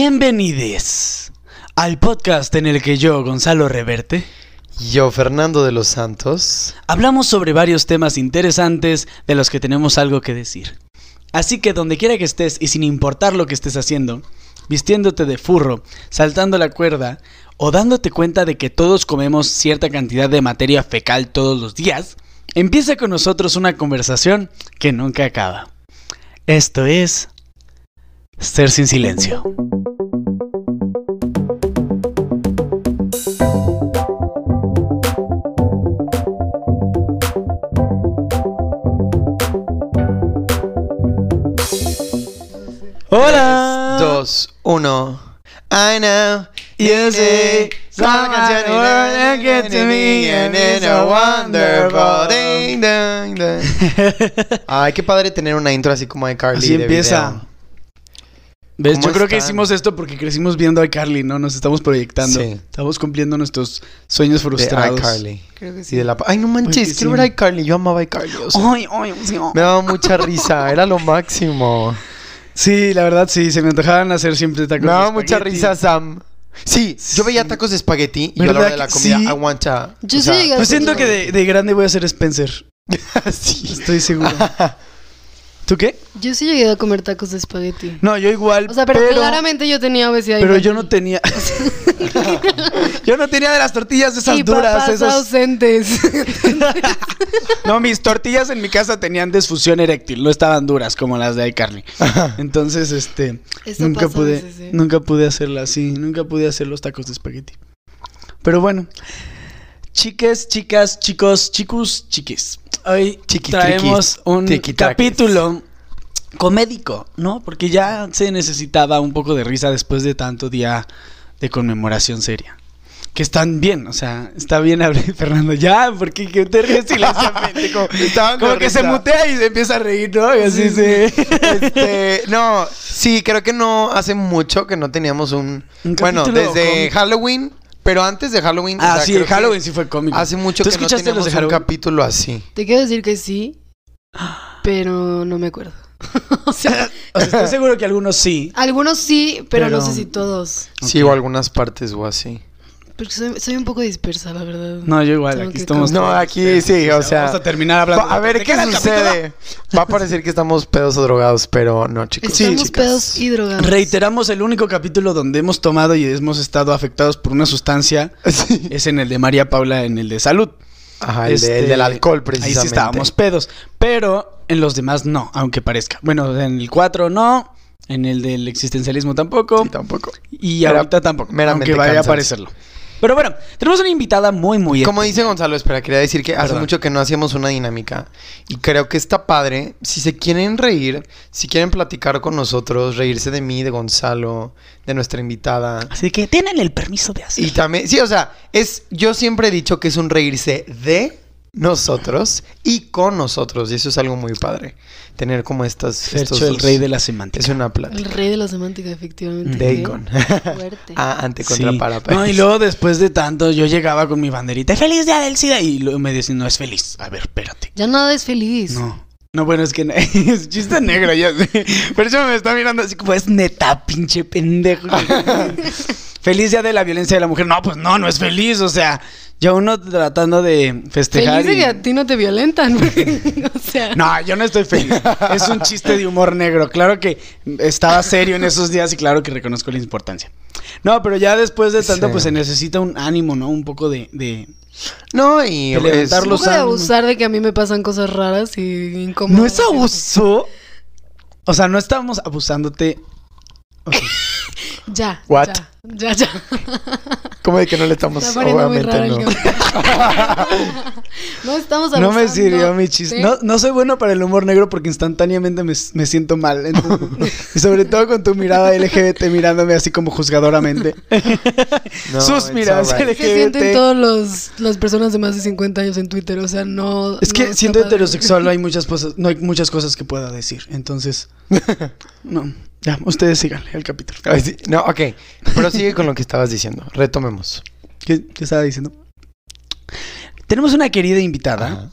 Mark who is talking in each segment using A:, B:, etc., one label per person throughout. A: Bienvenides al podcast en el que yo, Gonzalo Reverte,
B: Yo, Fernando de los Santos.
A: hablamos sobre varios temas interesantes de los que tenemos algo que decir. Así que donde quiera que estés y sin importar lo que estés haciendo, vistiéndote de furro, saltando la cuerda o dándote cuenta de que todos comemos cierta cantidad de materia fecal todos los días, empieza con nosotros una conversación que nunca acaba. Esto es Ser sin silencio. Hola.
B: Tres, dos, uno. I know.
A: You see, someone can get to me and it's a wonderful thing,
B: dong, dong. Ay, qué padre tener una intro así como de Carly.
A: Así
B: de
A: empieza.
B: video.
A: ¿Ves? Yo
B: ¿Cómo
A: creo que
B: están?
A: hicimos esto porque crecimos viendo a Carly, ¿no? Nos estamos proyectando.
B: Sí.
A: Estamos cumpliendo nuestros sueños
B: De
A: frustrados.
B: iCarly. Sí, de la... Ay, no manches,
A: Porque
B: quiero
A: sí.
B: ver iCarly. Yo amaba iCarly. o sea,
A: Ay, ay, sí, oh.
B: Me daba mucha risa, era lo máximo.
A: Sí, la verdad sí, se me antojaban hacer siempre tacos.
B: Me
A: de
B: daba mucha
A: espagueti.
B: risa, Sam. Sí, yo veía
A: Sí.
B: tacos de espaguetti y yo a la
A: ¿Verdad
B: hora de la
A: que
B: comida
A: sí?
B: aguanta.
C: Yo
B: o
C: sí
B: sea,
C: llegué a
A: Yo siento que de, de grande voy a ser Spencer.
B: sí.
A: Estoy seguro. ¿Tú qué?
C: Yo sí llegué a comer tacos de espagueti.
A: No, yo igual.
C: O sea, pero, claramente yo tenía obesidad.
A: pero yo
C: infantil.
A: no tenía. yo no tenía de las tortillas esas
C: y
A: duras,
C: papás
A: esas.
C: ausentes.
A: No, mis tortillas en mi casa tenían desfusión eréctil, no estaban duras como las de iCarly. Entonces, este,
C: Eso
A: nunca
C: pasa a
A: pude,
C: veces, ¿eh?
A: nunca pude hacerla así, nunca pude hacer los tacos de espagueti. Pero bueno, chiques, chicas, chicos, chicos, chiques. Hoy
B: Chiqui,
A: traemos
B: triquis,
A: un
B: triquitraquis.
A: capítulo comédico, ¿no? Porque ya se necesitaba un poco de risa después de tanto día de conmemoración seria. Que están bien, o sea, está bien abrir Fernando. Ya, porque que te ríes silenciosamente. Como,
B: Estaban
A: como
B: con
A: que se
B: risa.
A: mutea y se empieza a reír, ¿no? Y así se.
B: Este, no, sí, creo que no hace mucho que no teníamos un,
A: Un
B: bueno,
A: capítulo
B: desde
A: cómico.
B: Halloween, pero antes de Halloween, o
A: Ah,
B: sea,
A: sí,
B: creo
A: el
B: que
A: Halloween sí fue cómico.
B: Hace mucho
A: ¿Tú
B: que no
A: escuchaste los
B: teníamos
A: de
B: un
A: Halloween?
B: capítulo así.
C: Te quiero decir que sí, pero no me acuerdo. o sea,
A: O sea, estoy seguro que algunos sí.
C: algunos sí, pero,
A: Pero-
C: no sé si todos.
B: Sí, o algunas partes o así.
C: Porque soy, soy un poco dispersa, la verdad.
A: No, yo igual,
C: Tengo
A: aquí
C: que
A: estamos.
B: No, aquí sí, o sea,
A: Vamos a terminar hablando.
B: va- a
A: de-
B: ver
A: ¿de
B: qué
A: era el
B: sucede. Va a parecer que estamos pedos o drogados, pero no, chicos.
C: Estamos
B: chicas.
C: pedos y drogados.
A: capítulo? Reiteramos el único capítulo donde hemos tomado y hemos estado afectados por una sustancia.
B: Sí.
A: Es en el de María Paula, en el de salud.
B: Ajá, el, de-
A: Este,
B: el del alcohol precisamente.
A: Ahí sí estábamos pedos. Pero en los demás no, aunque parezca. Bueno, en el 4 no. En el del existencialismo tampoco.
B: Sí, tampoco.
A: y
B: Era
A: ahorita tampoco.
B: meramente
A: Aunque vaya
B: cansancio.
A: a parecerlo. Pero bueno, tenemos una invitada muy, muy.
B: Como dice Gonzalo, espera, quería decir que hace
A: Perdón.
B: mucho que no hacíamos una dinámica y creo que está padre. Si se quieren reír, si quieren platicar con nosotros, reírse de mí, de Gonzalo, de nuestra invitada.
A: Así que tienen el permiso de
B: Y
A: hacerlo.
B: también, sí, o sea, es, yo siempre he dicho que es un reírse de nosotros y con nosotros y eso es algo muy padre. Tener como estas... estos
A: Fercho, el
B: dos.
A: rey de la
B: Es
A: semántica.
B: una
C: El
B: plática.
C: rey de la semántica, efectivamente.
B: De
C: ¿eh?
B: Icon.
C: Fuerte.
B: ah, ante
A: Sí.
B: contra para.
A: No, y luego después de tanto, yo llegaba con mi banderita, feliz día del SIDA, y luego me decían, no es feliz. A ver, espérate.
C: Ya nada es feliz.
A: No. No, bueno, es que ne- es chiste negro, ya sé. Pero eso me está mirando así como, es neta, pinche pendejo. feliz día de la violencia de la mujer. No, pues no, no es feliz. O sea, ya uno tratando de festejar.
C: Feliz de
A: y-
C: que a ti no te violentan. o sea,
A: No, yo no estoy feliz. Es un chiste de humor negro. Claro que estaba serio en esos días y claro que reconozco la importancia. No, pero ya después de tanto,
B: Sí.
A: pues se necesita un ánimo, ¿no? Un poco de. de-
B: No, y...
A: De levantar los-
C: no puede
A: ánimos.
C: abusar de que a mí me pasan cosas raras y incómodas.
A: ¿No es abuso? O sea, no estábamos abusándote. O sea,
C: Ya.
B: What?
C: Ya, ya. ya.
B: Como de que no le estamos...
A: Pues
C: Está poniendo muy raro
B: Obviamente
C: el
B: no.
C: comentario. No estamos
A: no
C: abusando.
A: me sirvió mi chiste.
C: de-
A: No, no soy bueno para el humor negro porque instantáneamente me, me siento mal. Entonces, y sobre todo con tu mirada LGBT mirándome así como juzgadoramente.
B: No,
A: Sus
B: it's
A: miradas
B: alright.
A: LGBT.
C: Se sienten todas las personas de más de 50 años en Twitter. O sea, no.
A: Es
C: no
A: que
C: está
A: siendo
C: padre.
A: heterosexual no hay muchas cosas, no hay muchas cosas que pueda decir. Entonces, no, ya, ustedes sigan el capítulo.
B: Ay, sí. No, ok. Prosigue con lo que estabas diciendo. Retomemos.
A: ¿Qué, qué estaba diciendo? Tenemos una querida invitada
B: Ajá.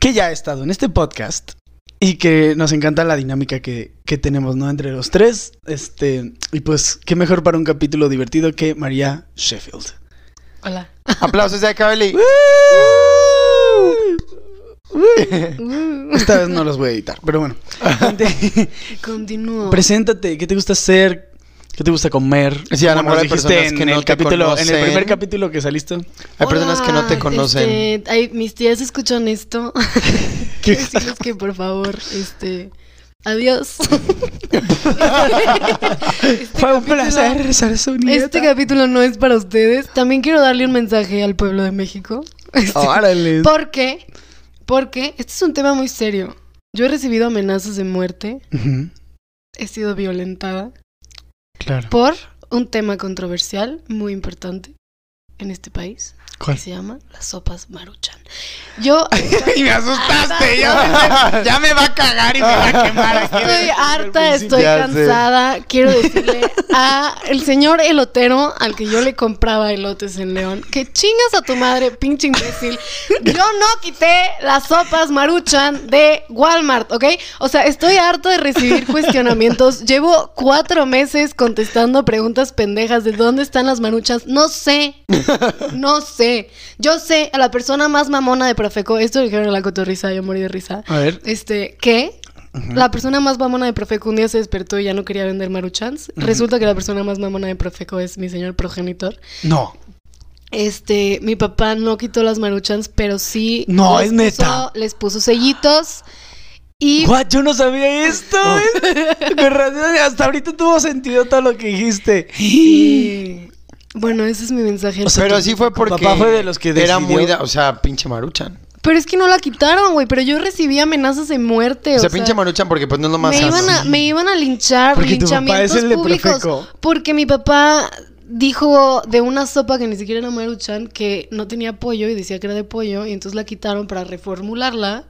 A: que ya ha estado en este podcast Y que nos encanta la dinámica que, que tenemos, ¿no? Entre los tres. Este, y pues, qué mejor para un capítulo divertido que María Sheffield.
C: Hola.
B: Aplausos a Caveli.
A: Esta vez no los voy a editar, pero bueno. Gente,
C: Continúo.
A: Preséntate, ¿qué te gusta hacer? ¿Qué te gusta comer?
B: Sí, a lo
A: Como nos
B: mejor hay
A: dijiste
B: personas
A: en,
B: que no
A: el
B: te
A: capítulo, en el
B: conocen. Este
A: primer capítulo que saliste.
B: Hay personas que no te
C: Hola,
B: conocen.
C: este, ay, mis tías escuchan esto.
A: ¿Qué?
C: Decirles que por favor, este. Adiós. Este
A: Fue un
C: capítulo-
A: placer ser su nieta.
C: Este capítulo no es para ustedes. También quiero darle un mensaje al pueblo de México. Este,
A: Órale.
C: ¿Por qué? Porque este es un tema muy serio. Yo he recibido amenazas de muerte.
A: Ujú,
C: He sido violentada
A: Claro.
C: por un tema controversial muy importante en este país.
A: ¿Cuál?
C: Que se llama las sopas maruchan. Yo
B: y me asustaste. Ya, ya me va a cagar y me va a quemar aquí.
C: Estoy harta, estoy
B: Ya sé.
C: cansada. Quiero decirle a el señor elotero al que yo le compraba elotes en León, que chingas a tu madre, pinche imbécil. Yo no quité las sopas maruchan de Walmart, ¿ok? O sea, estoy harta de recibir cuestionamientos. Llevo cuatro meses contestando preguntas pendejas de dónde están las maruchas. No sé, no sé. Yo sé a la persona más mamona de Profeco, esto lo dijeron en la cotorriza, yo morí de risa.
A: A ver.
C: Este, que La persona más mamona de Profeco un día se despertó y ya no quería vender maruchans. Resulta que la persona más mamona de Profeco es mi señor progenitor.
A: No.
C: Este, mi papá no quitó las maruchans, pero sí.
A: No,
C: les
A: es neta.
C: puso- les puso sellitos. Y Oh.
A: What? Yo no sabía esto. ¿eh? Con razón, hasta ahorita tuvo sentido todo lo que dijiste.
C: y- bueno, ese es mi mensaje.
B: Pero sí fue porque
A: papá fue de los que
B: era
A: decidió-
B: muy, da- o sea, pinche maruchan.
C: Pero es que no la quitaron, güey. Pero yo recibí amenazas de muerte.
B: O
C: O
B: sea,
C: sea,
B: pinche maruchan porque pues no es lo más
C: me,
B: sano.
C: iban a, me iban a linchar,
A: Porque tu papá
C: linchamientos
A: es el de
C: públicos.
A: Profeco.
C: Porque mi papá dijo de una sopa que ni siquiera era maruchan que no tenía pollo y decía que era de pollo y entonces la quitaron para reformularla.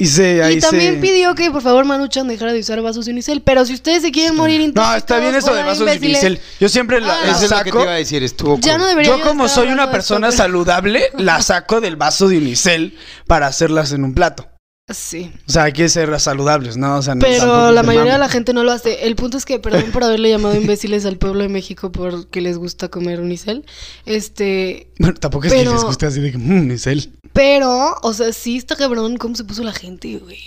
A: Y se, ahí
C: y también
A: se...
C: pidió que por favor maruchan dejara de usar vasos de unicel. Pero si ustedes se quieren morir
A: No,
C: intoxicados
A: Ah, está bien eso
C: por
A: de
C: la
A: vasos de
C: imbéciles,
A: unicel. Yo siempre la,
C: Ah.
A: la
B: Eso es lo que te
A: saco.
B: iba a decir, estuvo
C: Ya no
B: cool.
C: debería
A: Yo como
C: estar
A: soy
C: hablando
A: una
C: de
A: persona
C: esto,
A: saludable, la saco del vaso de unicel para hacerlas en un plato.
C: pero- Sí.
A: O sea, hay que ser saludables, ¿no? O sea, no-
C: Pero
A: tampoco
C: la
A: te
C: mayoría de
A: mames.
C: la gente no lo hace. El punto es que, perdón por haberle llamado imbéciles al pueblo de México porque les gusta comer unicel. Este,
A: Bueno, tampoco es que
C: Pero-
A: les guste así de que, "Mm, unicel.
C: pero, o sea, sí está cabrón cómo se puso la gente, güey.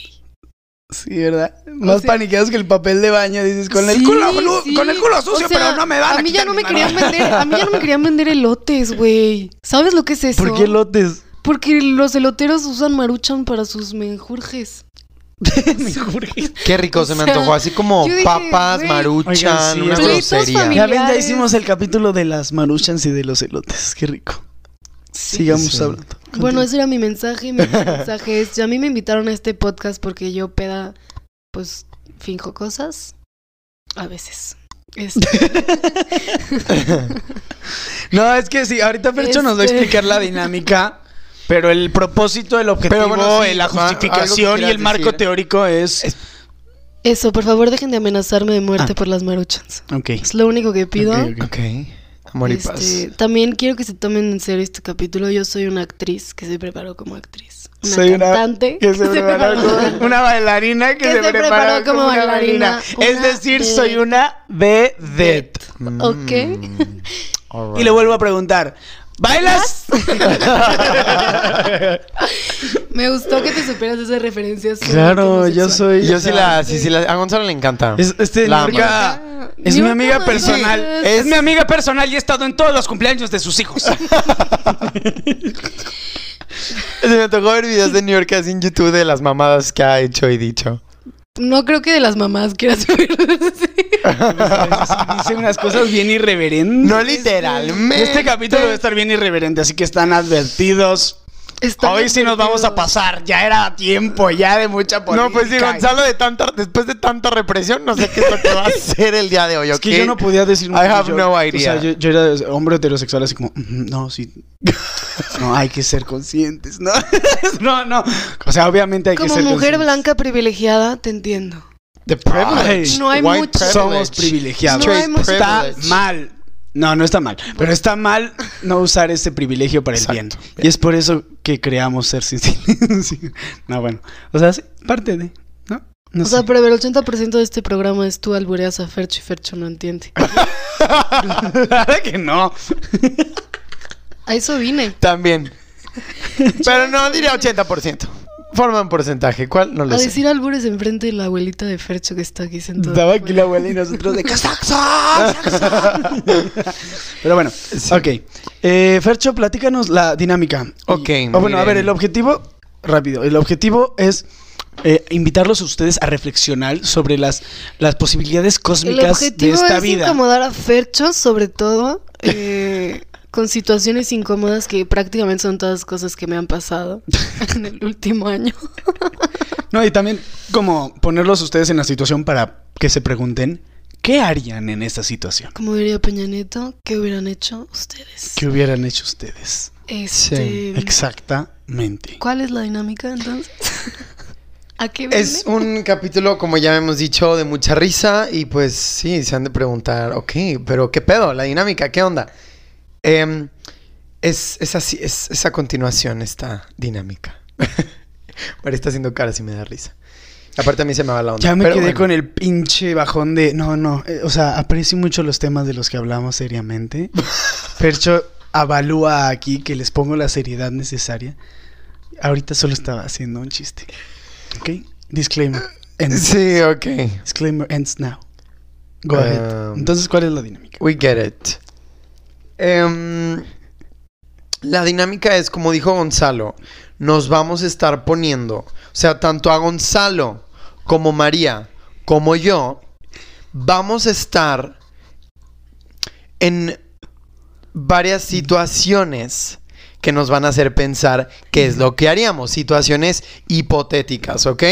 A: Sí, ¿verdad? Más
C: sea-
A: paniqueados que el papel de baño, dices, con el
C: Sí,
A: culo, lu-
C: sí.
A: con el culo sucio,
C: O sea,
A: pero no me van
C: a mí ya
A: quitar
C: no
A: mi
C: me
A: mano".
C: querían vender, a mí ya no me querían vender elotes, güey. ¿Sabes lo que es eso?
A: ¿Por qué lotes?
C: Porque los eloteros usan maruchan para sus menjurjes.
A: Me juré.
B: Qué rico, se me
C: O sea,
B: antojó. Así como
C: yo dije,
B: papas,
C: güey.
B: maruchan,
A: Oigan, sí,
B: una
A: esto-
C: Pleitos
B: grosería.
C: familiares.
A: Ya ven, ya hicimos el capítulo de las maruchans y de los elotes. Qué rico. Sigamos
B: Sí.
A: hablando.
C: Bueno, ese era mi mensaje. Mi mensaje es, ya a mí me invitaron a este podcast porque yo peda, pues, finjo cosas. A veces. Este,
A: No, es que sí, ahorita Fercho nos va a
C: Este-
A: explicar la dinámica, pero el propósito, el objetivo,
B: bueno, sí,
A: eh, la
B: ajá, algo que
A: justificación y el
B: quieras
A: marco
B: decir.
A: teórico es...
C: eso, por favor, dejen de amenazarme de muerte
A: Ah.
C: por las maruchans.
A: Ok.
C: Es lo único que pido.
A: Ok, ok.
B: Ok. Amor y
C: Este,
B: paz.
C: también quiero que se tomen en serio este capítulo. Yo soy una actriz que se preparó como actriz. Una
A: Soy una-
C: cantante
A: Que se preparó como una bailarina que,
C: Que
A: se, preparó como, una bailarina.
C: una
A: es decir,
C: vedette.
A: soy una vedette.
C: Ok.
A: Mm.
B: All
A: Y le vuelvo a preguntar, ¿bailas?
C: Me gustó que te supieras esa referencia. soy
B: right. Yo sí la, sí, sí la, a Gonzalo le encanta.
A: este, Es- este
B: La
A: Niurka
C: ama.
A: es mi
C: Niurka
A: amiga
C: Rodríguez.
A: personal. Es
B: Es-
A: mi amiga personal y he estado en todos los cumpleaños de sus hijos.
B: Se me tocó ver videos de New York así en YouTube de las mamadas que ha hecho y dicho.
C: No creo que de las mamás quieras ver.
A: Dice unas cosas bien irreverentes.
B: No literalmente.
A: Este capítulo va a estar bien irreverente, así que están advertidos.
C: Está
A: Hoy sí nos vamos a pasar. Ya era tiempo, ya de mucha política.
B: No, pues sí, Gonzalo, de tanta, después de tanta represión, no sé qué es lo que va a hacer el día de hoy, ¿ok?
A: Es que yo no podía decir
B: I have
A: yo-
B: no
A: O sea,
B: idea.
A: yo, yo era hombre heterosexual, así como, "Ujú, no, sí. No, hay que ser conscientes, ¿no? no, no. O sea, obviamente hay que
C: Como
A: ser
C: mujer
A: conscientes.
C: blanca privilegiada, te entiendo.
B: The privilege.
A: Ay,
C: No hay
B: White
C: mucho.
A: Somos
B: privilege.
A: privilegiados.
C: No hay mucho.
A: Está
B: Privilege.
A: mal. No, no está mal. Pero está mal no usar ese privilegio para el bien.
B: Exacto.
A: Y es por eso que creamos ser sin silencio. No, bueno. O sea, sí, parte de. ¿No? No
C: o sea,
A: sé.
C: pero el 80% de este programa es tú albureas a Fercho y Fercho no entiende.
A: Claro que no.
C: A eso vine.
B: También. Pero no diría 80%. Forma un porcentaje. ¿Cuál? No
C: A
B: lo sé.
C: decir albures enfrente de la abuelita de Fercho que está aquí sentada.
A: Estaba aquí la abuela y nosotros de ¡Casaxa! Pero bueno, ok. Eh, Fercho, platícanos la dinámica. Y-
B: Ok,
A: o bueno, a
B: miren.
A: ver, el objetivo, rápido, el objetivo es eh, invitarlos a ustedes a reflexionar sobre las, las posibilidades
C: El
A: cósmicas de
C: objetivo
A: esta
C: es
A: vida.
C: incomodar a Fercho, sobre todo, eh, con situaciones incómodas que prácticamente son todas cosas que me han pasado en el último año.
A: No, y también como ponerlos a ustedes en la situación para que se pregunten, ¿qué harían en esta situación?
C: Como diría Peña Nieto, ¿qué hubieran hecho ustedes?
A: ¿Qué hubieran hecho ustedes?
C: Este,
A: Exactamente.
C: ¿Cuál es la dinámica entonces? ¿A qué viene?
B: Es un capítulo, como ya hemos dicho, de mucha risa y pues sí, se han de preguntar, ok, pero ¿qué pedo? La dinámica, ¿qué onda? Em, es, es así, es, es a continuación esta dinámica. Pero está haciendo cara si me da risa. Aparte a mí se me va la onda.
A: Ya me
B: pero
A: quedé
B: bueno.
A: con el pinche bajón de. No, no. eh, o sea, aprecio mucho los temas de los que hablamos seriamente. Percho avalúa aquí que les pongo la seriedad necesaria. Ahorita solo estaba haciendo un chiste. ¿Ok? Disclaimer. Ends.
B: Sí, ok.
A: Disclaimer ends now. Go ahead.
B: Um,
A: Entonces, ¿cuál es la dinámica?
B: We get it. Em, la dinámica es, como dijo Gonzalo, nos vamos a estar poniendo, o sea, tanto a Gonzalo como María, como yo, vamos a estar en varias situaciones que nos van a hacer pensar qué es lo que haríamos, situaciones hipotéticas, ¿ok?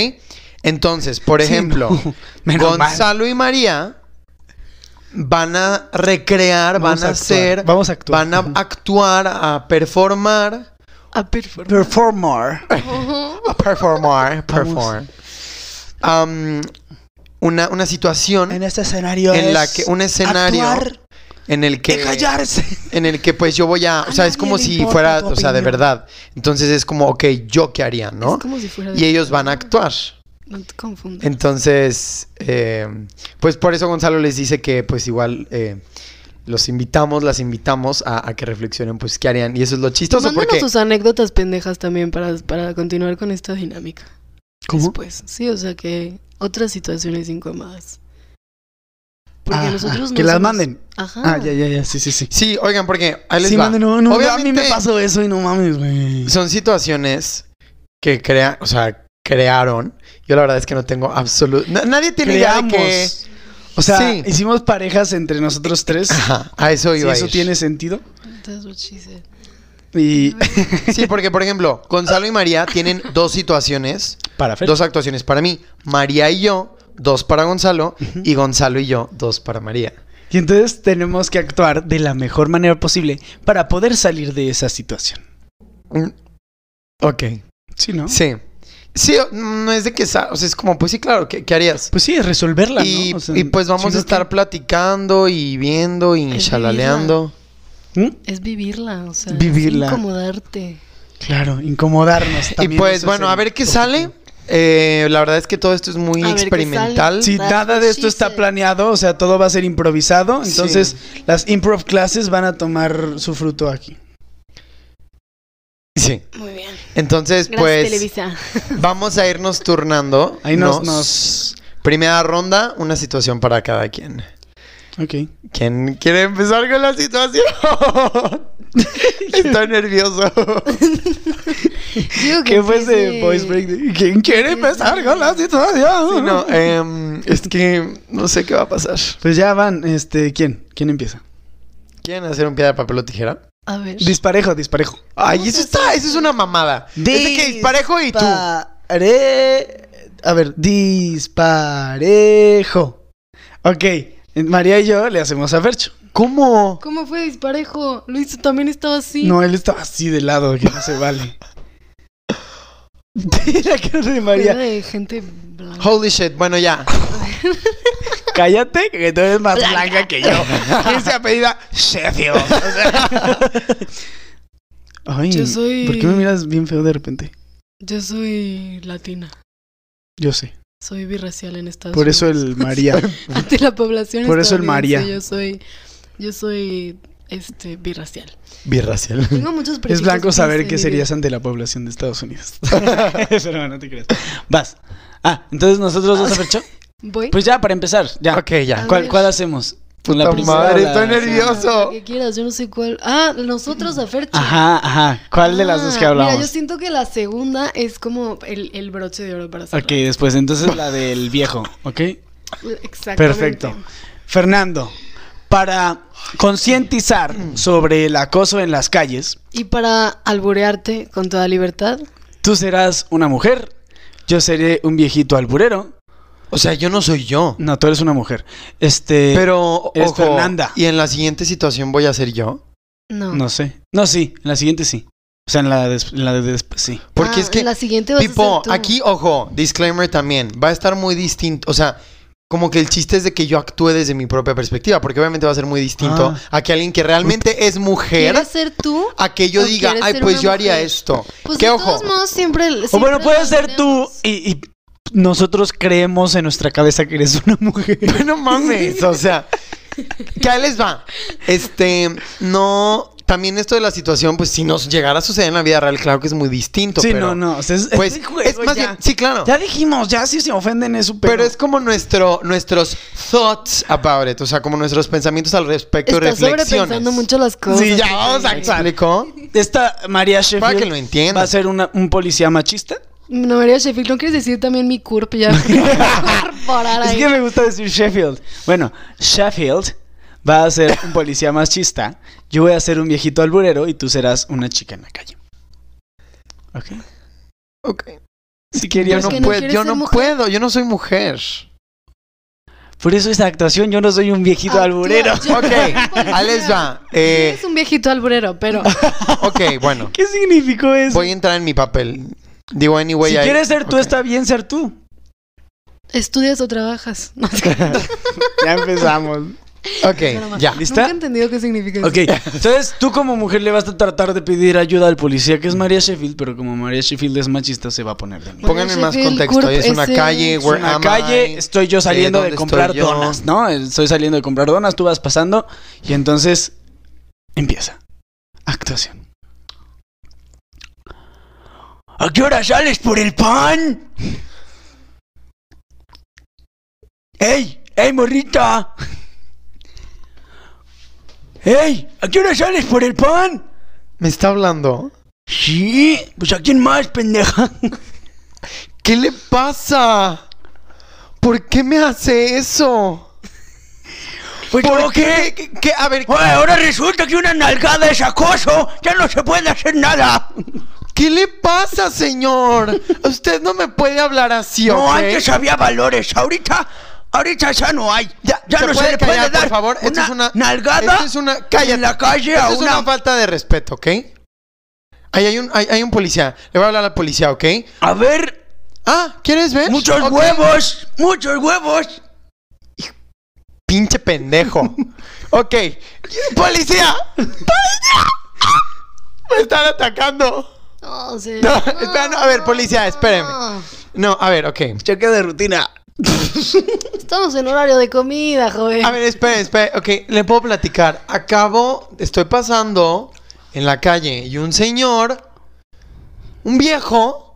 B: Entonces, por
A: Sí,
B: ejemplo,
A: no, menos mal.
B: Gonzalo y María van a recrear,
A: Vamos
B: van a,
A: a actuar,
B: hacer,
A: vamos a actuar.
B: van
A: Ujú.
B: a actuar, a performar,
C: A performar.
A: Performer.
B: a performar, perform. Am, una, una situación
A: En este escenario.
B: En
A: es
B: la que- un escenario
A: actuar
B: en el
A: y
B: que
A: callarse.
B: en el que pues yo voy a, o sea, es
A: nadie
B: como
A: le
B: si
A: importa
B: fuera,
A: tu
B: o sea, de
A: opinión.
B: verdad. Entonces es como, ok, yo qué haría, ¿no?
C: Es como si fuera de-
B: Y ellos van a actuar.
C: No te confundas.
B: Entonces, eh, pues por eso Gonzalo les dice que pues igual eh, los invitamos, las invitamos a, a que reflexionen pues qué harían. Y eso es lo chistoso
C: Mándanos
B: porque...
C: sus anécdotas pendejas también para, para continuar con esta dinámica.
A: ¿Cómo?
C: Después. Sí, o sea que otras situaciones incómodas. Porque
A: Ah, ah,
C: nosotros no
A: que las
C: somos-
A: manden.
C: Ajá.
A: Ah, ya, ya, ya. Sí, sí, sí.
B: Sí, oigan, porque... Ahí les
A: Sí,
B: va.
A: mande, no, no, a mí
B: Obviamente
A: me pasó eso y no mames, güey.
B: son situaciones que crean, o sea, crearon. Yo la verdad es que no tengo absoluto... na- nadie tiene
A: Creamos.
B: idea de que...
A: O sea,
B: Sí.
A: hicimos parejas entre nosotros tres.
B: Ajá, a eso
A: Si
B: iba a
A: eso
B: ir.
A: tiene sentido.
C: That's what she said.
A: Y
B: Sí, porque por ejemplo, Gonzalo y María tienen dos situaciones,
A: para Fer.
B: dos actuaciones para mí. María y yo, dos para Gonzalo, y Gonzalo y yo, dos para María.
A: Y entonces tenemos que actuar de la mejor manera posible para poder salir de esa situación.
B: Mm, Ok.
A: Sí, ¿no?
B: Sí. Sí, o- no es de que... sa- O sea, es como, pues sí, claro, ¿qué, qué harías?
A: Pues sí, es resolverla,
B: y,
A: ¿no? O sea,
B: y, pues vamos
A: sino
B: a estar
A: que-
B: platicando y viendo y
C: Es
B: chalaleando.
A: ¿Mm?
C: Es vivirla, o sea.
A: Vivirla.
C: es Incomodarte.
A: Claro, incomodarnos
B: Y
A: también.
B: pues
A: eso
B: bueno,
A: es
B: a
A: el
B: ver qué
A: objetivo.
B: sale. Eh, la verdad es que todo esto es muy
C: A ver qué
B: experimental.
C: sale.
A: Sí,
C: That's
A: nada
C: what
A: de
C: she
A: esto está
C: said.
A: planeado, o sea, todo va a ser improvisado.
B: Sí.
A: Entonces, las improv classes van a tomar su fruto aquí.
B: Sí.
C: Muy bien.
B: Entonces,
C: Gracias,
B: pues
C: Televisa.
B: vamos a irnos turnando.
A: Ahí nos-
B: Nos-
A: nos...
B: Primera ronda, una situación para cada quien.
A: Ok.
B: ¿Quién quiere empezar con la situación? Estoy nervioso.
C: Digo que
A: ¿Qué fue ese
C: empiece-
A: voice break? de, ¿Quién quiere empezar con la situación?
B: Sí, no, em, es que no sé qué va a pasar.
A: Pues ya van, este, ¿quién? ¿Quién empieza?
B: ¿Quieren hacer un piedra, papel o tijera?
C: A ver.
A: Disparejo, disparejo.
B: Ay, eso está, eso es una mamada. Es de que disparejo y tú.
A: Dispare- A ver, disparejo. Ok, María y yo le hacemos a Fercho.
B: ¿Cómo?
C: ¿Cómo fue disparejo? Luis tú también estaba así.
A: No, él estaba así de lado, que no se vale. la cara de
C: Cuida
A: María.
C: de gente blanca.
B: Holy shit, bueno ya.
A: Cállate, que tú eres más blanca que yo.
B: ¿Quién se apellida Sheffield? O sea,
A: Ay,
C: Yo soy-
A: ¿por qué me miras bien feo de repente?
C: Yo soy latina.
A: Yo sé.
C: Soy birracial en Estados
A: Por
C: Unidos.
A: eso el María.
C: Ante la población
A: por eso el
C: estadounidense,
A: María.
C: Yo soy... Yo soy... Este... Birracial.
B: Birracial.
C: Tengo muchos este
A: Es
C: privilegios
A: blanco
C: más
A: saber
C: en
A: qué
C: mi
A: serías
C: vida.
A: ante la población de Estados Unidos. Pero no te creas. Vas. Ah, entonces nosotros dos, Fercho.
C: Voy.
A: Pues ya, para empezar, ya.
B: Ok, ya.
A: ¿Cuál,
C: ver.
A: cuál hacemos?
B: Puta
A: primera o
B: madre,
A: la-
B: estoy
C: O sea,
B: nervioso.
C: la que quieras, yo no sé cuál. Ah, nosotros a Fercho.
A: Ajá, ajá. ¿Cuál de las dos que
C: Ah,
A: hablamos?
C: Mira, yo siento que la segunda es como el, el broche de oro para cerrar.
A: Ok, después entonces la del viejo, ¿ok?
C: Exactamente.
A: Perfecto. Fernando, para concientizar sobre el acoso en las calles,
C: Y para alburearte con toda libertad.
A: tú serás una mujer, yo seré un viejito alburero.
B: O sea, yo no soy yo.
A: No, tú eres una mujer. Este,
B: Pero,
A: eres
B: ojo,
A: Fernanda.
B: ¿y en la siguiente situación voy a ser yo?
C: No.
A: no sé. No, sí, en la siguiente sí. O sea, en la de, en la de después sí.
B: Porque
C: Ah,
B: es que,
C: La siguiente vas a
B: tipo,
C: ser tú.
B: aquí, ojo, disclaimer también, va a estar muy distinto, o sea, como que el chiste es de que yo actúe desde mi propia perspectiva, porque obviamente va a ser muy distinto
A: Ah. Pues,
B: a que alguien que realmente es mujer,
C: ¿Quieres ser tú?
B: a que yo
C: o
B: diga,
C: quieres
B: ay,
C: ser
B: pues
C: una
B: yo haría
C: mujer?
B: esto.
C: Pues
B: que
C: de
B: ojo,
C: todos modos siempre...
A: O bueno,
C: siempre
A: puede ser tú
C: albureamos.
A: y, y nosotros creemos en nuestra cabeza que eres una mujer.
B: no mames, o sea, que ahí les va. Este, no, también esto de la situación, pues si nos llegara a suceder en la vida real, claro que es muy distinto.
A: Sí,
B: pero,
A: no, no. o sea, es, es
B: Pues,
A: de juego,
B: es más
A: ya.
B: bien, sí, claro.
A: Ya dijimos, ya si se ofenden es su
B: Pero,
A: pedo.
B: es como nuestro, nuestros thoughts about it, o sea, como nuestros pensamientos al respecto y
C: Estás
B: reflexiones.
C: sobrepensando mucho las cosas.
A: Sí, ya,
C: Pepe.
A: vamos a-
B: ¿Me explicó?
A: Esta María Sheffield
B: que lo entiendan.
A: va a ser una- un policía machista.
C: No, María Sheffield, ¿no quieres decir también mi curp ya? Corporar
A: Es
C: ahí.
A: que me gusta decir Sheffield. Bueno, Sheffield va a ser un policía machista. Yo voy a ser un viejito alburero y tú serás una chica en la calle. ¿Ok?
B: Ok.
A: Si
B: Yo
A: querías...
B: no,
C: que no
B: puedo,
C: quieres
B: yo
C: ser
B: no
C: mujer.
B: puedo, yo no soy mujer.
A: Por eso esa actuación, yo no soy un viejito
C: Actúa,
A: alburero.
C: yo-
B: Ok, ahí les va. Eh,
C: Eres un viejito alburero, pero...
B: ok, bueno,
A: ¿Qué significó eso?
B: voy a entrar en mi papel. Digo, anyway.
A: si
B: ahí-
A: quieres ser tú,
B: ok.
A: está bien ser tú.
C: ¿Estudias o trabajas? No, es que-
A: Ya empezamos.
B: Ok, ya.
A: ¿Lista?
C: Nunca he entendido qué significa
A: Ok, entonces tú como mujer le vas a tratar de pedir ayuda al policía que es María Sheffield, pero como María Sheffield es machista se va a poner de mí.
C: Bueno,
B: Pónganme más
C: Sheffield,
B: contexto.
C: Curp,
B: Es una
C: ese-
B: calle,
C: Es
A: En
B: where
A: la
B: am
A: calle
B: I?
A: estoy yo
B: Eh,
A: saliendo de
B: ¿dónde
A: comprar
B: estoy yo?
A: donas, ¿no? Estoy saliendo de comprar donas, tú vas pasando y entonces empieza. Actuación. ¿A qué hora sales por el pan? ¡Ey! ¡Ey, morrita! ¡Ey! ¿A qué hora sales por el pan?
B: Me está hablando.
A: Sí, pues ¿a quién más, pendeja?
B: ¿Qué le pasa? ¿Por qué me hace eso?
A: Pues, ¿yo
B: ¿Por
A: qué?
B: qué? ¿Qué- qué? A ver,
A: Oye, ahora resulta que una nalgada es acoso, ya no se puede hacer nada.
B: ¿qué le pasa, señor? Usted no me puede hablar así,
A: No,
B: ¿ok?
A: antes había valores, ahorita, ahorita ya no hay. Ya, ya
B: ¿Se
A: no
B: puede
A: se le
B: callar,
A: puede dar
B: por favor?
A: una,
B: Esto es una
A: nalgada
B: esto es una- cállate.
A: en la calle a
B: Eso es
A: una...
B: una falta de respeto, ¿ok? Ahí hay un, hay, hay un policía. Le voy a hablar al policía, ¿ok?
A: A ver,
B: Ah, ¿quieres ver?
A: muchos
B: Ok.
A: huevos, muchos huevos.
B: Pinche pendejo. ok. ¡Policía! ¡Policía! ¡Me están atacando!
C: No, o sea-
B: No, espera, no, a ver, policía, espérenme.
C: No,
B: No, a ver, ok.
A: Cheque de rutina.
C: Estamos en horario de comida, joven.
B: A ver, espere, espere. Ok, le puedo platicar. Acabo, estoy pasando en la calle y un señor, un viejo,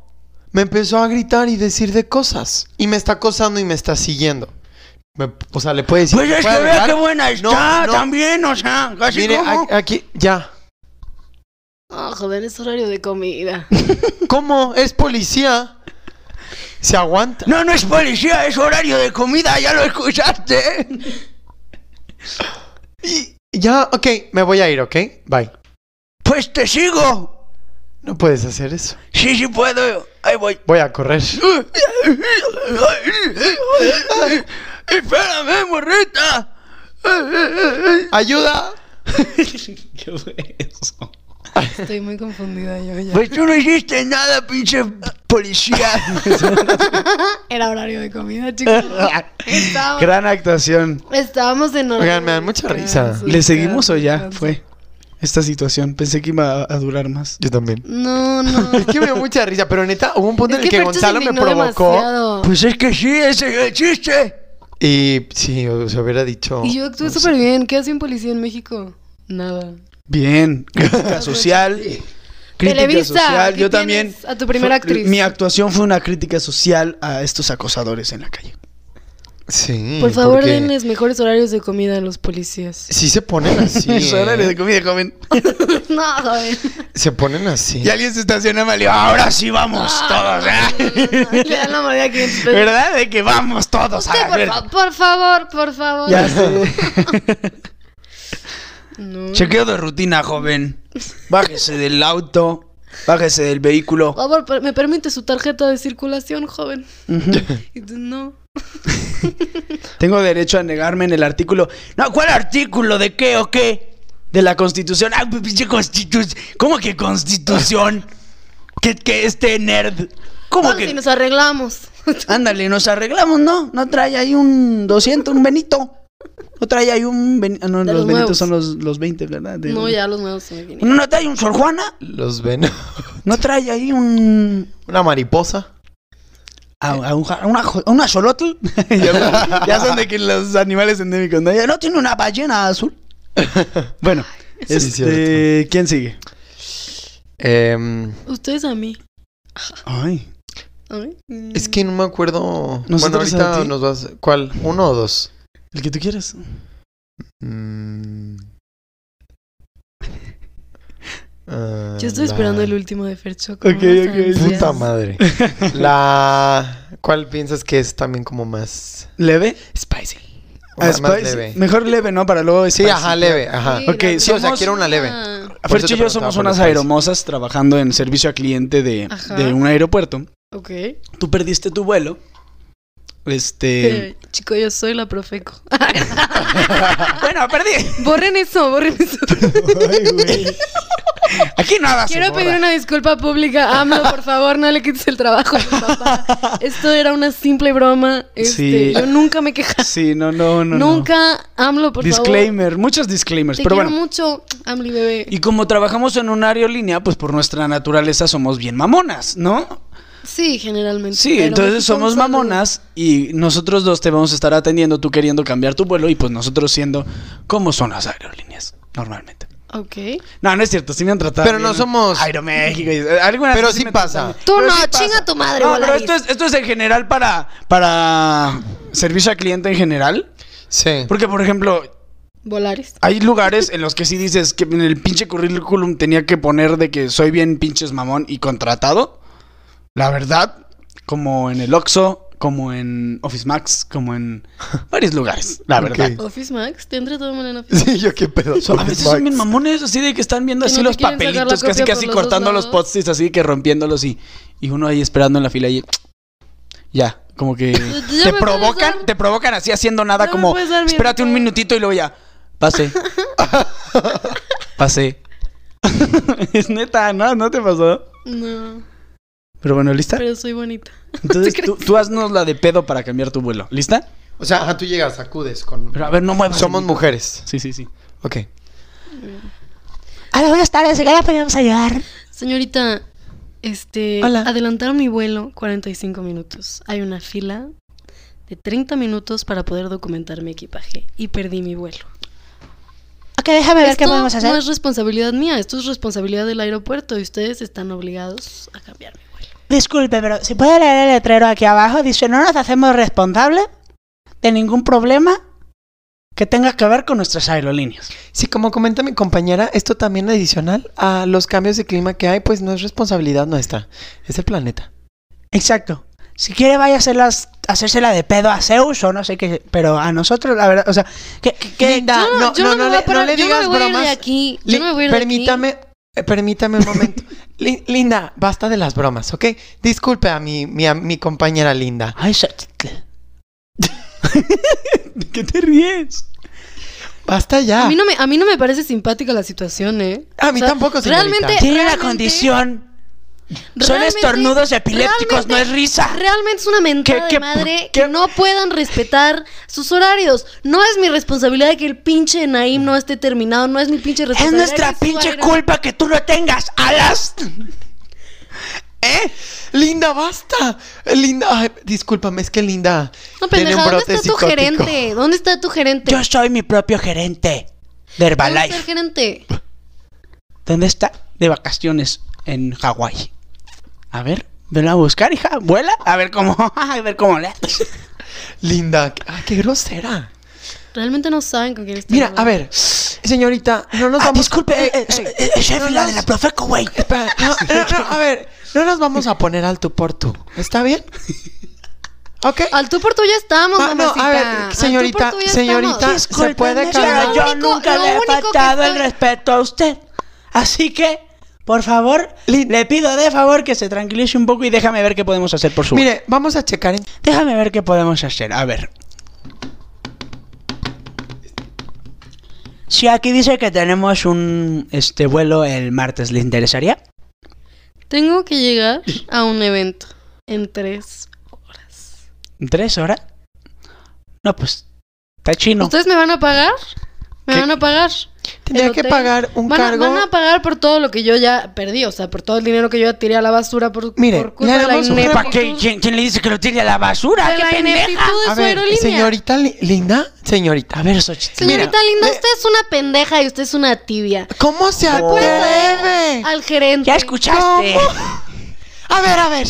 B: me empezó a gritar y decir de cosas. Y me está acosando y me está siguiendo. Me- o sea, le puede decir.
A: Pues es
B: ¿puede
A: que vea
B: hablar?
A: qué buena está
B: No, no.
A: también, o sea, casi
B: Mire,
A: como...
B: a- aquí, ya.
C: No, joven, es horario de comida.
B: ¿Cómo? Es policía. Se aguanta.
A: No, no es policía, es horario de comida, ya lo escuchaste.
B: Y ya, ok, me voy a ir, ¿ok? Bye.
A: Pues te sigo.
B: No puedes hacer eso.
A: Sí, sí puedo, ahí voy.
B: Voy a correr.
A: Espérame, morrita.
B: ¡Ayuda!
A: ¿Qué fue eso?
C: Estoy muy confundida yo ya.
B: Pues tú no hiciste nada, pinche policía.
C: Era horario de comida, chicos. Estábamos,
A: Gran actuación.
C: estábamos en horario.
B: Oigan, me dan
C: de
B: mucha
C: comida,
B: risa.
C: sí,
A: ¿Le seguimos o
C: claro,
A: ya
C: claro.
A: fue esta situación? Pensé que iba a, a durar más.
B: Yo también.
C: No, no.
B: Es que me dio mucha risa, pero neta, hubo un punto
C: Es
B: en el que,
C: Fercho se
B: Gonzalo me
C: indignó
B: provocó.
C: demasiado.
B: Pues es que sí, ese es el chiste. Y sí, o se hubiera dicho.
C: Y yo actué súper bien. ¿Qué hace un policía en México? Nada.
A: Bien. Crítica social. Crítica
C: Televisa,
A: social.
C: ¿qué
A: Yo
C: tienes
A: también.
C: a tu primera
A: fue-
C: actriz?
A: Mi actuación fue una crítica social a estos acosadores en la calle. Mm,
B: Sí.
C: Por favor,
B: porque
C: denles mejores horarios de comida a los policías.
B: Sí se ponen así.
A: Mis horarios de
B: ¿eh?
A: comida, joven.
C: no, joven.
B: Se ponen así.
A: Y alguien se estaciona mal y ahora sí vamos Pues todos.
C: Ah,
A: ¿eh?
C: Le dan la mordida a 500 pesos.
A: ¿Verdad? De que vamos todos a
C: Usted,
A: la
C: por,
A: verga.
C: fa- por favor, por favor.
A: Ya sé.
C: No.
A: Chequeo de rutina, joven. Bájese del auto. Bájese del vehículo.
C: Por favor, per- ¿me permite su tarjeta de circulación, joven? Y tú, no.
A: Tengo derecho a negarme en el artículo. No, ¿cuál artículo? ¿De qué o qué? De la Constitución. Ah, pinche Constitución. ¿Cómo que Constitución? Que, que este nerd. ¿Cómo
C: Bueno, si
A: que?
C: nos arreglamos.
A: Ándale, nos arreglamos, ¿no? No trae ahí un 200, un Benito. No trae ahí un Ben- ah, No,
C: De
A: los,
C: los
A: Benitos
C: nuevos.
A: son los, los 20, ¿verdad? De-
C: no, ya los nuevos se me vienen.
A: No, no trae un Sor Juana.
B: Los ven.
A: No trae ahí un.
B: Una mariposa.
A: A, a un, ja- a una, jo- a una xolotl. ya, ya son de que los animales endémicos. No, Ya no tiene una ballena azul. Bueno,
B: Sí,
A: este,
B: cierto.
A: ¿quién sigue?
B: Em,
C: Ustedes a mí.
A: Ay,
C: ¿A mí?
B: es que no me acuerdo. Bueno,
A: ¿Nosotros a
B: ahorita
A: ti?
B: nos vas. ¿Cuál? ¿Uno o dos?
A: el que tú quieras.
B: Mm.
C: Yo estoy
B: Ah,
C: esperando
B: la-
C: el último de Fercho.
A: Ok,
C: con unas
A: ok.
C: ansias.
B: Puta madre. La. ¿Cuál piensas que es también como más.
A: ¿Leve?
B: Spicy.
A: Ah,
B: más,
A: spicy.
B: leve.
A: Mejor leve, ¿no? Para luego
B: Sí,
A: spicy.
B: ajá, leve, ajá.
C: Sí,
A: Ok,
C: la
A: sí, o sea,
C: verdad.
B: quiero una leve.
C: Ah,
B: Por eso
A: Ferchi y
B: te
A: yo
B: preguntaba
A: somos
B: por
A: unas
B: los spicy.
A: aeromosas trabajando en servicio a cliente de,
C: Ajá.
A: de un aeropuerto.
C: Ok.
A: Tú perdiste tu vuelo. Este.
C: Eh, chico, yo soy la profeco.
A: bueno, perdí.
C: borren eso, borren eso.
A: Aquí nada se
C: Quiero
A: borra.
C: pedir una disculpa pública. AMLO, por favor, no le quites el trabajo a mi papá. Esto era una simple broma. Este,
A: Sí.
C: Yo nunca me quejaba.
A: Sí, no, no, no. no.
C: nunca, AMLO, por favor.
A: Disclaimer, muchos disclaimers,
C: Te
A: pero
C: quiero
A: bueno.
C: mucho, AMLO y bebé.
A: Y como trabajamos en una aerolínea, pues por nuestra naturaleza somos bien mamonas, ¿no?
C: Sí, generalmente.
A: Sí,
C: Pero
A: entonces
C: México, un
A: somos
C: saludo.
A: mamonas y nosotros dos te vamos a estar atendiendo, tú queriendo cambiar tu vuelo y pues nosotros siendo como son las aerolíneas normalmente.
C: Ok.
A: No, no es cierto, sí me han tratado.
B: Pero
A: bien,
B: no somos-
A: Aeroméxico. y- eh, algunas
B: Pero
A: veces
B: sí
A: me
B: pasa.
A: tratan bien.
C: Tú
A: Pero
C: no,
A: sí pasa.
C: chinga tu madre,
A: No, pero
C: Volaris.
A: esto es, esto es en general para, para servicio a cliente en general.
B: Sí.
A: Porque, por ejemplo,
C: Volaris.
A: Hay lugares en los que sí dices que en el pinche currículum tenía que poner de que soy bien pinches mamón y contratado. La verdad, como en el Oxxo, como en Office Max, como en varios lugares, la
B: Ok.
A: verdad.
C: Office Max, te entra todo mal en Office
B: Sí, yo qué pedo.
A: So, a veces son bien mamones, así de que están viendo
C: Que
A: así
C: no te
A: los
C: quieren sacar la
A: papelitos, casi
C: copia por
A: casi
C: los
A: cortando
C: dos
A: los
C: lados.
A: post así que rompiéndolos y, y uno ahí esperando en la fila y ya, como que
C: Ya
A: te
C: me puedes
A: provocan,
C: dar-
A: te provocan así haciendo nada
C: Ya me
A: como
C: puedes dar mi
A: espérate un
C: ropa".
A: minutito y luego ya pase. pase. es neta, no, no te pasó.
C: No,
A: Pero bueno, ¿lista?
C: pero soy bonita.
A: Entonces
C: ¿Tú
A: tú, tú haznos la de pedo para cambiar tu vuelo. ¿Lista?
B: O sea, ajá, tú llegas, acudes con.
A: Pero a ver, no muevas.
B: Somos mujeres.
A: Sí, sí, sí.
B: Ok.
D: Hola, buenas tardes. ¿En qué la podemos ayudar?
C: Señorita, este,
A: Hola.
C: adelantaron mi vuelo 45 minutos. Hay una fila de 30 minutos para poder documentar mi equipaje y perdí mi vuelo.
D: Ok, déjame ver qué
C: Esto
D: podemos hacer.
C: no es responsabilidad mía, esto es responsabilidad del aeropuerto y ustedes están obligados a cambiar mi vuelo.
D: Disculpe, pero si puede leer el letrero aquí abajo, dice no nos hacemos responsables de ningún problema que tenga que ver con nuestras aerolíneas.
B: Sí, como comenta mi compañera, esto también adicional a los cambios de clima que hay, pues no es responsabilidad nuestra, es el planeta.
D: Exacto. Si quiere vaya a hacerlas, hacérsela de pedo a Zeus o no sé qué, pero a nosotros, la verdad, o sea, que, que- que-
B: Linda,
C: Yo
B: no,
C: yo
B: no,
C: me
B: no,
C: voy a
B: le, no
C: parar,
B: le
C: yo
B: digas
C: me voy a ir de
B: bromas.
C: aquí, yo
B: Li-
C: me voy a ir de aquí.
B: permítame, eh, permítame un momento. Li- Linda, basta de las bromas, ¿ok? Disculpe a mi, mi, a mi compañera Linda.
D: Ay, se-
A: ¿Qué te ríes?
B: Basta ya.
C: A mí, no me, a mí no me parece simpática la situación, ¿eh?
B: Ah. A mí tampoco, señorita.
C: Realmente,
D: Tiene una
C: realmente-
D: condición. Son
C: realmente-
D: estornudos epilépticos, no es risa.
C: Realmente es una mentada
D: ¿Qué- qué-
C: de madre
D: qué-
C: que no puedan respetar sus horarios. No es mi responsabilidad que el pinche Naim no esté terminado. No es mi pinche
D: Es
C: responsabilidad.
D: nuestra
C: que su
D: pinche
C: aire-
D: culpa que tú no tengas alas.
B: ¿Eh? Linda, basta. Linda, ay, discúlpame, es que Linda
C: No,
B: tiene
C: pendeja,
B: un
C: ¿dónde
B: brote
C: está tu
B: psicótico.
C: gerente? ¿Dónde está tu gerente?
D: Yo soy mi propio gerente de
C: ¿Dónde está el
D: Herbalife.
C: gerente?
D: ¿Dónde está? De vacaciones en Hawái. A ver, vela a buscar, hija. Vuela. A ver cómo. A ver cómo le haces.
B: Linda, qué- ay, qué grosera.
C: Realmente no saben con quién está
B: Mira, a
C: hablando.
B: ver, señorita, no nos
D: Ah,
B: vamos...
D: disculpe,
B: eh,
D: eh, eh,
B: eh,
D: soy- eh, chef,
B: no
D: la
B: nos-
D: de la Profeco, güey.
B: Espera, no, no, no, a ver, no nos vamos a poner al tú por tú. ¿Está bien? ¿Ok?
C: Al tú por tú ya estamos,
B: Ah, no,
C: mamacita.
B: a ver,
C: Al tú por
B: señorita,
C: tú ya
B: señorita,
C: estamos.
B: se puede
D: Discúlpeme,
B: calmar.
D: pero
C: Lo
D: Yo
C: único-
D: nunca
C: lo
D: le he
C: único que
D: faltado el
C: estoy-
D: respeto a usted. Así que, por favor,
B: Lin-
D: le pido de favor que se tranquilice un poco y déjame ver qué podemos hacer por su.
B: Mire, vamos a checar en...
D: Déjame ver qué podemos hacer. A ver. Si aquí dice que tenemos un este vuelo el martes, ¿le interesaría?
C: Tengo que llegar a un evento en tres.
D: ¿En ¿Tres horas? No, pues está chino.
C: ¿Ustedes me van a pagar? ¿Me
B: ¿Qué?
C: van a pagar?
B: Tendría
C: ¿El
B: que
C: hotel?
B: pagar un
C: van
B: cargo...
C: A, van a pagar por todo lo que yo ya perdí, o sea, por todo el dinero que yo ya tiré a la basura por,
B: Mire,
C: por culpa
B: le
C: de la
B: haremos un
C: ineptitud.
D: ¿Para qué? ¿Quién, quién le dice que lo tire a la basura?
C: De
D: ¡Qué
C: la
D: pendeja!
C: ineptitud de
B: Ah, A
C: su
B: ver,
C: aerolínea.
B: señorita Li- Linda, señorita,
D: A ver, Xochitl.
C: Señorita
B: mira,
C: linda,
B: de-
C: usted es una pendeja y usted es una tibia.
B: ¿cómo se
C: Puede traer
B: atreve?
C: al gerente.
D: ¿Ya escuchaste?
B: A ver, a ver,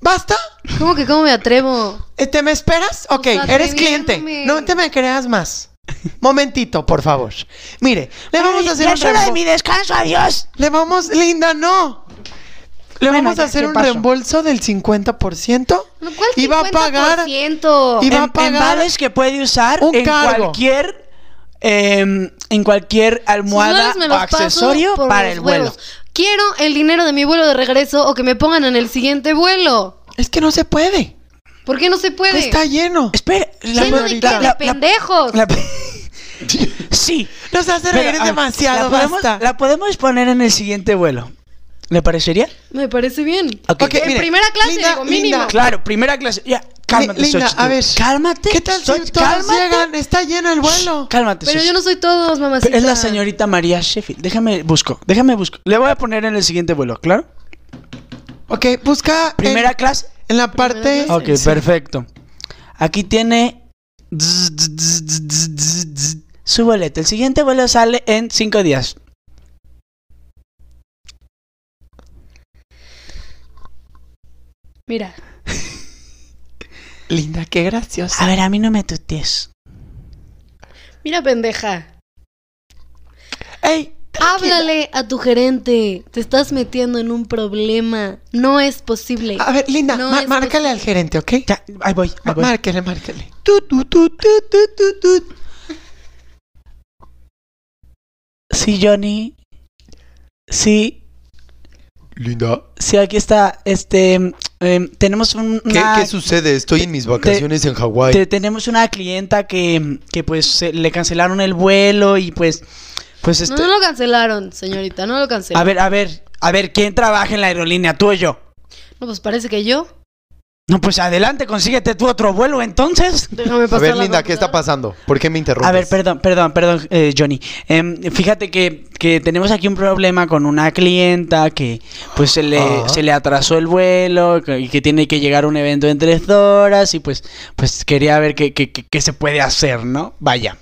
B: ¿basta?
C: ¿Cómo que cómo me atrevo?
B: Eh, ¿Te me esperas? Ok,
C: Pues
B: eres cliente.
C: atreviéndome.
B: No te me creas más. Momentito, por favor. Mire, le vamos
D: Ay,
B: a hacer
D: ya
B: un
D: es hora de
B: reembolso.
D: mi descanso, adiós.
B: Le vamos, Linda, no. Le
D: Bueno,
B: vamos a
D: ya,
B: hacer
D: ¿qué
B: un
D: pasó?
B: reembolso del 50%.
C: No, ¿Cuál
B: y va a pagar
C: 50%?
B: y va a
D: en, en
B: pagar
D: vales que puede usar
B: un
D: en
B: cargo.
D: cualquier em, en cualquier almohada
C: dólares me
D: o
C: los paso
D: accesorio
C: por
D: para
C: los
D: el vuelo.
C: huevos. Quiero el dinero de mi vuelo de regreso o que me pongan en el siguiente vuelo.
B: Es que no se puede.
C: ¿Por qué no se puede?
B: Está lleno.
D: Espera, la,
C: Lleno de
B: señorita-
C: qué? De
B: la-
C: pendejos.
D: la- sí.
B: Nos hace
D: pero,
B: reír
D: ah,
B: demasiado,
D: la podemos,
B: basta.
D: la podemos poner en el siguiente vuelo. ¿Le parecería?
C: Me parece bien.
D: Ok.
B: Ok,
C: En
B: mire,
C: primera clase,
B: Linda,
C: digo, mínimo.
B: Linda,
D: Claro, primera clase. Ya, cálmate,
B: Li- Linda,
D: Xochitl.
B: a ver.
D: Cálmate.
B: ¿Qué tal si
D: Xochitl,
B: todos
D: cálmate.
B: llegan? Está lleno el vuelo.
D: Shh, Cálmate,
C: Pero yo
D: Xochitl.
C: no soy todos, mamacita.
D: es la señorita María Sheffield. Déjame busco, déjame busco. Le voy a poner en el siguiente vuelo, ¿claro?
B: Ok, busca
D: Primera
B: en,
D: clase.
B: en la parte...
C: clase.
D: Ok, perfecto. Aquí tiene su boleto. El siguiente vuelo sale en cinco días.
C: Mira,
B: Linda, qué graciosa.
D: A ver, a mí no me tutees.
C: mira, pendeja.
B: ¡Ey!
C: Háblale a tu gerente. Te estás metiendo en un problema. No es posible.
B: A ver, Linda,
C: No
B: ma-
C: es
B: márcale
C: posible.
B: al gerente, ¿ok?
D: Ya, ahí voy, ahí
B: Ma-
D: voy.
B: Márcale, márcale.
D: Tut, tut, tut, tut, tut, tut, tut. Sí, Johnny. Sí,
B: Linda.
D: sí, aquí está. Este, em, tenemos un-
E: ¿Qué,
D: una...
E: qué sucede? Estoy en mis vacaciones en Hawái.
D: te- tenemos una clienta que, que pues se- le cancelaron el vuelo y pues pues este
C: No lo cancelaron, señorita. No lo
D: A
C: cancelaron.
D: ver, a ver, a ver, ¿quién trabaja en la aerolínea? ¿Tú o yo?
C: No, pues parece que yo.
D: No, pues adelante, consíguete tú otro vuelo entonces.
C: Déjame
E: A
C: pasar
E: ver,
C: la
E: Linda, ¿qué está
C: computadora.
E: pasando? ¿Por qué me interrumpes?
D: A ver, perdón, perdón, perdón, eh, Johnny. Em, fíjate que, que tenemos aquí un problema con una clienta que pues se le,
E: Ajá.
D: se le atrasó el vuelo que- y que tiene que llegar a un evento en tres horas y pues, pues quería ver qué, qué- qué- qué se puede hacer, ¿no? Vaya.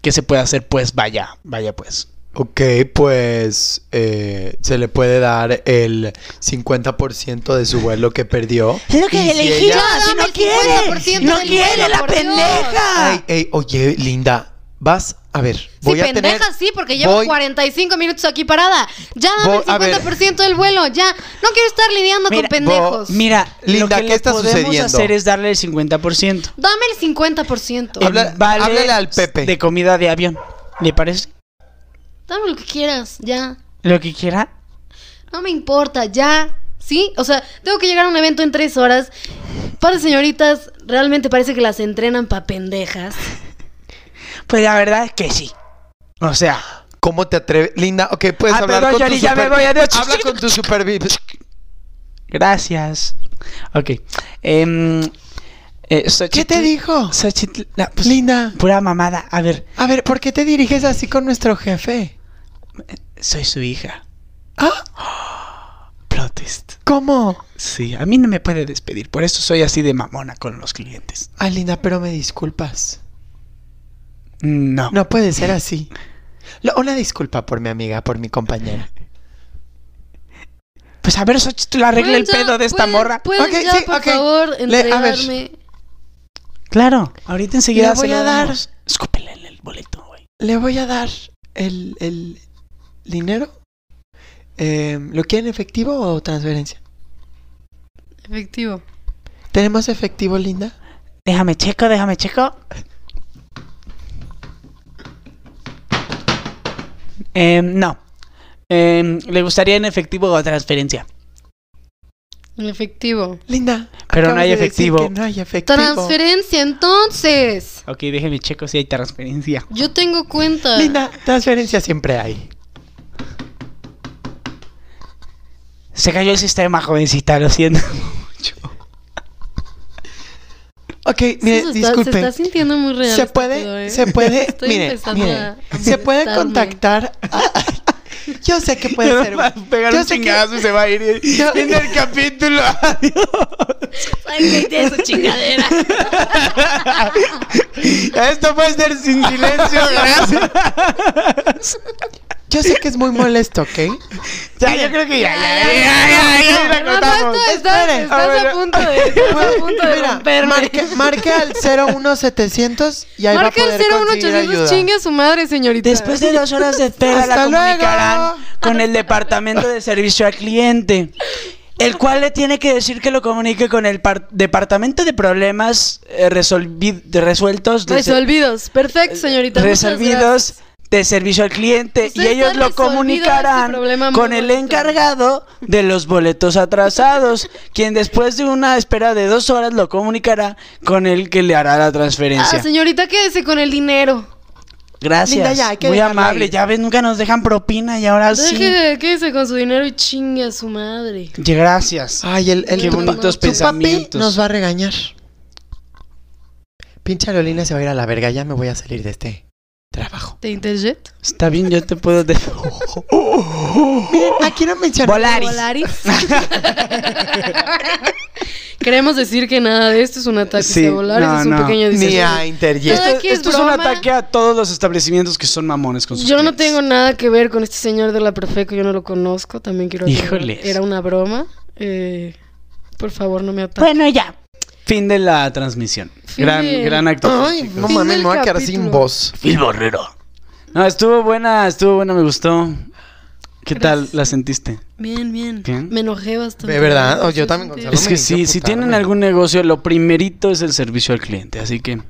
D: ¿Qué se puede hacer? Pues vaya, vaya pues.
E: Ok, pues eh, se le puede dar el 50% de su vuelo que perdió.
D: Es lo que
E: Y
D: le
E: si
D: dije,
E: ella-
D: ya, si
C: dame
D: no
C: el
D: quiere,
C: 50%
D: no
C: del
D: quiere
C: vuelo,
D: la
C: por Dios.
D: pendeja.
E: Ey, ey, oye, Linda, vas a ver. Voy
C: Sí,
E: a tener.
C: pendeja, sí, porque llevo
E: voy-
C: 45 minutos aquí parada. Ya dame
E: Voy- a ver.
C: el 50% del vuelo, ya. No quiero estar lidiando
D: Mira,
C: con pendejos.
D: Mira, lo
E: Linda,
D: que
E: ¿qué
D: le
E: está
D: podemos
E: sucediendo?
D: hacer es darle el 50%.
C: Dame el 50%.
E: Habla-
D: En vales
E: háblale al Pepe.
D: De comida de avión. ¿Le parece?
C: Dame lo que quieras, ya.
D: Lo que quiera.
C: No me importa, ya. ¿Sí? O sea, tengo que llegar a un evento en tres horas. Para señoritas, realmente parece que las entrenan para pendejas.
A: Pues la verdad es que sí. O sea,
D: ¿Cómo te atreves? Linda, ok, puedes
A: Ah,
D: hablar
A: perdón,
D: con
A: Johnny,
D: tu
A: ya me voy, adiós.
D: Habla con tu supervisor.
A: gracias. Ok. em, eh, Xochitl-
B: ¿Qué te dijo?
A: Xochitl- no, pues,
B: Linda.
A: Pura mamada. A ver,
B: A ver, ¿por qué te diriges así con nuestro jefe?
A: soy su hija.
B: ¿Ah?
A: Plot twist.
B: ¿Cómo?
A: Sí, a mí no me puede despedir. Por eso soy así de mamona con los clientes.
B: Ay, Ah, Linda, pero me disculpas.
A: No.
B: No puede ser así. Lo- Una disculpa por mi amiga, por mi compañera.
A: Pues a ver, Xochitl, arregla el pedo de
C: pues,
A: esta morra.
C: ¿Puedes
B: Ok,
C: ya,
B: sí,
C: por
B: ok.
C: favor,
B: Le- a ver.
C: entregarme?
A: Claro, ahorita enseguida
B: Le voy
A: se lo
B: a dar.
A: damos. Escúpele en el boleto, güey.
B: Le voy a dar el, el dinero. Eh, ¿Lo quieren efectivo o transferencia?
C: Efectivo.
B: ¿Tenemos efectivo, Linda?
A: Déjame checo, déjame checo. Em, no. Em, le gustaría en efectivo o transferencia.
C: En efectivo.
B: Linda.
A: Pero no
B: acabas
A: hay
B: de decir
A: efectivo.
B: que no hay efectivo.
C: Transferencia, entonces.
A: Ok, déjeme checo si hay transferencia.
C: Yo tengo cuenta.
B: Linda, transferencia siempre hay.
A: Se cayó el sistema, jovencita, lo siento.
B: Ok,
C: Eso
B: mire,
C: se, está,
B: disculpe.
C: se está sintiendo muy real.
B: se
C: este
B: puede,
C: pedo, ¿eh?
B: se puede,
C: Estoy
B: mire,
C: empezando
B: mire,
C: a- a
B: se puede
C: molestarme.
B: contactar. a- yo sé que puede ser.
A: Pegar
B: yo
A: un
B: sé que-
A: chingazo y se va a ir. y-
B: yo-
A: En el capítulo.
C: Ay, que tiene su chingadera.
A: Esto puede ser sin silencio, gracias.
B: yo sé que es muy molesto, ¿ok?
A: Ya, yo creo que ya, ya, ya, ya, ya, ya, la
C: Mamá,
A: cortamos.
C: esto estás,
B: Espere.
C: estás
A: Ah,
C: a punto de, estás a punto de
B: Mira,
C: romperme.
B: marque, marque al 01700 y ahí
C: Marca
B: va a
C: el
B: poder conseguir
C: 01800
B: ayuda.
C: chingue a su madre, señorita.
A: Después de dos horas de espera la
B: Hasta luego.
A: comunicarán con el departamento de servicio al cliente, el cual le tiene que decir que lo comunique con el par- departamento de problemas eh, resolvi- de resueltos de se-
C: Resolvidos. Perfecto, señorita. muchas gracias.
A: eh, resolvidos de servicio al cliente
C: Usted
A: y ellos
C: está
A: lo
C: resolvido este
A: comunicarán
C: problema muy
A: con el
C: bonito.
A: encargado de los boletos atrasados, quien después de una espera de dos horas lo comunicará con el que le hará la transferencia.
C: Ah, señorita, quédese con el dinero.
A: Gracias.
B: Linda, ya, hay que
A: Muy
B: dejarla
A: amable.
B: ir.
A: Ya ves, nunca nos dejan propina y ahora Ah, sí.
C: Deje- Quédese con su dinero y chingue a su madre.
A: Ya, Gracias.
B: Ay, el, el
C: Qué
B: tu pa-
C: bonitos
B: tu papi
A: pensamientos.
B: nos va a regañar. Pinche Aerolínea se va a ir a la verga, ya me voy a salir de este trabajo.
C: ¿Te interjet?
A: Está bien, yo te puedo. de-
B: Miren, aquí no mencioné.
A: Volaris.
C: Queremos decir que nada de esto es un ataque
A: Sí,
C: a Volaris,
A: no,
C: es un
A: no.
C: pequeño
B: Ni
C: diseño.
B: a Interjet.
C: Todo
A: Esto,
C: aquí es
A: esto es un
C: broma.
A: ataque a todos los establecimientos que son mamones con sus
C: Yo no
A: clientes.
C: tengo nada que ver con este señor de la Profeco, yo no lo conozco, también quiero aclarar,
A: Híjoles.
C: Era una broma. eh, por favor, no me ataquen.
A: Bueno, ya. Fin de la transmisión.
C: Fin
A: gran,
C: de-
A: gran acto.
B: Ay, no
C: Fin
B: mames,
C: del
B: me voy a quedar
C: capítulo.
B: sin voz.
A: Phil Borrero. No, estuvo buena, estuvo buena, me gustó. ¿Qué tal la sentiste?
C: Bien, bien,
A: Bien.
C: Me enojé bastante.
B: ¿De verdad? Oh, yo
C: Sí,
B: también,
C: sí,
B: Gonzalo.
A: Es
B: me
A: que
B: hizo
A: sí, si
B: putarme.
A: tienen algún negocio, lo primerito es el servicio al cliente, así que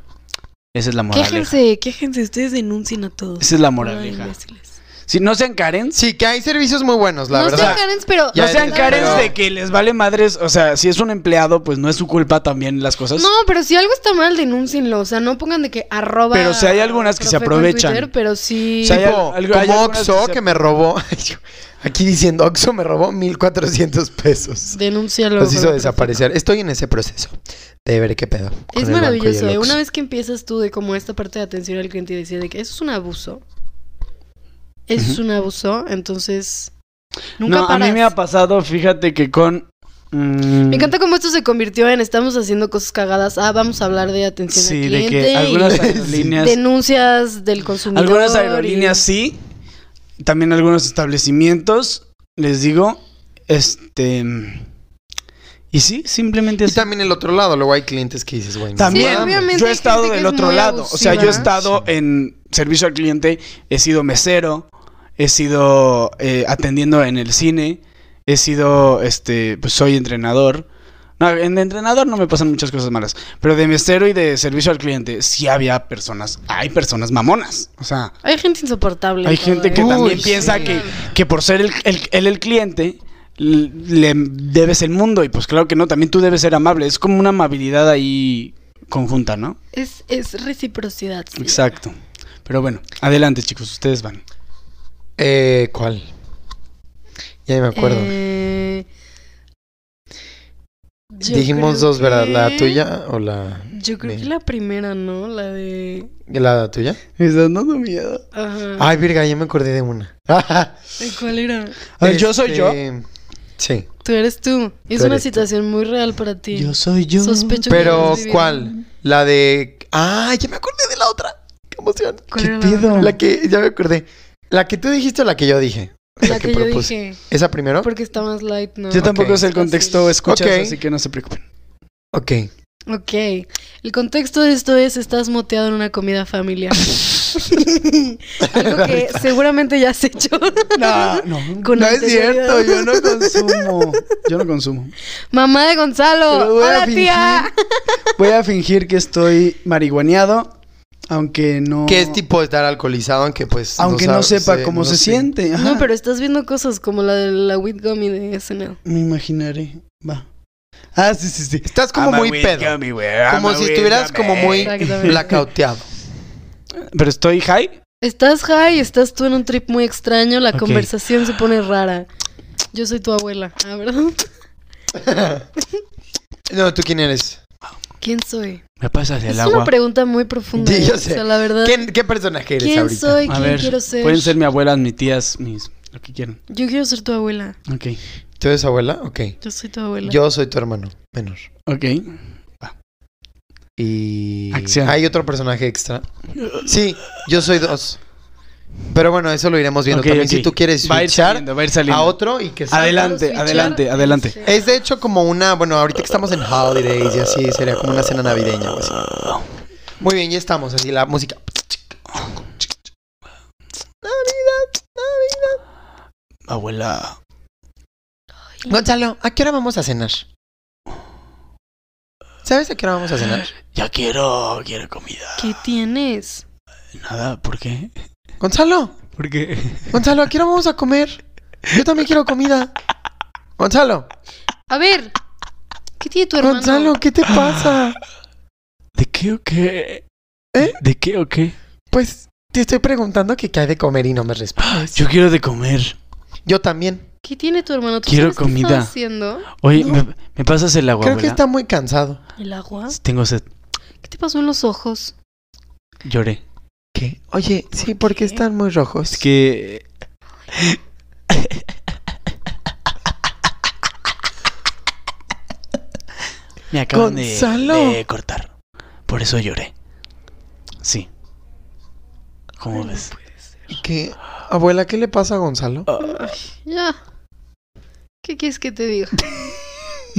A: esa es la moraleja.
C: Quéjense, quéjense, ustedes denuncien a todos.
A: Esa es la
C: Nada de
A: moraleja.
C: imbéciles.
A: Si no sean carens,
B: Sí, que hay servicios muy buenos, la
C: no
B: verdad.
C: sean Karens, pero...
B: Ya
A: no sean
B: eres-
A: carens
B: pero-
A: de que les vale madres, o sea, si es un empleado, pues no es su culpa también las cosas.
C: No, pero si algo está mal, denúncienlo. O sea, no pongan de que arroba...
A: Pero si hay algunas que se
C: Profeco en
A: aprovechan.
C: Twitter, pero sí...
A: O sea, hay
B: Tipo,
A: al- algo- hay
B: como
A: algunas que
B: Oxxo
A: se-
B: que me robó. Ay, yo- Aquí diciendo Oxxo me robó 1400 pesos.
C: Denúncialo.
A: Pues
B: Los hizo
C: Profeco.
B: desaparecer. Estoy en ese proceso de ver qué pedo. con el
C: Es
B: banco y
C: maravilloso,
B: el
C: ¿eh?
B: Oxxo.
C: Una vez que empiezas tú de como esta parte de atención al cliente y decir de que eso es un abuso. Eso es un abuso, entonces... Nunca
A: No, a mí
C: paras.
A: me ha pasado, fíjate que con... mm,
C: Me encanta cómo esto se convirtió en estamos haciendo cosas cagadas. Ah, vamos a hablar de atención
A: Sí,
C: al
A: de
C: cliente.
A: que algunas
C: y
A: aerolíneas...
C: denuncias del consumidor.
A: Algunas
C: y-
A: aerolíneas sí. También algunos establecimientos, les digo, este... Y sí, simplemente
B: Y
A: así.
B: también el otro lado, luego hay clientes que dices, bueno.
A: También,
C: Sí, obviamente
A: yo he
C: hay
A: estado
C: gente que
A: del
C: es
A: otro
C: muy
A: lado. O sea, yo he
C: abusiva.
A: estado en servicio al cliente, he sido mesero, he sido eh, atendiendo en el cine, he sido, este, pues soy entrenador. No, en de entrenador no me pasan muchas cosas malas, pero de mesero y de servicio al cliente sí había personas, hay personas mamonas. O sea,
C: Hay gente insoportable.
A: hay
C: en todo,
A: gente que
C: ¿eh?
A: también
B: Uy,
A: piensa
B: sí.
A: que, que por ser el, el- él el cliente l- le debes el mundo y pues claro que no, también tú debes ser amable. Es como una amabilidad ahí conjunta, ¿no?
C: Es, es reciprocidad. sí.
A: Exacto. Pero bueno, adelante chicos, ustedes van.
B: Eh, ¿Cuál? Ya ni me acuerdo.
C: Eh, yo
B: Dijimos
C: creo
B: dos, ¿verdad? ¿La
C: que-
B: tuya o la...?
C: Yo creo que
B: mía?
C: la primera, ¿no? La de.
B: ¿La tuya?
A: Me está dando miedo.
C: Ajá.
B: Ay, Virga, ya me acordé de una.
C: ¿De ¿Cuál era?
A: yo soy yo.
B: Este, Sí.
C: Tú eres tú. Es
B: Tú
C: una
B: eres tú.
C: situación muy real para ti.
A: soy yo.
C: Sospecho que lo
B: Pero,
C: has vivido.
B: ¿cuál? La de... Ah, ya me acordé de la otra. Qué emoción.
C: ¿Cuál era la otra?
B: La que... Ya me acordé. ¿La que tú dijiste o la que yo dije?
C: La que yo
B: propuse.
C: dije.
B: ¿Esa primero?
C: Porque está más light, ¿no?
A: Yo tampoco
B: Ok.
A: sé el contexto, escuchas,
B: Ok.
A: así que no se preocupen.
B: Ok.
C: Ok. El contexto de esto es: estás moteado en una comida familiar. Algo que seguramente ya has hecho.
A: No, no.
C: Con
A: no es
C: anterioridad.
A: cierto, yo no consumo. Yo no consumo.
C: Mamá de
A: Pero
C: Gonzalo.
A: voy a
C: Hola,
A: fingir-
C: tía.
A: Voy a fingir que estoy marihuaneado, aunque no.
B: Que es tipo estar alcoholizado, aunque pues...
A: Aunque no,
B: sab-
A: sepa
B: sé,
A: cómo
B: no
A: se
B: sé.
A: siente. Ajá.
C: No, pero estás viendo cosas como la de la With Gummy de SNL.
A: Me imaginaré. Va. Ah, sí, sí, sí.
B: Estás como muy pedo.
A: ah,
B: Como si
A: eh.
B: estuvieras como muy
C: Exactamente.
B: blackoutado.
A: Pero estoy high.
C: Estás high, estás tú en un trip muy extraño, la
A: Ok.
C: conversación se pone rara. Yo soy tu abuela, ah, ¿verdad?
B: No, ¿tú quién eres?
C: ¿Quién soy?
A: Me pasas
C: es una pregunta muy profunda. eh.
B: Sí, yo
C: O sea,
B: sé.
C: la verdad.
B: ¿Quién- ¿Qué personaje eres
C: ¿Quién
B: ahorita?
C: soy?
A: A
C: ¿Quién
A: ver,
C: quiero ser?
A: pueden ser mi abuela, mis tías, mis. lo que quieran.
C: Yo quiero ser tu abuela.
A: Ok.
B: ¿Tú eres abuela? Ok.
C: Yo soy tu abuela.
B: Yo soy tu hermano menor.
A: Ok.
B: Y...
A: Acción.
B: ¿Hay otro personaje extra? Sí, yo soy dos. Pero bueno, eso lo iremos viendo
A: Ok,
B: también.
A: ok.
B: Si tú quieres
A: Va a ir
B: switchar
A: saliendo, va a ir saliendo.
B: a otro y que salga.
A: Adelante,
C: Claro,
A: adelante,
C: switchar.
A: adelante. Eh,
B: Es de hecho como una... Bueno, ahorita que estamos en holidays y así, sería como una cena navideña o así. Muy bien, ya estamos. Así la música.
A: Abuela.
B: Gonzalo, ¿a qué hora vamos a cenar? ¿Sabes a qué hora vamos a cenar?
A: Ya quiero, quiero comida.
C: ¿Qué tienes?
A: Nada, ¿por qué?
B: Gonzalo,
A: ¿Por qué?
B: Gonzalo, ¿a qué hora vamos a comer? Yo también quiero comida. Gonzalo,
C: A ver, ¿qué tiene tu hermano?
B: Gonzalo, ¿qué te pasa?
A: ¿De qué o qué?
B: ¿Eh?
A: ¿De qué o qué?
B: Pues te estoy preguntando que qué hay de comer y no me respondes.
A: Yo quiero de comer.
B: Yo también.
C: ¿Qué tiene tu hermano? ¿Tú
A: Quiero
C: sabes qué está
A: comida.
C: haciendo?
A: Oye,
B: No.
A: ¿me, me pasas el agua,
B: Creo que
A: abuela?
B: está muy cansado.
C: ¿El agua?
A: Tengo sed.
C: ¿Qué te pasó en los ojos?
A: Lloré.
B: ¿Qué? Oye, sí, porque
C: qué?
B: están muy rojos.
A: Es que... Me acaban de,
B: Gonzalo.
A: de cortar. Por eso lloré. Sí. ¿Cómo ves?
B: ¿Qué? Abuela, ¿qué le pasa a Gonzalo?
A: Ah.
C: Ya. ¿Qué quieres que te diga?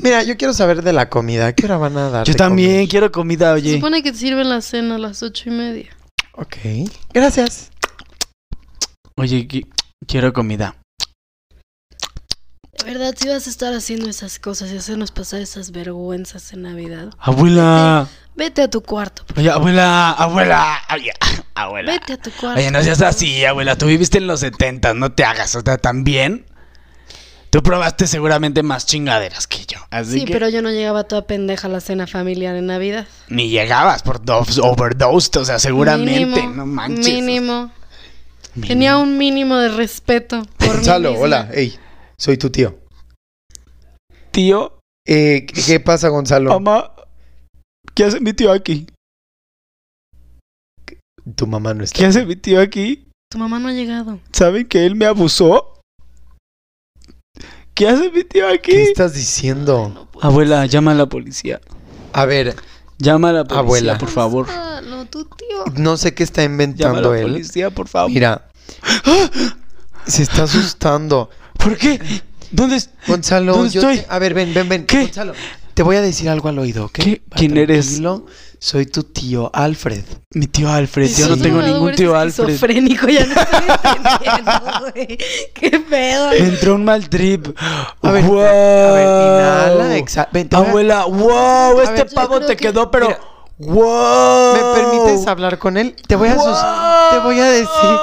B: Mira, yo quiero saber de la comida. ¿A qué hora van a dar?
A: Yo
B: de
A: también quiero comida,
C: Se
A: oye.
C: supone que te sirven la cena a las ocho y media.
B: comer? Ok. Gracias.
A: Oye, qui- quiero comida.
C: De verdad, si vas a estar haciendo esas cosas y hacernos pasar esas vergüenzas en Navidad,
A: Abuela.
C: vete a tu cuarto. por-
A: Oye, abuela, abuela. Oye, abuela.
C: Vete a tu cuarto.
A: Oye, no seas así, abuela. Tú viviste en los 70, no te hagas. O sea, también. Tú probaste seguramente más chingaderas que yo. Así
C: Sí,
A: que
C: pero yo no llegaba toda pendeja a la cena familiar en Navidad.
A: ni llegabas por dos overdosed. O sea, seguramente.
C: Mínimo,
A: no manches.
C: Mínimo. Tenía un mínimo de respeto por mí
B: Gonzalo,
C: misma.
B: hola. Hey, soy tu tío.
A: Tío,
B: Eh, ¿qué- ¿Qué pasa, Gonzalo?
A: mamá. ¿Qué hace mi tío aquí?
B: Tu mamá no está.
A: ¿Qué hace mi tío aquí?
C: Tu mamá no ha llegado.
A: ¿Saben que él me abusó? ¿Qué hace mi tío
B: ¿Qué
A: aquí?
B: estás diciendo?
C: No puede
A: Abuela, llama a la policía.
B: A ver,
A: Llama a la policía,
B: Abuela.
A: por favor.
C: Gonzalo, tu tío.
B: no sé qué está
A: Llama a la
B: inventando él.
A: policía, ¡Ah! por favor.
B: Mira. Se está asustando.
A: ¿Por qué? ¿Dónde es?
B: Gonzalo,
A: ¿Dónde
B: yo
A: estoy?
B: te- a ver, ven, ven, ven.
A: ¿Qué?
B: Gonzalo, te voy a decir algo al oído, ¿ok?
A: ¿Qué?
B: Va,
A: ¿Quién eres?
B: tranquilo, Soy tu tío Alfred.
A: Mi tío Alfred.
C: Sí,
A: Yo no
C: sí.
A: tengo
C: Tú
A: ningún
C: eres
A: tío Alfred.
C: esquizofrénico, ya no estoy entendiendo, güey. Qué pedo.
A: Me entró un mal trip.
B: A ver,
A: wow.
B: a ver, inhala, exhala. Ven, te voy a-
A: Abuela, wow, este
B: ver, yo
A: pavo
C: creo
A: te
C: que-
A: quedó, pero.
B: Mira.
A: wow.
B: ¿Me permites hablar con él? Te voy a sus- Te voy a decir.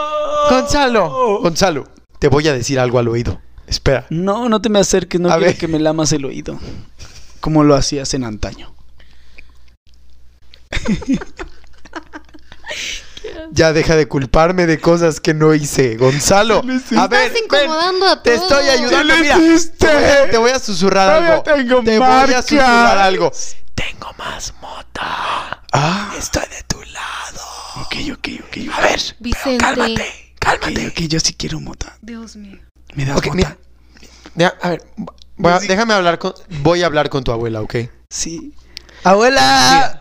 B: Gonzalo. Gonzalo, te voy a decir algo al oído. Espera.
A: No, no te me acerques, no
B: A
A: quiero
B: ver.
A: que me lamas el oído. Como lo hacías en antaño.
B: Ya deja de culparme de cosas que no hice. Gonzalo, a ver,
C: Estás
B: ven,
C: incomodando a
B: te
C: todos.
B: estoy ayudando.
D: ¿Qué le
B: Mira,
D: hiciste?
B: te voy a- te voy a susurrar
D: Todavía
B: algo.
D: tengo
B: te voy a
D: marcas.
B: susurrar algo.
D: Ok, ok, ok. A ver,
C: Vicente.
D: cálmate. Ok, yo sí quiero mota.
C: Dios mío.
D: Me das
B: Ok,
D: mota.
B: mira. Ya, a ver, voy a- déjame hablar con. Voy a hablar con tu abuela, ¿ok?
D: Sí.
B: Abuela.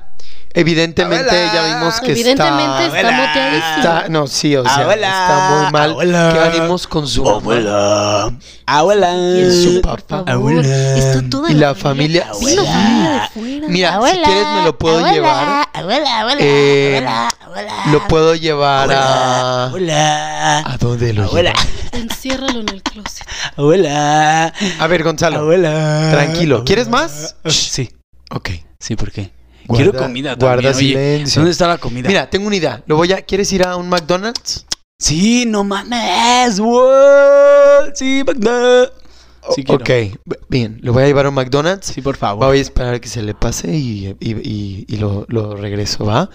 B: Evidentemente ya vimos que
C: Evidentemente está,
B: está.
C: moteadísimo.
B: está- no, sí, o sea,
A: Abuela,
B: está muy mal.
A: abuela.
B: ¿Qué haremos con su mamá?
A: Abuela. Abuela.
B: Y su
C: Por
B: papá.
C: favor. Está toda
B: Y la familia.
C: Sí, la familia de fuera.
B: Mira, si quieres me lo puedo llevar. Eh, Lo puedo llevar a.
A: Abuela.
B: ¿A dónde lo
A: Abuela.
B: llevo?
C: Enciérralo en el closet.
A: Abuela.
B: A ver, Gonzalo.
A: Abuela.
B: Tranquilo. ¿Quieres más?
A: Sí,
B: Ok.
A: sí, ¿por qué?
B: Guarda-
A: Quiero comida también.
B: guarda
A: oye.
B: silencio.
A: ¿Dónde está la comida?
B: Mira, tengo una idea. Lo voy a. ¿Quieres ir a un McDonald's?
A: Sí, no mames. wow, Sí, Magda. Sí, quiero.
B: ok. Bien. Lo voy a llevar a un McDonald's.
A: Sí, por favor.
B: Voy a esperar que se le pase y, y- y- y lo, lo regreso, ¿va?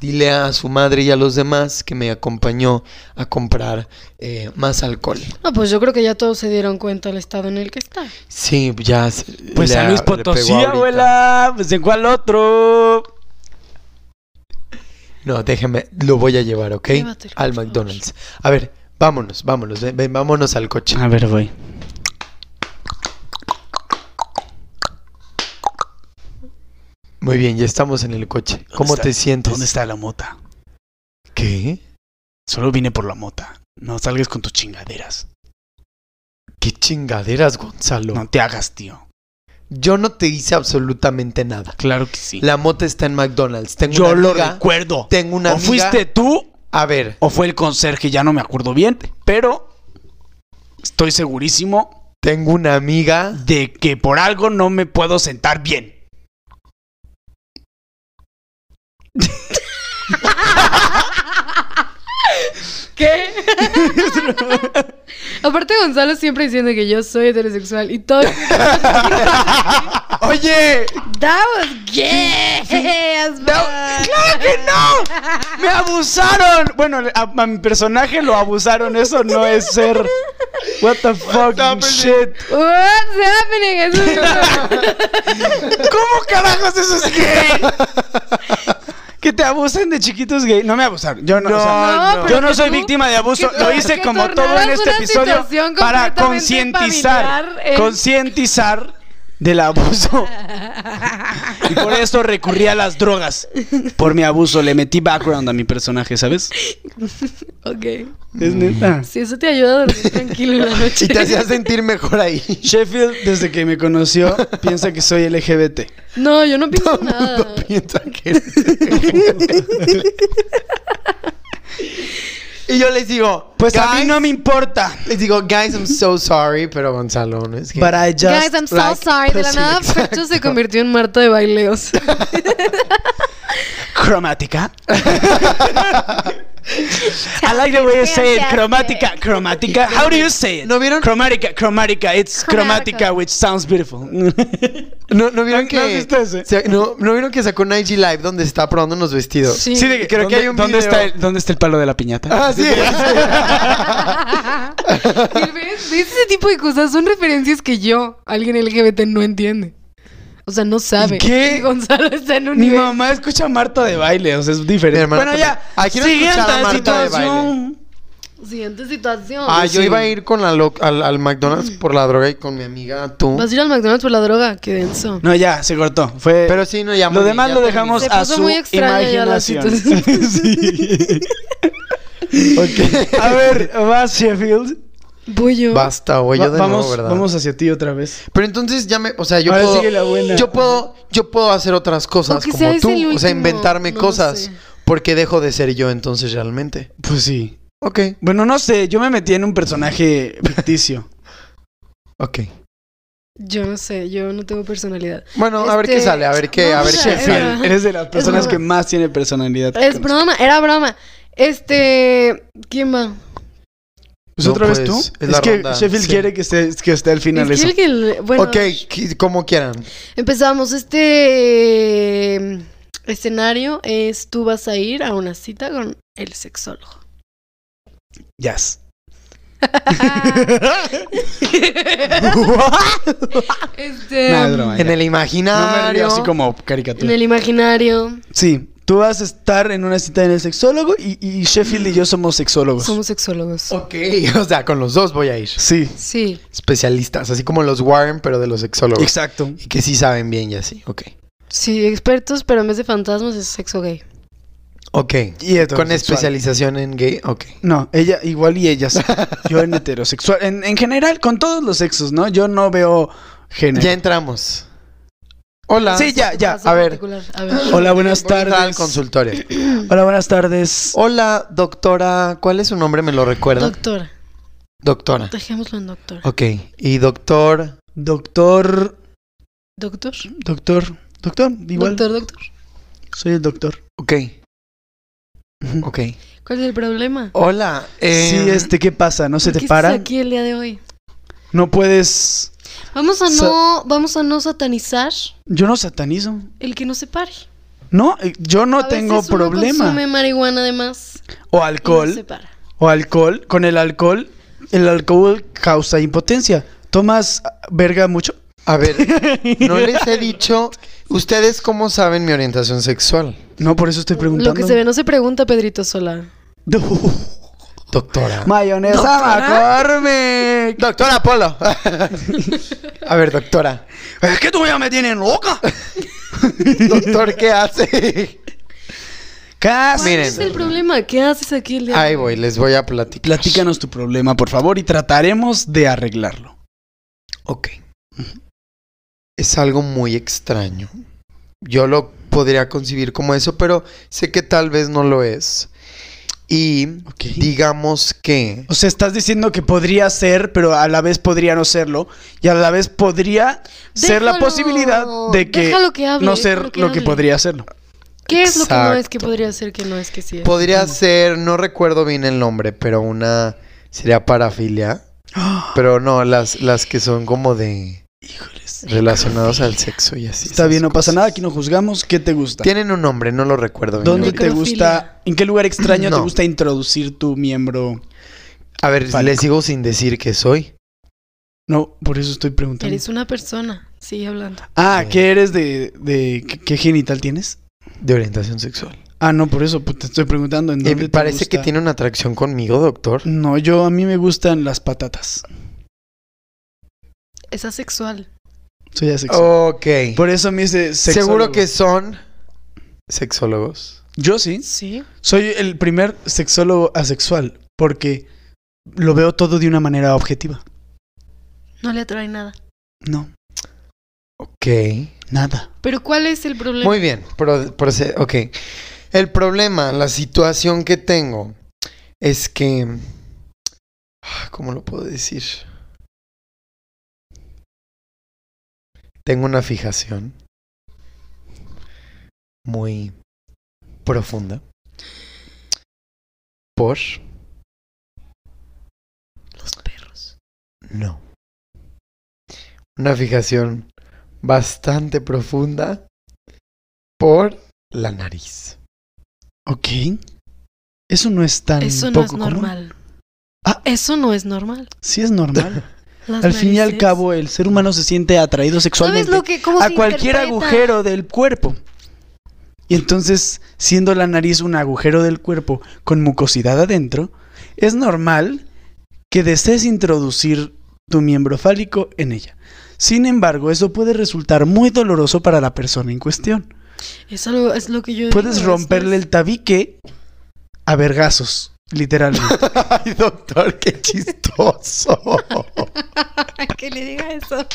B: Dile a su madre y a los demás que me acompañó a comprar eh, más alcohol.
C: No, pues yo creo que ya todos se dieron cuenta del estado en el que está.
B: Sí, ya. se-
A: Pues
B: le
A: a Luis
B: le pegó
A: Potosí,
B: ahorita.
A: abuela. Pues en cuál otro.
B: No, déjeme, lo voy a llevar, ¿ok?
C: Llévatelo,
B: al
C: por favor.
B: McDonald's. A ver, vámonos, vámonos, ven, ven, vámonos al coche.
A: A ver, voy.
B: Muy bien, ya estamos en el coche. ¿Cómo
A: está?
B: te sientes?
A: ¿Dónde está la mota?
B: ¿Qué?
A: Solo vine por la mota. No salgas con tus chingaderas.
B: ¿Qué chingaderas, Gonzalo?
A: No te hagas, tío.
B: Yo no te hice absolutamente nada.
A: Claro que sí.
B: La mota está en McDonald's. Tengo
A: Yo
B: una
A: lo
B: amiga-
A: recuerdo.
B: Tengo una
A: o
B: amiga-
A: fuiste tú
B: A ver,
A: o fue el conserje, ya no me acuerdo bien, pero estoy segurísimo
B: tengo una amiga.
A: de que por algo no me puedo sentar bien.
C: ¿Qué? Aparte Gonzalo siempre diciendo que yo soy heterosexual y todo.
B: Oye,
C: That was gay. as fuck.
A: ¡Me abusaron! Bueno, a, a mi personaje lo abusaron, eso no es ser. What the fucking shit.
C: What's happening? Eso es-
A: ¿Cómo carajos eso es gay? Que te abusen de chiquitos gay. No me abusaron. Yo no, o sea,
C: No, no.
A: yo no
C: pero
A: soy
C: tú-
A: víctima de abuso.
C: que-
A: Lo hice
C: que
A: como todo en
C: tornaras
A: este
C: una
A: episodio
C: situación
A: para
C: completamente
A: concientizar.
C: familiar en-
A: Concientizar del abuso. Y por eso recurrí a las drogas. Por mi abuso. Le metí background a mi personaje, ¿sabes? Mm.
C: ok.
A: Es neta.
C: Si eso te ayuda a dormir tranquilo en la noche.
B: y te hacía sentir mejor ahí.
A: Sheffield, desde que me conoció, piensa que soy LGBT.
C: No, yo no pienso nada.
B: Piensa que eres- y yo les digo,
A: Pues a
B: guys-
A: mí no me importa.
B: Les digo, guys, I'm so sorry, pero Gonzalo, no es que.
A: But I just
C: Guys, I'm so
A: like
C: sorry. De la
A: pussy.
C: nada, Fercho se convirtió en Marta de baileos.
A: cromática. I like the way you say it. Cromática, cromática. How do you say it?
B: ¿No vieron?
A: Cromática, cromática. It's
C: Cromática.
A: cromática, which sounds beautiful.
B: ¿No, no vieron
A: ¿No-
B: que.
A: no viste ese?
B: se- no- no vieron que sacó un IG Live donde está probando unos vestidos.
C: Sí.
A: Sí, de-
B: Creo que hay un
A: ¿dónde
B: video.
A: está el, ¿Dónde está el palo de la piñata?
B: Ah, sí.
C: Y ¿Ves? ¿Ves ese tipo de cosas? Son referencias que yo, alguien LGBT, no entiende. O sea, no sabe.
A: ¿Qué?
C: Y Gonzalo está en un
A: Mi
C: nivel.
A: mamá escucha a Marta de baile, o sea, es
B: Mi
A: diferente.
B: hermana
A: Bueno,
B: también.
A: ya.
B: Ah, quiero escuchar a Marta de
A: situación.
C: Siguiente situación.
B: Ah, yo iba a ir con la lo- al, al McDonald's por la droga y con mi amiga tú.
C: Vas a ir al McDonald's por la droga. Qué denso.
A: No, ya, se cortó. Fue.
B: Pero sí, no, ya
A: lo
B: morí,
A: demás
B: ya
A: lo
B: terminé.
A: dejamos
C: Se
A: a
C: puso
A: su
C: muy extraña ya la
A: imaginación.
C: situación.
A: Sí.
B: Ok.
A: A ver, vas Sheffield.
C: Voy yo.
B: Basta, güey,
A: Va-
B: Pues yo de
A: vamos,
B: nuevo, ¿verdad?
A: vamos hacia ti otra vez.
B: Pero entonces ya me, o sea, yo
A: Ahora
B: puedo,
A: sigue la buena.
B: yo puedo, yo puedo hacer otras cosas
C: O que sea
B: como
C: ese
B: tú,
C: el
B: o sea,
C: último,
B: inventarme
C: no lo
B: cosas,
C: sé.
B: porque dejo de ser yo entonces realmente.
A: Pues sí.
B: Ok,
A: Bueno, no sé, yo me metí en un personaje ficticio.
B: ok.
C: Yo no sé, yo no tengo personalidad.
B: Bueno, a ver qué
C: Este,
B: sale, a ver qué, a ver
C: vamos
B: qué
C: a-
B: sale.
C: Ajá.
A: Eres de las personas
C: broma.
A: que más tiene personalidad. que
C: Es
A: conozco.
C: broma, era broma. Este. ¿Quién va?
A: Pues
B: No,
A: otra vez
B: pues,
A: tú.
B: es
A: Es,
B: la
A: que
B: ronda,
A: Sheffield
B: sí.
A: quiere que esté, que esté al final
C: Es
A: eso.
C: que el que le- bueno,
B: Ok, qui- como quieran.
C: empezamos. eh, Este escenario es tú vas a ir a una cita con el sexólogo.
A: Jazz.
C: Este,
A: Nada, es broma,
B: En
A: ya.
B: el
A: No me
B: imaginario.
A: río así como
C: en
A: caricatura.
C: el imaginario
A: Sí, tú vas a estar en una cita en el sexólogo y, y Sheffield y yo somos sexólogos.
C: somos sexólogos.
B: Ok, o sea, con los dos voy a ir.
A: Sí,
C: Sí.
B: Especialistas, así como los Warren, pero de los sexólogos.
A: exacto.
B: y que sí saben bien y así, ok.
C: Sí, expertos, pero en vez de fantasmas es sexo gay.
B: Ok.
A: Y especialidad
B: Con especialización en gay, ok.
A: No, ella igual y ellas. Yo en heterosexual. En, en general, con todos los sexos, ¿no? Yo no veo
B: Ya
A: género.
B: entramos. Hola.
A: Sí, ya, ya.
C: Caso
A: A ver.
C: particular. A ver.
A: Hola, buenas
B: Voy a entrar al
A: tardes.
B: consultorio.
A: Hola, buenas tardes.
B: Hola, doctora. ¿Cuál es su nombre? ¿Me lo recuerda?
C: Doctora.
B: doctora.
C: Dejémoslo en
A: Ah.
C: doctora.
B: Ok. Y doctor.
A: Doctor.
C: Doctor.
A: Doctor. Doctor, igual.
C: Doctor, doctor.
A: Soy el doctor.
B: Ok. Ok.
C: ¿Cuál es el problema?
B: Hola. eh,
A: sí, este, ¿qué pasa? ¿No se
C: ¿Por
A: te
C: qué
A: para?
C: Estás aquí el día de hoy.
A: No puedes.
C: Vamos a
A: Sa-
C: no, vamos a no satanizar
A: Yo no satanizo.
C: el que no se pare.
A: No, eh, yo no
C: A veces
A: tengo
C: uno
A: problema.
C: Consume marihuana además.
A: O
C: Alcohol.
A: alcohol. O alcohol. Con el alcohol, el alcohol causa impotencia. ¿Tomas ah, verga mucho?
B: A ver, no les he dicho. ¿Ustedes cómo saben mi orientación sexual?
A: No, por eso estoy preguntando.
C: Lo que se ve no se pregunta, Pedrito Sola.
B: Doctora.
A: Mayonesa McCormick.
B: Doctora Polo. A ver, doctora.
A: Es que tú ya me tienes loca.
B: Doctor, ¿qué hace?
A: ¿Qué haces?
C: ¿Cuál es el problema? ¿Qué haces aquí el día de
B: Ahí voy, les voy a platicar.
A: Platícanos tu problema, por favor, y trataremos de arreglarlo.
B: Ok. Es algo muy extraño. Yo lo podría concebir como eso, pero sé que tal vez no lo es. Y
A: Ok.
B: digamos que...
A: O sea, estás diciendo que podría ser, pero a la vez podría no serlo, y a la vez podría ser la
C: Déjalo,
A: posibilidad de que,
C: déjalo que hable,
A: no ser
C: déjalo que
A: lo que
C: hable.
A: podría serlo.
C: ¿Qué es lo que no es que
B: Exacto.
C: podría ser que no es que sí es?
A: mm.
B: Podría ser, no recuerdo bien el nombre, pero una... Sería parafilia. Pero no, las, las que son como de... Relacionados al sexo y así.
A: Está
B: esas
A: bien, no pasa
B: cosas.
A: nada, aquí no juzgamos. ¿Qué te gusta?
B: Tienen un nombre, no lo recuerdo bien.
A: ¿Dónde
B: ahorita.
A: te gusta? ¿En qué lugar extraño te
B: No.
A: gusta introducir tu miembro?
B: A ver,
A: Fálico.
B: les sigo sin decir que soy.
A: No, por eso estoy preguntando.
C: Eres una persona. Sigue hablando.
A: Ah,
B: Eh.
A: ¿qué eres de, de- qué, qué genital tienes?
B: De orientación sexual.
A: Ah, no, por eso pues, te estoy preguntando. ¿en
B: Eh,
A: dónde te
B: parece que
A: gusta?
B: tiene una atracción conmigo, doctor.
A: No, yo a mí me gustan las patatas.
C: Es asexual.
A: Soy asexual.
B: Ok.
A: Por eso me hice sexólogo.
B: Oh. Seguro que son sexólogos.
A: yo sí.
C: Sí.
A: Soy el primer sexólogo asexual porque lo veo todo de una manera objetiva.
C: No le atrae nada.
A: No,
B: Ok.
A: nada.
C: Pero ¿cuál es el problema?
B: Muy bien. pro- proce- ok. El problema, la situación que tengo es que... ah, ¿Cómo lo puedo decir? Tengo una fijación muy profunda por...
C: Los perros.
B: No. Una fijación bastante profunda por la nariz.
A: Ok. Eso no es tan
C: Eso
A: poco
C: no es
A: común.
C: normal.
A: Ah.
C: Eso no es normal.
A: Sí es normal.
C: Las
A: al fin y al
C: narices-
A: cabo, el ser humano se siente atraído
C: ¿Sabes
A: sexualmente
C: lo que cómo
A: a
C: se
A: cualquier
C: interpreta?
A: agujero del cuerpo. Y entonces, siendo la nariz un agujero del cuerpo con mucosidad adentro, es normal que desees introducir tu miembro fálico en ella. Sin embargo, eso puede resultar muy doloroso para la persona en cuestión.
C: Eso lo- es lo que yo
A: Puedes
C: digo,
A: romperle
C: eso
A: el tabique a vergazos, literalmente.
B: Ay, doctor, qué chistoso.
C: es- que le diga eso.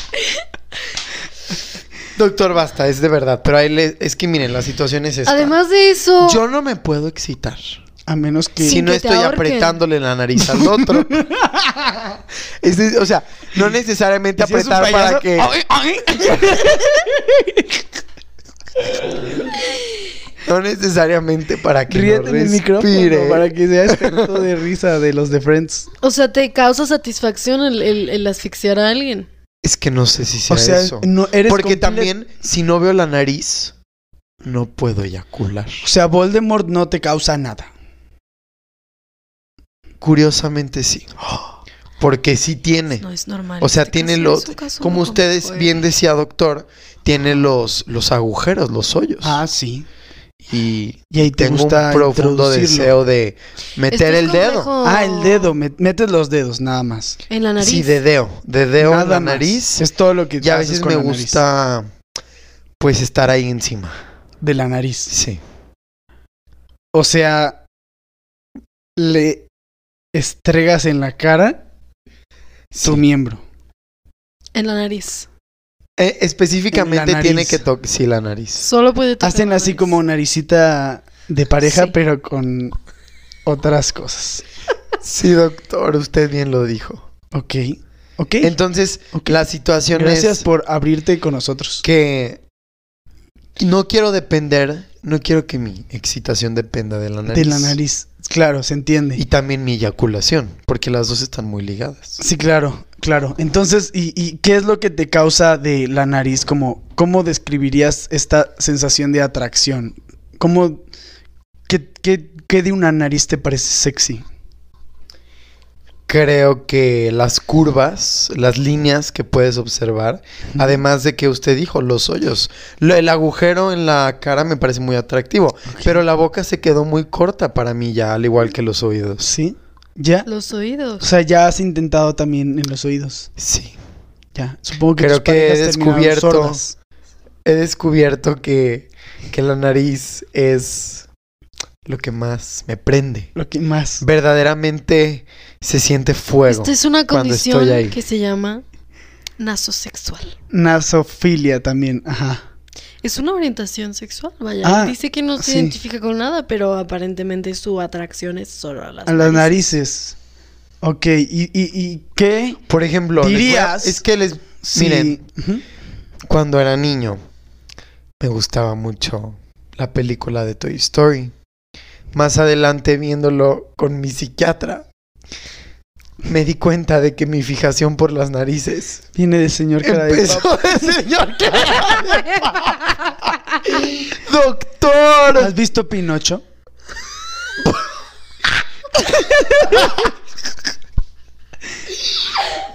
B: doctor, basta, es de verdad. Pero ahí le- es que miren, la situación es esta.
C: Además de eso,
B: yo no me puedo excitar.
A: A menos que...
B: Si
C: Sin
B: no
C: que te
B: estoy
C: ahorquen.
B: apretándole la nariz al otro. Es de- o sea, no necesariamente
A: Si es un
B: apretar para
A: payaso,
B: que.
A: ¡ay, ay!
B: No necesariamente para que.
A: Ríete
B: no
A: en el micrófono
B: respire.
A: para que sea este acto de risa de los de Friends.
C: o sea, te causa satisfacción el, el- el asfixiar a alguien.
B: Es que no sé si sea,
A: O sea,
B: eso.
A: no eres
B: Porque
A: comple-
B: también, si no veo la nariz, no puedo eyacular.
A: O sea, Voldemort no te causa nada.
B: Curiosamente sí. Porque sí tiene.
C: No es normal.
B: O sea,
C: Este
B: tiene
C: caso
B: los.
C: es un caso
B: Como
C: muy
B: ustedes
C: complejo. ¿eh?
B: bien decía, doctor, tiene los, los agujeros, los hoyos.
A: Ah, sí.
B: Y
A: Y ahí te
B: tengo
A: gusta
B: un profundo
A: introducirlo.
B: deseo de meter
F: Esto es
B: el dedo.
F: complejo.
A: Ah, el dedo. me- metes los dedos, nada más.
F: En la nariz.
B: Sí, dedeo. Dedeo en la
A: más.
B: nariz.
A: Es todo lo que
B: Y a
A: haces
B: veces
A: con
B: me
A: la nariz.
B: gusta. Pues estar ahí encima.
A: De la nariz.
B: Sí.
A: O sea, le estregas en la cara su miembro.
C: En la nariz.
B: Eh, específicamente
A: La
B: tiene
A: nariz.
B: que tocar. Sí, la nariz.
C: Solo puede tocar
A: Hacen
C: la
A: así
C: nariz.
A: como naricita de pareja,
C: Sí.
A: pero con otras cosas.
B: Sí, doctor, usted bien lo dijo.
A: Ok. Ok.
B: Entonces,
A: Ok.
B: la situación
A: Gracias
B: es
A: por abrirte con nosotros.
B: que no quiero depender, no quiero que mi excitación dependa de la nariz.
A: De la nariz. Claro, se entiende.
B: Y también mi eyaculación, porque las dos están muy ligadas.
A: Sí, claro, claro. Entonces, ¿y, y qué es lo que te causa de la nariz? Como, ¿Cómo describirías esta sensación de atracción? ¿Cómo, qué, qué- qué de una nariz te parece sexy?
B: Creo que las curvas, las líneas que puedes observar, además de que usted dijo, los hoyos, Lo- el agujero en la cara me parece muy atractivo, pero la boca se quedó muy corta para mí ya, al igual que los oídos.
A: ¿Sí? ¿Ya?
C: Los
A: O
C: oídos.
A: sea, ya has intentado también en los oídos.
B: Sí.
A: Ya. Supongo que
B: Creo
A: tus
B: que he
A: parejas terminaron
B: descubierto-
A: sordas.
B: he descubierto que, que la nariz es lo que más me prende.
A: Lo que más.
B: Verdaderamente se siente fuego.
C: Esta es una
B: cuando estoy
C: condición
B: ahí.
C: que se llama nasosexual.
A: Nasofilia también. Ajá.
C: Es una orientación sexual, vaya.
A: Ah,
C: Dice que no se
A: sí.
C: identifica con nada, pero aparentemente su atracción es solo a las
A: A las narices. Ok. ¿Y, y, y qué?
B: Por ejemplo, les voy a-
A: Dirías-
B: es que les
A: si-
B: Miren.
A: Ujú.
B: cuando era niño me gustaba mucho la película de Toy Story. Más adelante viéndolo con mi psiquiatra me di cuenta de que mi fijación por las narices
A: Viene de señor cara de papa.
B: empezó de señor que era de papa. Doctor,
A: ¿Has visto Pinocho?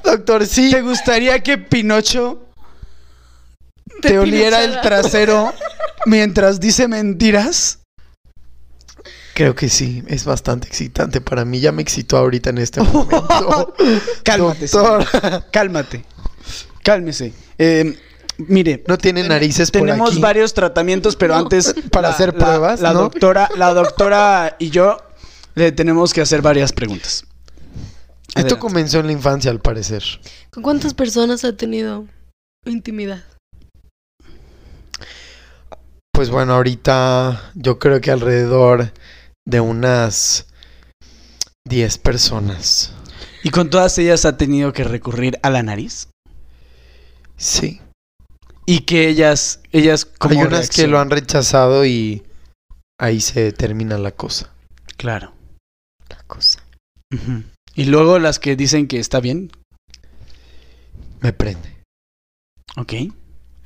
B: Doctor, sí.
A: ¿Te gustaría que Pinocho te, oliera el
C: pinochara.
A: trasero mientras dice mentiras?
B: Creo que sí, es bastante excitante para mí. Ya me excitó ahorita en este momento.
A: Cálmate,
B: Doctor.
A: señor. Cálmate. Cálmese. Eh, mire,
B: No tiene narices por
A: tenemos
B: aquí.
A: varios tratamientos, pero antes
B: Para
A: la-
B: hacer
A: la-
B: pruebas,
A: La,
B: ¿no?
A: doctora, la doctora y yo le tenemos que hacer varias preguntas.
B: Esto
A: Adelante.
B: comenzó en la infancia, al parecer.
C: ¿Con cuántas personas ha tenido intimidad?
B: Pues bueno, ahorita yo creo que alrededor de unas 10 personas.
D: Y con todas ellas ha tenido que recurrir a la nariz.
B: Sí.
D: Y que ellas, ellas como
B: Hay unas que lo han rechazado y ahí se termina la cosa.
D: Claro.
C: La cosa.
D: Ujú. Y luego las que dicen que está bien.
B: Me prende.
D: Ok.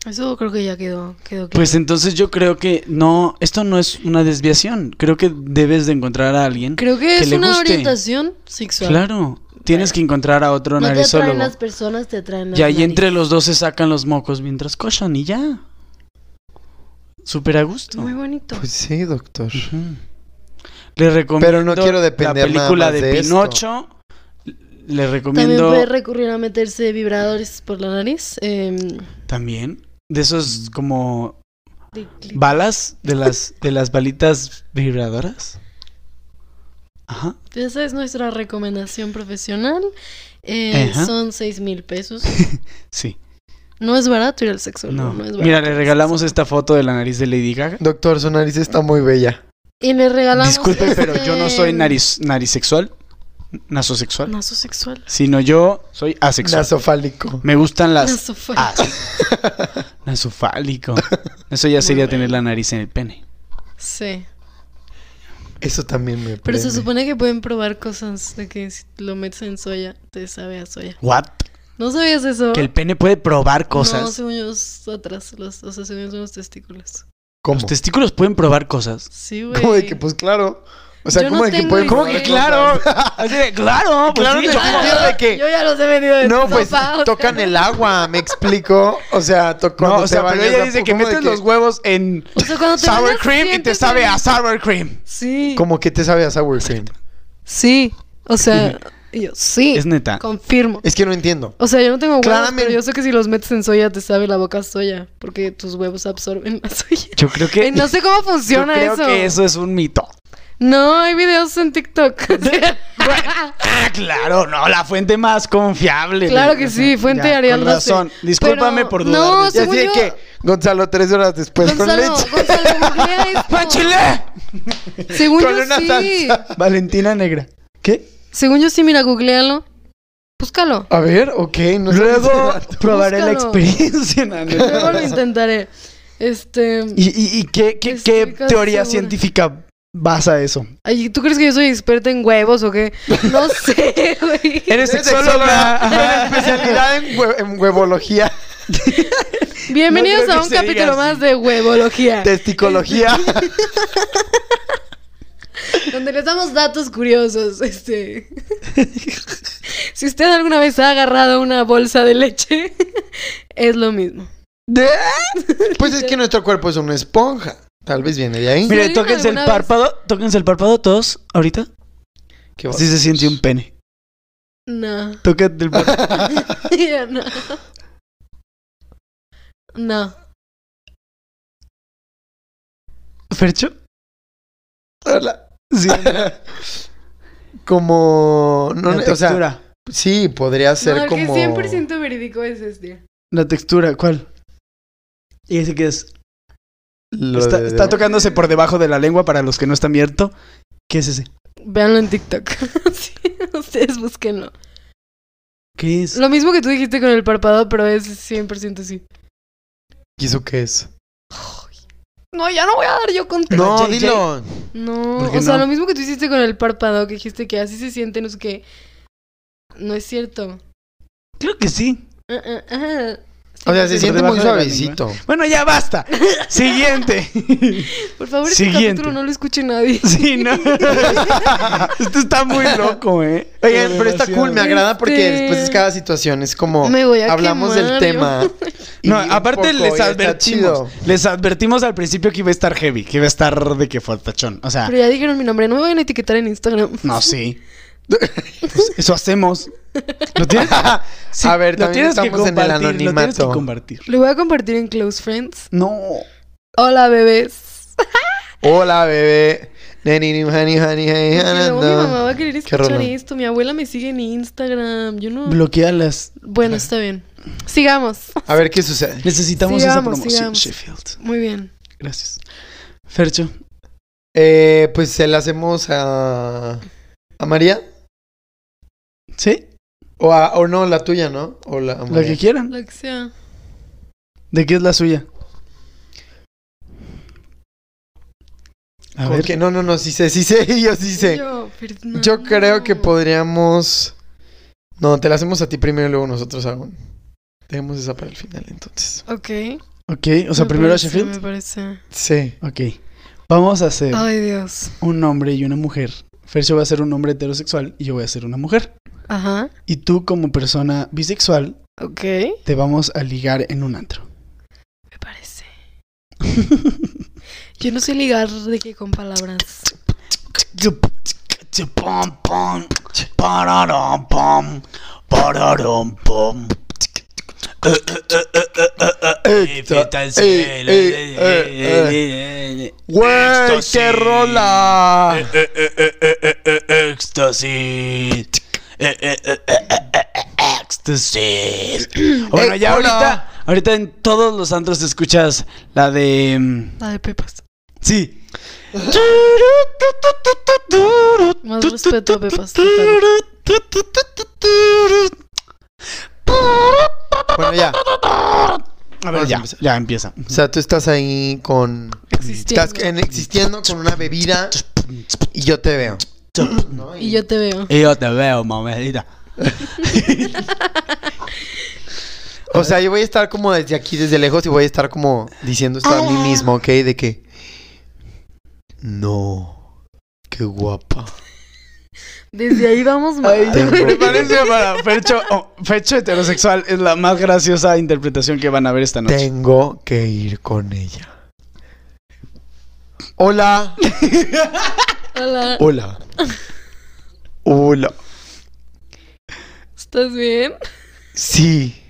C: Eso creo que ya quedó, quedó claro.
D: Pues entonces yo creo que no, esto no es una desviación. Creo que debes de encontrar a alguien.
C: creo que,
D: que
C: es
D: le
C: una
D: guste.
C: orientación sexual.
D: Claro. Tienes que encontrar a otro
C: No te atraen
D: narizólogo.
C: las personas, te atraen las
D: Y ahí
C: narices.
D: entre los dos se sacan los mocos mientras cochan y ya. Súper a gusto.
C: Muy bonito.
B: Pues sí, doctor.
D: Ujú. Le recomiendo
B: Pero no quiero depender
D: la
B: nada
D: película
B: más
D: de,
B: de esto.
D: Pinocho. Le
C: También
D: recomiendo
C: puede recurrir a meterse vibradores por la nariz. em,
D: también de
B: Mm.
D: esos como
C: de clit-
D: balas de las de las balitas vibradoras. Ajá.
C: Esa es nuestra recomendación profesional. Eh,
D: Ajá.
C: son 6 mil pesos.
D: Sí.
C: No es barato ir al sexo. No,
D: No.
C: no es barato.
D: Mira, le regalamos esta foto de la nariz de Lady Gaga.
B: Doctor, su nariz está muy bella.
C: Y le regalamos.
D: Disculpe, pero yo no soy
C: este,
D: nariz narisexual, nasosexual,
C: Nasosexual.
D: sino yo soy asexual.
B: Nasofálico.
D: Me gustan las
C: Nasofal.
A: Ah,
D: nasofálico. Eso ya sería tener la nariz en el pene.
C: Sí.
B: Eso también me prende.
C: Pero se supone que pueden probar cosas de que si lo metes en soya, te sabe a soya.
D: What?
C: ¿No sabías eso?
D: Que el pene puede probar
C: No,
D: cosas.
C: según yo, es atrás. Los, o sea, según yo, son los testículos.
B: ¿Cómo?
D: Los testículos pueden probar cosas.
C: Sí, güey.
B: ¿Cómo de que? Pues claro. O sea,
C: Yo
B: ¿cómo
C: no
B: de que
C: tengo
B: pueden
C: idea.
B: comer
C: ¿Cómo que
B: cosas?
A: Así de, claro, pues
B: Claro
A: sí,
B: que
A: yo
B: sí.
A: como-
B: entiendo de que-
C: Yo ya los he vendido de
B: No, pues
C: sopa, o sea,
B: tocan el agua, me explico. O sea, to-
A: No,
B: cuando
A: o
B: te
A: sea, pero
B: bañas,
A: ella
B: ¿no?
A: dice que
B: ¿Cómo de
A: metes
B: que-
A: los huevos en
C: O sea, cuando te
A: sour
C: bañas,
A: cream y te
C: sientes
A: sabe
C: el-
A: a sour cream.
C: Sí.
B: ¿Cómo que te sabe a sour cream?
C: Sí. O sea, y yo sí.
A: Es neta.
C: Confirmo.
B: Es que no entiendo.
C: O sea, yo no tengo huevos,
B: Claramente.
C: pero yo sé que si los metes en soya te sabe la boca a soya, porque tus huevos absorben la soya.
A: Yo creo que
C: Ay, no sé cómo
A: yo
C: funciona
A: creo
C: eso.
A: que eso es un mito.
C: No, hay videos en TikTok.
A: Ah, claro, no, la fuente más confiable.
C: claro que sí, fuente
A: Ya,
C: Arial
A: con
C: Rosé.
A: razón. Discúlpame
C: Pero-
A: por
C: No,
A: dudar
B: Y
C: según
B: así de
C: yo...
B: que, Gonzalo, tres horas
A: pues,
B: después
C: Gonzalo,
B: con leche.
C: Gonzalo, googlea esto. Según
B: Con
C: yo
B: una
C: sí.
B: salsa.
A: Valentina Negra. ¿Qué?
C: Según yo sí, mira, googlealo. Búscalo.
B: A ver, ok. No sé
A: Luego probaré la
C: Búscalo.
A: experiencia. no, no.
C: Luego lo intentaré. Este...
A: ¿Y, y, y qué, qué-
C: Estoy
A: qué
C: casi
A: teoría
C: segura.
A: científica basa eso?
C: Ay, ¿Tú crees que yo soy experta en huevos o qué? No sé, güey.
A: Eres
B: sexóloga,
A: sexóloga.
B: pero especialidad en, hue- en huevología,
C: Bienvenidos
A: No creo que
C: a
A: se
C: un
A: diga
C: capítulo
A: así.
C: más de huevología,
B: testicología.
C: donde les damos datos curiosos. Este, si usted alguna vez ha agarrado una bolsa de leche, es lo mismo.
B: Pues es que nuestro cuerpo es una esponja. Tal vez viene de ahí.
A: Mire,
C: ¿Salieron
A: tóquense el
C: alguna vez?
A: párpado. Tóquense el párpado todos ahorita.
B: Qué
A: Así se siente un pene.
C: No,
A: Tócate el párpado.
C: ya no, no.
A: ¿Fercho?
B: Hola.
A: Sí.
B: Como. Ah, No,
A: la
B: ne- o sea,
A: textura.
B: sí, podría ser
C: no, el
B: como.
C: que 100% verídico es este.
A: La textura, ¿cuál? Y ese que es.
B: lo
A: Está,
B: de-
A: está tocándose por debajo de la lengua para los que no están viendo. ¿Qué es ese?
C: Véanlo en TikTok. Sí, ustedes búsquenlo.
A: ¿Qué es?
C: Lo mismo que tú dijiste con el párpado, pero es 100% sí.
B: ¿Y eso qué es?
C: No, ya no voy a dar yo contexto.
B: No,
A: JJ.
B: dilo.
C: No,
A: ¿Por qué
C: o sea,
A: no?
C: lo mismo que tú hiciste con el párpado, que dijiste que así se siente, no sé qué. No es cierto.
A: Creo que sí.
C: Ah, ah, ah.
B: O sea, se
A: Por
B: siente
A: debajo
B: muy
A: de la
B: suavecito.
A: Bueno, ya basta. Siguiente.
C: Por favor, este
A: Siguiente.
C: capítulo no lo escuche nadie.
A: sí, no. Esto está muy loco, ¿eh?
B: Oigan, pero está cool, me agrada porque
C: Este-
B: después es cada situación. Es como.
C: Me voy a
B: hablamos del
C: quemar,
B: tema. y
A: No,
B: un
A: aparte
B: poco,
A: les
B: y está
A: advertimos.
B: chido.
A: Les advertimos al principio que iba a estar heavy, que iba a estar de que fortachón. O sea,
C: Pero ya dijeron mi nombre, no me vayan a etiquetar en Instagram.
A: no, sí. Pues eso hacemos. Lo tienes, sí,
B: A ver,
A: lo
B: también
A: tienes que
B: estamos en el
A: compartir. Lo tienes que
B: anonimato.
A: compartir.
C: Lo voy a compartir en Close Friends.
A: No.
C: Hola, bebés.
B: Hola, bebé. Neni, ni, hani, hani, hani,
C: Porque luego mi mamá va
B: hanando.
C: a querer
B: Qué
C: escuchar
B: rolón.
C: esto. Mi abuela me sigue en Instagram. Yo no.
A: Bloquealas.
C: Bueno, está bien. Sigamos.
B: A ver qué sucede.
A: Necesitamos esa
C: Sigamos,
A: promoción,
C: sigamos.
A: Sheffield.
C: Muy bien.
A: Gracias. Fercho.
B: Eh, pues se la hacemos a. a María.
A: ¿Sí?
B: O, a- o no, la tuya, ¿no? O la, a
A: La que
B: María.
A: quieran.
C: Lo que sea.
A: ¿De qué es la suya? A
B: ¿Con
A: ver.
B: qué? No, no, no, sí sé, sí sé, yo sí sé. Yo,
C: Yo, Fernando.
B: creo que podríamos. No, te la hacemos a ti primero y luego nosotros aún. Tenemos esa para el final, entonces.
C: Ok.
A: Ok, o sea,
C: Me
A: primero a
C: parece,
A: Sheffield.
C: Me parece.
B: Sí.
A: Ok. Vamos a hacer
C: Ay, Dios.
A: un hombre y una mujer. Fercho va a ser un hombre heterosexual y yo voy a ser una mujer.
C: Ajá.
A: Y tú, como persona bisexual,
C: Ok. Me
A: te vamos a ligar en un antro.
C: parece. Yo no sé ligar de qué con palabras.
A: Pom, pom, pararam, pom, pararam, pom. Eh, eh, eh, eh, eh, eh, eh, fiesta en cielo,
B: eh,
A: eh,
B: eh,
A: eh, eh, eh,
B: ¡Güey,
A: Éxtasis.
B: qué rola!
A: eh, eh, eh, eh, eh, eh, eh, Éxtasis. Eh, eh, eh, eh, eh, eh, eh, Éxtasis. Bueno,
B: Eh,
A: ya
B: hola.
A: ahorita, ahorita en todos los antros escuchas la de. mm,
C: La de Pepas.
A: Sí.
C: Más respeto a Pepas.
B: Bueno, ya.
A: A ver, ya, ya empieza.
B: O sea, tú estás ahí con. Estás
C: Existiendo.
B: en- existiendo con una bebida y yo te veo. ¿no?
C: Y yo te veo.
A: Y yo te veo, mamelita.
B: O sea, yo voy a estar como desde aquí, desde lejos, y voy a estar como diciendo esto a mí mismo, ¿ok? De que. No. qué guapa.
C: Desde ahí vamos mal.
D: Me parece para Fercho, oh, Fercho heterosexual es la más graciosa interpretación que van a ver esta noche.
B: Tengo que ir con ella.
G: Hola.
C: Hola,
B: Hola. Hola.
C: ¿estás bien?
B: Sí,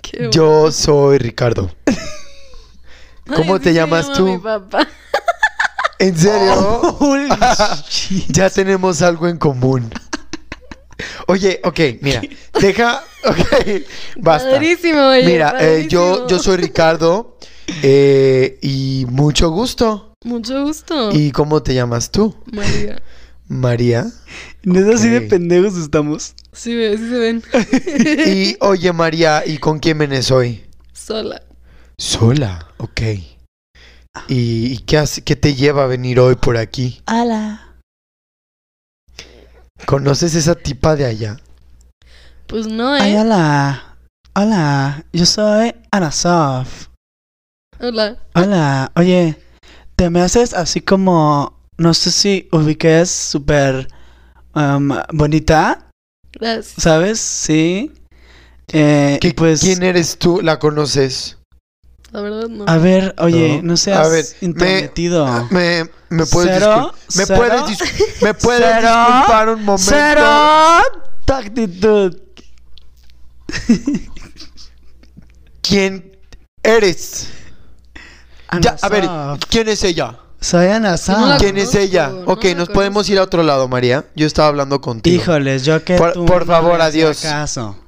C: Qué bueno.
B: yo soy Ricardo.
C: Ay,
B: ¿Cómo
C: así
B: te
C: se
B: llamas
C: llama
B: tú?
C: mi papá.
B: ¿En
D: Oh.
B: serio? ya tenemos algo en común. Oye, ok, mira, deja, ok, basta.
C: Padrísimo, oye.
B: Mira, eh, yo,
C: padrísimo.
B: yo soy Ricardo eh, y mucho gusto.
C: Mucho gusto.
B: ¿Y cómo te llamas tú?
C: María.
B: María.
D: ¿No es así de
B: Ok.
D: pendejos estamos?
C: Sí, ve- sí se ven.
B: Y oye María, ¿y con quién vienes hoy?
C: Sola.
B: Sola, ok.
D: Ah.
B: ¿Y, y qué, hace- qué te lleva a venir hoy por aquí?
C: Ala.
B: ¿Conoces esa tipa de allá?
C: Pues no,
D: Ay,
C: ¿eh?
D: hola. Hola, yo soy Anasov.
B: ah.
C: Hola.
D: Hola, oye, te me haces así como, no sé si ubiques súper em, bonita,
C: Gracias.
D: ¿sabes? Sí. Eh,
B: ¿Qué-
D: y pues,
B: ¿Quién eres tú? ¿La conoces?
C: La verdad no.
D: a ver, oye, no,
B: No.
D: seas
B: A ver, me-
D: intrometido.
B: Ah, ¿Me, me puedes disculpar?
D: Cero,
B: ¿Me
D: cero,
B: puedes, dis- ¿Me puedes
D: cero,
B: disculpar un momento?
D: ¡Cero! Tactitud.
B: ¿Quién eres?
D: Ah,
B: Ya, a ver,
D: Anasov.
B: ¿quién es ella?
D: Soy Anasov.
C: No la
B: ¿Quién es
C: conozco,
B: ella?
C: no
B: ok,
C: la
B: nos
C: conozco.
B: podemos ir a otro lado, María. Yo estaba hablando contigo.
D: Híjoles, yo que
B: Por-
D: tú
B: por
D: no
B: favor,
D: me
B: adiós.
D: hacía caso.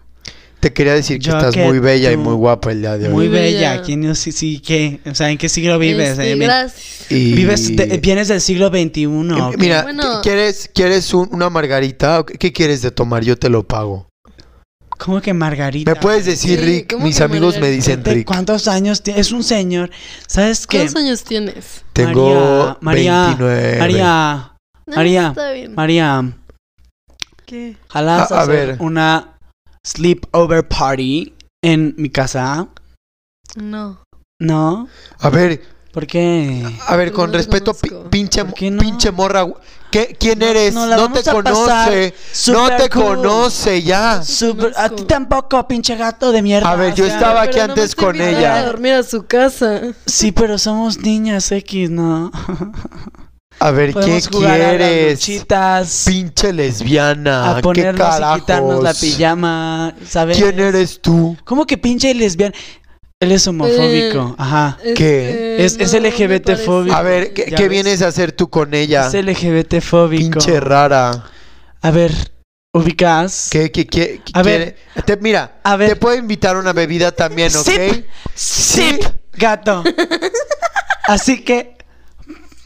B: Te quería decir que
D: Yo
B: estás
D: que
B: muy bella y
D: tú-
B: muy guapa el día de hoy.
D: Muy
C: Muy
D: bella.
C: bella.
D: ¿Quién no sí, sí, qué? O sea, ¿en qué siglo vives?
C: Este,
D: Eh, mi-
C: gracias.
B: Y-
D: Vives de- vienes del siglo XXI.
B: y-
D: Ah, ¿ok?
B: Em, Mira,
C: Bueno.
B: ¿quieres, quieres un- una margarita? ¿O qué- ¿Qué quieres de tomar? Yo te lo pago.
D: ¿Cómo que Margarita?
B: ¿Me puedes decir,
C: Sí,
B: Rick?
C: ¿cómo
B: Mis
C: que
B: amigos me
C: margarita?
B: dicen
D: ¿De
B: Rick.
D: ¿Cuántos años? ti- Es un señor. ¿Sabes qué?
C: ¿Cuántos años tienes?
B: Tengo
D: María,
B: 29.
D: María,
C: No,
D: María.
C: Está bien.
D: María,
C: ¿Qué?
D: ¿jalas
B: Ah, A- a
D: hacer
B: ver.
D: una sleepover party en mi casa?
C: No.
D: ¿No?
B: A ver,
D: ¿Por qué?
B: a ver,
C: No
B: con
C: te
B: respeto, pi-
C: conozco.
B: pinche,
D: ¿Por qué no?
B: pinche morra. gu- ¿Qué- ¿Quién eres?
D: nos la
B: No
D: vamos
B: te
D: a pasar
B: conoce. No
D: Super
B: te
D: cool.
B: conoce ya.
D: Super- a ti
C: Conozco.
D: tampoco, pinche gato de mierda.
B: A ver,
D: o
B: yo
D: sea,
B: estaba
C: Pero
B: aquí
C: no me
B: antes
C: está
B: con
C: invitando
B: ella.
C: a dormir a su casa.
D: Sí, pero somos niñas X, ¿no?
B: A ver, ¿qué
D: Podemos jugar a las
B: quieres?
D: luchitas,
B: Pinche lesbiana.
D: a
B: ¿Qué
D: ponernos y
B: carajos?
D: quitarnos la pijama, ¿sabes?
B: ¿Quién eres tú?
D: ¿Cómo que pinche lesbiana? Él es homofóbico,
C: Eh,
D: ajá.
B: ¿Qué?
C: Este,
D: Es- es
C: no me
D: LGBT
C: parece.
D: fóbico.
B: A ver, ¿qué,
D: Ya
B: qué
D: ves.
B: vienes a hacer tú con ella?
D: Es LGBT fóbico.
B: Pinche rara.
D: A ver, ubicas.
B: ¿Qué, qué, qué, qué
D: A ver.
B: quiere? Te- mira,
D: A ver.
B: te puedo invitar una bebida también, ¿ok?
D: Sip. Sip, gato. Así que,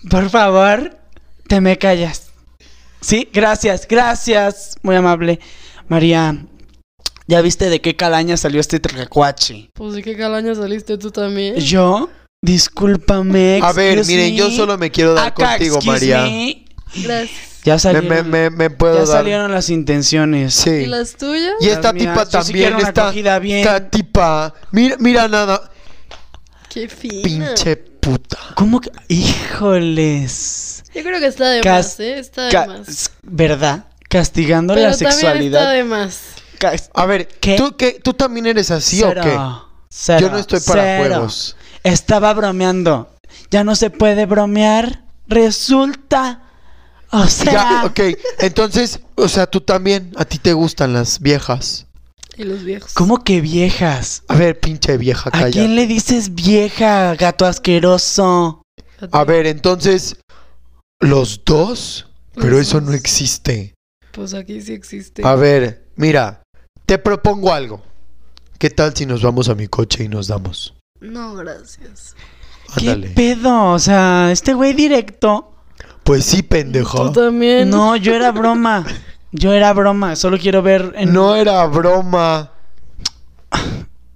D: por favor, te me callas. Sí, gracias, gracias. Muy amable. María, ¿ya viste de qué calaña salió este tracuache?
C: Pues de qué calaña saliste tú también.
D: Yo, discúlpame.
B: A ver,
D: excuse
B: miren, yo
D: me.
B: solo me quiero dar
D: Acá,
B: contigo,
D: excuse
B: María.
D: me.
C: Gracias.
D: Ya
B: Me,
D: salieron,
B: me, me, me puedo
D: ya
B: dar.
D: salieron las intenciones.
C: ¿Y
B: Sí.
C: las tuyas?
B: Y esta
D: Las mías,
B: tipa
D: yo sí
B: también,
D: quiero una
B: esta,
D: acogida bien.
B: esta tipa, mira, mira nada,
C: Qué fina.
B: pinche puta.
D: ¿Cómo que? Híjoles.
C: Yo creo que está de
D: Cas-
C: más, ¿eh? Está de
D: Ca-
C: más.
D: ¿Verdad? Castigando
C: Pero
D: la
C: también está
D: sexualidad.
C: de más.
D: Cas-
B: A ver,
D: ¿Qué?
B: ¿tú, qué, ¿tú también eres así o qué?
D: Cero,
B: Yo no estoy para
D: cero.
B: juegos.
D: Estaba bromeando. Ya no se puede bromear. Resulta. O sea.
B: Ya, ok, entonces, o sea, tú también, a ti te gustan las viejas.
C: Y los viejos.
D: ¿Cómo que viejas?
B: A ver, pinche vieja,
D: ¿A
B: calla.
D: quién le dices vieja, gato asqueroso?
B: A ver, entonces, los dos, pero eso no existe.
C: Pues aquí sí existe.
B: A ver, mira, te propongo algo. ¿Qué tal si nos vamos a mi coche y nos damos?
C: No, gracias.
B: Ándale.
D: ¿Qué pedo? O sea, este güey directo.
B: Pues sí,
C: Tú
B: pendejo.
C: también.
D: No, yo era broma. Yo era broma. Solo quiero ver en.
B: No era broma.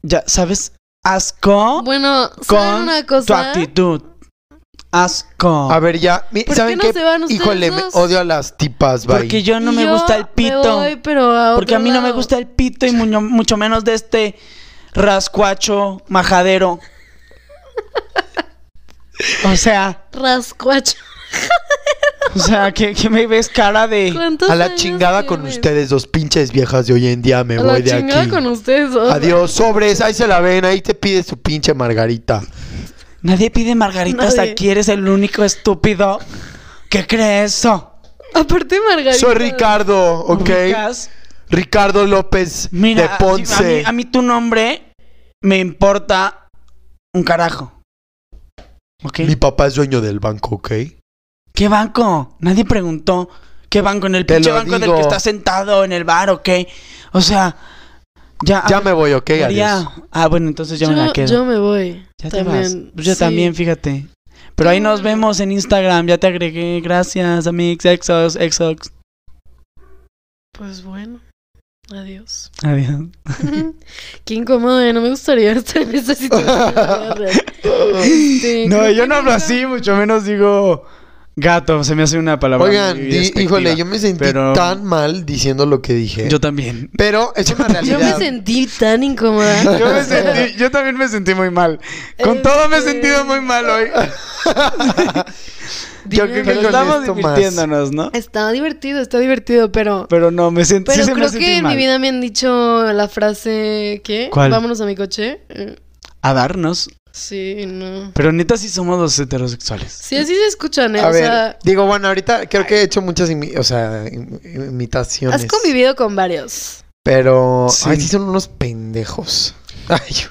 D: Ya, ¿sabes? Asco
C: Bueno, ¿saben
D: con
C: una
D: tu
C: cosa?
D: actitud. Asco.
B: A ver, ya. mi-
C: ¿Por
B: ¿Saben
C: qué no
B: qué?
C: se van ustedes
B: Híjole, me
C: dos?
B: odio a las tipas, bye.
D: Porque yo no me
C: Yo
D: gusta el pito.
C: voy, pero a
D: porque
C: otro
D: a mí no me
C: lado.
D: gusta el pito y muño- mucho menos de este rascuacho majadero. O sea,
C: Rascuacho.
A: O sea, que, que me ves cara de.
C: ¿Cuántos
B: A la
C: años
B: chingada con
C: tienes?
B: ustedes, dos pinches viejas de hoy en día. Me
C: A
B: voy
C: la
B: de
C: chingada
B: aquí.
C: con ustedes. dos.
B: Adiós, sobres. Ahí se la ven. Ahí te pide su pinche margarita.
A: Nadie pide margaritas
C: Nadie.
A: aquí, eres el único estúpido que cree eso.
C: Aparte, Margarita.
B: Soy Ricardo, ¿ok?
A: ¿Ubicas?
B: Ricardo López
A: Mira,
B: de
A: a- A,
B: Ponce.
A: mí, a mí tu nombre me importa un carajo. ¿Ok?
B: Mi papá es dueño del banco, ¿ok?
A: ¿Qué banco? Nadie preguntó. ¿Qué banco? En el
B: Te
A: pinche
B: lo
A: banco del
B: digo.
A: que está sentado en el bar, ¿ok? O sea, ya.
B: Ya me voy, ¿ok?
A: María.
B: Adiós.
A: Ah, bueno,
D: pues
A: entonces yo,
C: Yo,
A: me la quedo.
C: yo me voy.
A: ya te
C: también.
A: vas. Pues Yo
C: Sí.
A: también, fíjate. Pero ahí nos vemos en Instagram. Ya te agregué. Gracias, amigos. Exos, exos.
C: Pues bueno. Adiós.
A: Adiós.
C: Qué incómodo, ¿eh? no me gustaría estar en esta situación. la verdad. Este,
A: No,
C: creo
A: yo
C: que
A: no hablo
C: nunca-
A: así, mucho menos digo gato. Se me hace una palabra.
B: Oigan,
A: muy
B: di-
A: despectiva.
B: híjole, yo me sentí
A: pero-
B: tan mal diciendo lo que dije.
A: Yo también.
B: Pero es una
C: Yo me
B: realidad.
C: sentí tan incómoda.
A: Yo, me sentí- yo también me sentí muy mal. Con todo me he sentido muy mal hoy.
B: Yo creo que
A: Pero
B: con
A: estamos
B: esto más.
A: divirtiéndonos, ¿no?
C: Está divertido, está divertido, pero.
A: Pero no, me sentí sí
C: Pero
A: se me
C: creo
A: sentí
C: que en
A: mal.
C: mi vida me han dicho la frase. ¿Qué?
A: ¿Cuál?
C: Vámonos a mi coche. Eh,
A: A darnos.
C: Sí, no.
A: Pero neta, sí somos dos heterosexuales.
C: Sí, así se escuchan, ¿eh?
B: A
C: o
B: ver,
C: sea,
B: digo, bueno, ahorita creo que he hecho muchas imi- o sea, im- imitaciones.
C: has convivido con varios.
B: Pero.
A: Sí.
B: Ay, sí son unos pendejos. Ay, yo-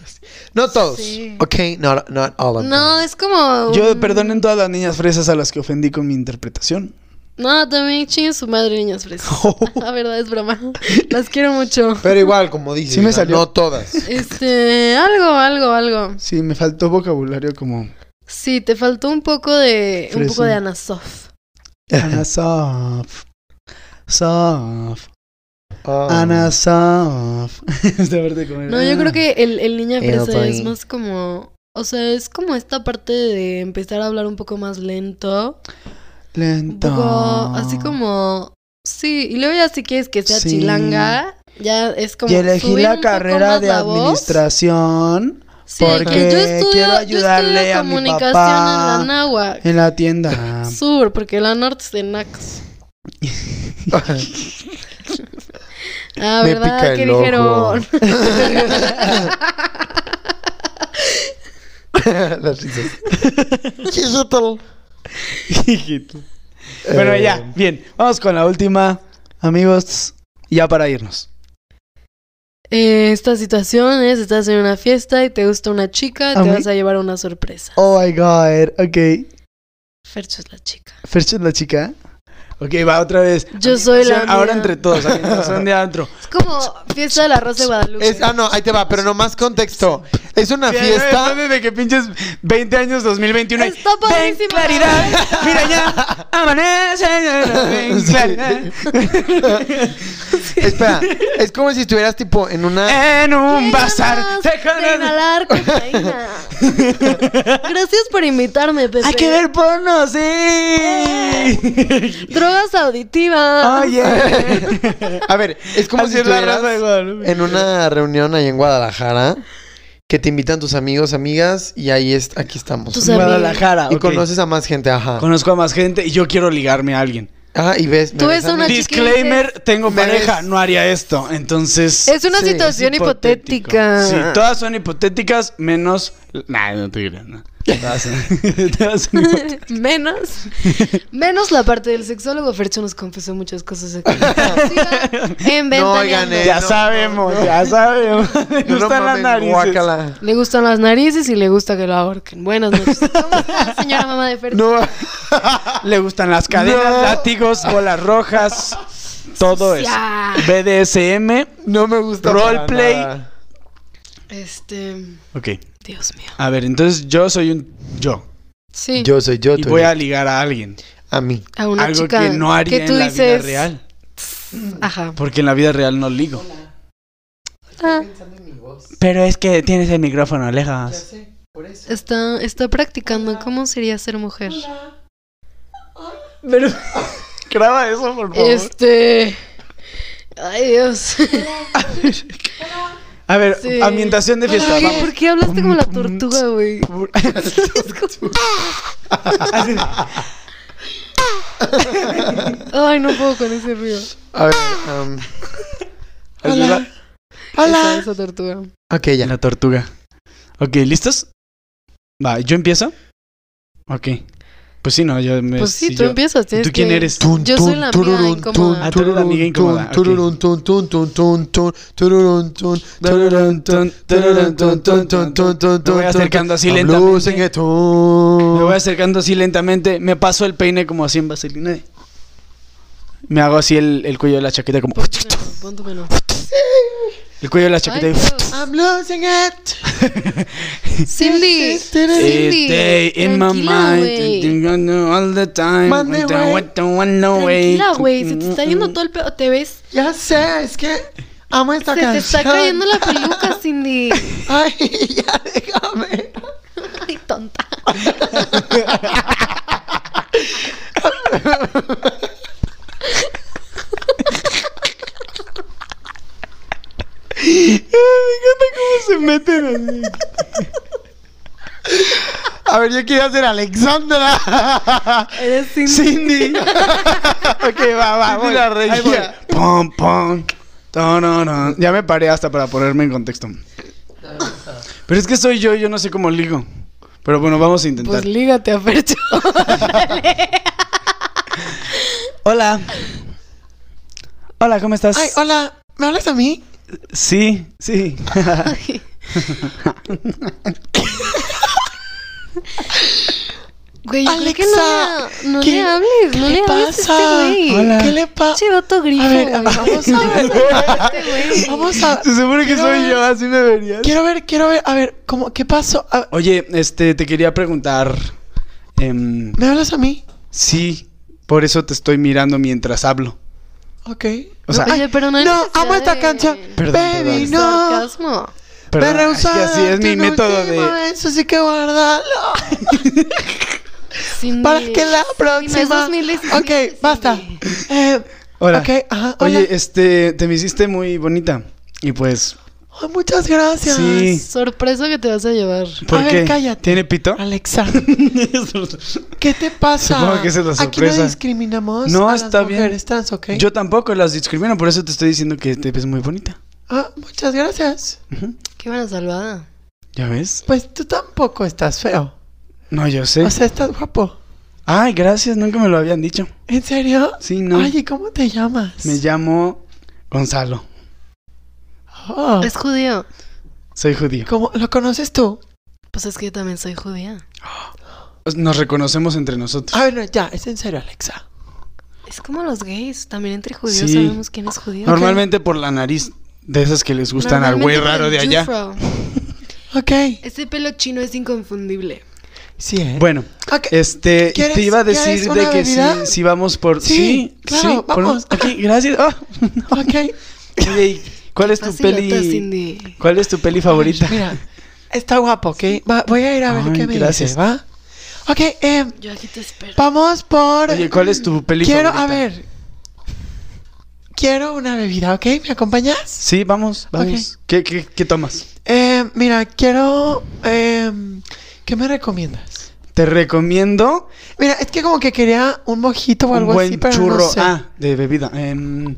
B: no todos.
C: Sí.
B: Ok, not, not all of
C: No,
B: them.
C: es como.
A: Yo
C: un-
A: perdonen todas las niñas fresas a las que ofendí con mi interpretación.
C: No, también chinguen su madre, niñas fresas. La verdad es broma. Las quiero mucho.
B: Pero igual, como dices,
A: Sí me
B: o sea,
A: salió.
B: no todas.
C: Este, algo, algo, algo.
A: Sí, me faltó vocabulario como.
C: Sí, te faltó un poco de. Un poco
A: Fresa.
C: de Anasof.
A: Ana Sof. Sof. Oh.
B: Ah.
A: Ana Sof. Es de verte comer.
C: No, yo creo
A: Mm.
C: que el, el niña
B: Era
C: fresa
B: por
C: es
B: ahí.
C: más como. O sea, es como esta parte de empezar a hablar un poco más lento. Un
A: Lento.
C: poco así como. Sí, y luego ya si quieres que sea
A: Sí.
C: chilanga, ya es como.
A: Y elegí
C: subir un
A: la
C: poco
A: carrera
C: más
A: de
C: la voz.
A: administración
C: Sí, de que
A: porque
C: yo estudio,
A: quiero
C: yo
A: ayudarle
C: estudio
A: a mi
C: comunicación
A: papá. Ah.
C: en la náhuatl.
A: en la tienda.
C: Sur, porque la norte es de Nax. ah,
B: Me
C: ¿verdad?
B: pica
C: ¿Qué
B: el ojo.
C: dijeron?
B: Las risas. Digital.
A: Hijito. bueno,
B: Eh,
A: ya, bien. Vamos con la última, amigos. Ya para irnos.
C: Eh, esta situación es, estás en una fiesta y te gusta una chica,
A: ¿A
C: te
A: mí?
C: vas a llevar una sorpresa.
A: Oh my god, ok.
C: Fercho es la chica.
A: Fercho es la chica. Ok, va otra vez.
C: Yo soy la
A: Ahora
C: mía.
A: entre todos, son de adentro.
C: Es como fiesta de la Rosa de Guadalupe.
B: Es- ah, no, ahí te va, pero no más contexto. Es una
A: Fiesta.
B: fiesta.
A: Desde que pinches 20 años 2021.
C: Está
A: Ven
C: padrísima.
A: claridad, mira ya, amanece, ven claridad.
B: Espera, es como si estuvieras tipo en una.
A: En un bazar.
C: Ganas de inhalar cocaína. Gracias por invitarme, Pepe.
A: Hay que ver porno, sí.
C: Drogas auditivas.
A: Oye.
B: A ver, es como
A: Eh. Así
B: si
A: es la raza de
B: estuvieras
A: Guadalupe.
B: en una reunión allá en Guadalajara que te invitan tus amigos, amigas y ahí es, aquí estamos.
C: Tus
B: y
C: amigos.
A: Guadalajara. ok.
B: conoces a más gente, ajá.
A: Conozco a más gente y yo quiero ligarme a alguien.
B: Ah, y ves. me
C: Tú
B: ves
C: ves
B: a
C: a una
B: mí.
C: chica y
A: Disclaimer, tengo
B: Me
A: pareja,
B: ves-
A: no haría esto. Entonces.
C: Es una
B: Sí, es
C: situación
A: hipotético.
C: hipotética.
A: Sí, todas son hipotéticas, menos. Nah, no te creas, no. Todas son- todas son hipotéticas.
C: menos menos la parte del sexólogo Fercho nos confesó muchas cosas exclusivas en
B: No,
C: Ventaneando.
B: oigan, eh,
A: ya
B: no,
A: sabemos,
B: no, no.
A: ya sabemos. Me
B: No, no
A: gustan las
B: mames,
A: narices.
B: guácala.
C: le gustan las narices y le gusta que lo ahorquen buenas noches ¿cómo está señora mamá de Fercho?
B: No.
A: Le gustan las cadenas,
B: No.
A: látigos, bolas rojas. Todo eso.
C: Ya.
A: BDSM.
B: No me gusta. para
A: Roleplay.
B: nada.
C: este
A: Ok.
C: Dios mío
A: A ver, entonces yo soy un yo.
C: sí
B: Yo soy yo.
A: Y
B: tú
A: voy a
B: eres-
A: ligar a alguien.
B: a... mí.
C: a una
A: algo
C: chica
A: que no haría
C: que tú
A: en la
C: dices
A: vida real.
C: ajá
A: Porque en la vida real no ligo.
C: Ah,
A: Pero es que tienes el micrófono lejos.
C: está está practicando cómo sería ser mujer
A: Graba eso, por favor.
C: este ay Dios
A: A ver,
C: Sí.
A: ambientación de fiesta.
C: ¿Por qué,
A: vamos.
C: por qué hablaste como la tortuga güey Ay, no puedo con ese ruido.
E: A ver.
A: um,
E: am,
A: Hola.
C: Hola. Esa tortuga.
A: Pues
E: ok, ya.
A: La tortuga. Ok, ¿listos? Va, ¿yo empiezo? Ok. Pues sí, no, yo me...
C: Pues sí,
A: si
C: tú
A: yo-
C: empiezas. tienes
A: ¿Tú quién
C: que-
A: eres?
E: Tun,
C: Yo soy
E: tun,
C: la amiga
E: tururun,
C: incómoda.
A: Ah, tú eres la amiga incómoda, ok.
E: tururun, tun, tun, tun, tun, tun, tururun, tun, tururun, tun, tururun, tun, tun, tun, tun, tun,
A: Me voy
E: tun,
A: acercando así
E: I'm
A: lentamente.
E: losing it,
A: Me
E: tun.
A: voy acercando así lentamente, me paso el peine como así en vaselina. Me hago así el, el cuello de la chaqueta como...
C: Póntumelo.
A: El cuello de la
C: Ay,
A: chaqueta y...
C: Dios. Ah,
E: I'm losing it.
A: eh,
C: Cindy. Cindy.
A: Stay
E: Este,
A: in my
C: Tranquila,
A: mind.
C: güey.
A: All the time.
E: Mande,
A: I
E: güey.
A: don't want to want no way.
C: Tranquila, güey.
E: mm,
C: Se te está yendo todo el pelo. Te ves.
E: Ya sé, es que amo esta
C: Se te está
E: canción.
C: cayendo la peluca, Cindy.
E: Ay, ya déjame.
C: Ay, tonta.
E: A ver, yo quería ser Alexandra.
C: Eres Cindy.
E: Cindy. ok, va, va. Voy. La
A: Ahí voy. Pom, pom. Tararán. Ya me paré hasta para ponerme en contexto. Pero es que soy yo, yo no sé cómo ligo. Pero bueno, vamos a intentar.
C: Pues lígate a Fercho.
A: Hola. Hola, ¿cómo estás?
E: Ay, hola. ¿Me hablas a mí?
A: Sí, sí.
C: Güey, yo creo que
E: Alexa,
C: no, le- no
E: ¿qué-
C: le hables. No
E: ¿qué
C: le hables a
E: pasa?
C: este güey.
A: Hola.
E: ¿Qué le pasa?
C: Che, vato grillo.
E: A ver,
C: güey.
E: vamos a ver.
C: Este güey.
E: Vamos a.
A: Se supone que soy yo, así me verías.
E: Quiero ver, quiero ver. A ver, ¿cómo, ¿qué pasó? A-
A: Oye, este, te quería preguntar. em,
E: ¿Me hablas a mí?
A: sí, por eso te estoy mirando mientras hablo.
E: Ok.
A: O sea,
C: Oye, pero no hay
E: No,
C: necesidad
E: amo esta
C: de-
E: canción.
A: Perdón,
E: Baby,
A: perdón.
E: no.
C: Sarcasmo.
A: perdón,
E: Me
A: es que
E: rehusaba
A: así es mi
E: tu
A: método
E: último
A: de.
E: beso, así que guárdalo.
C: Cindy.
E: Para que la
C: es
E: próxima.
C: 2017,
E: Ok, basta. Eh,
A: Hola.
E: Ok, ajá. Hola.
A: Oye, este, te me hiciste muy bonita. Y pues,
E: Ay, muchas gracias.
A: sí.
C: Sorpresa que te vas a llevar.
A: ¿Por
E: A
A: qué?
E: ver, cállate. Ah.
A: ¿Tiene pito?
E: Alexa, ¿qué te pasa?
A: Supongo que esa es la
E: Aquí
A: sorpresa.
E: no discriminamos
A: No,
E: a
A: está
E: las
A: bien.
E: mujeres trans, ¿ok?
A: Yo tampoco las discrimino, por eso te estoy diciendo que te ves muy bonita.
E: Ah, muchas gracias.
A: Ujú.
C: Qué buena salvada.
A: ¿Ya ves?
E: Pues tú tampoco estás feo.
A: No, yo sé.
E: O sea, estás guapo.
A: Ay, gracias, nunca me lo habían dicho.
E: ¿En serio?
A: Sí, no.
E: Ay, ¿y cómo te llamas?
A: Me llamo Gonzalo.
E: Oh,
C: Es judío.
A: Soy judío.
E: ¿cómo- ¿Lo conoces tú?
C: Pues es que yo también soy judía.
A: Pues, Nos reconocemos entre nosotros.
E: A ver, no, ya, es en serio, Alexa.
C: Es como los gays. También entre judíos
A: Sí.
C: sabemos quién es judío.
A: Normalmente por la nariz. De esas que les gustan al güey
C: Normalmente
A: raro de
C: por el
A: allá.
C: jufro.
E: Ok.
C: Ese pelo chino es inconfundible.
E: Sí, ¿eh?
A: Bueno,
E: Ok.
A: este,
E: ¿Quieres-
A: te iba a
E: quieres
A: decir
E: una
A: de que si,
E: bebida?
A: si vamos por...
E: Sí, claro,
A: por-
E: vamos.
A: aquí, gracias. Ah.
E: Ok.
A: Oye, ¿y ¿cuál es tu
C: Facilota,
A: peli?
C: Cindy.
A: ¿Cuál es tu peli favorita?
E: Mira, está guapo, ¿ok? Va- voy a ir a ver
A: Ay,
E: qué me
A: gracias.
E: dice, ¿va? Ok, eh,
C: Yo aquí te espero.
E: vamos por...
A: Oye, ¿cuál es tu peli
E: Quiero,
A: favorita?
E: a ver. Quiero una bebida, ¿ok? ¿Me acompañas?
A: Sí, vamos, vamos. ¿Qué, qué, qué tomas?
E: Eh, mira, quiero... eh, ¿Qué me recomiendas?
A: Te recomiendo
E: Mira, es que como que quería un mojito o
A: un
E: algo
A: buen
E: así, pero
A: churro
E: no sé.
A: ah, de bebida. Em,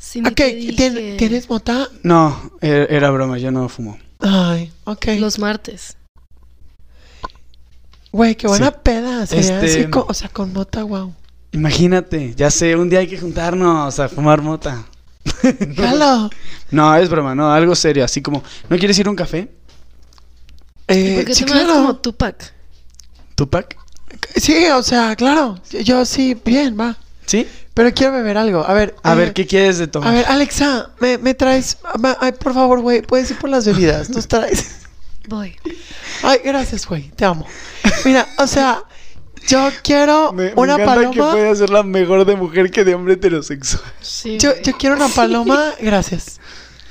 C: Cindy,
E: ok,
C: te dije
E: ¿tien- ¿tienes mota?
A: no, er- era broma, yo no fumo.
E: Ay, ok.
C: Los martes.
E: Güey, qué buena
A: Sí.
E: peda. Sería
A: Este-
E: así, co- o sea, con mota, wow.
A: Imagínate, ya sé, un día hay que juntarnos a fumar mota.
E: Jalo.
A: No, es broma, no, algo serio, así como, ¿no quieres ir a un café?
E: Eh,
C: ¿Por qué
E: sí,
C: te me ves
E: claro.
C: como Tupac?
A: Tupac.
E: Sí, o sea, claro. Yo, yo sí, bien, va.
A: ¿Sí?
E: Pero quiero beber algo. A ver.
A: A
E: eh,
A: ver, ¿qué quieres de
E: A
A: tomar?
E: ver, Alexa, me, me traes. ma- Ay, por favor, güey, puedes ir por las bebidas. Nos traes.
C: Voy.
E: Ay, gracias, güey. Te amo. Mira, o sea, yo quiero
A: Me- me
E: una
A: encanta que
E: paloma.
A: puede ser la mejor de mujer que de hombre heterosexual.
C: Sí.
E: Yo,
C: güey.
E: yo quiero una paloma. Gracias.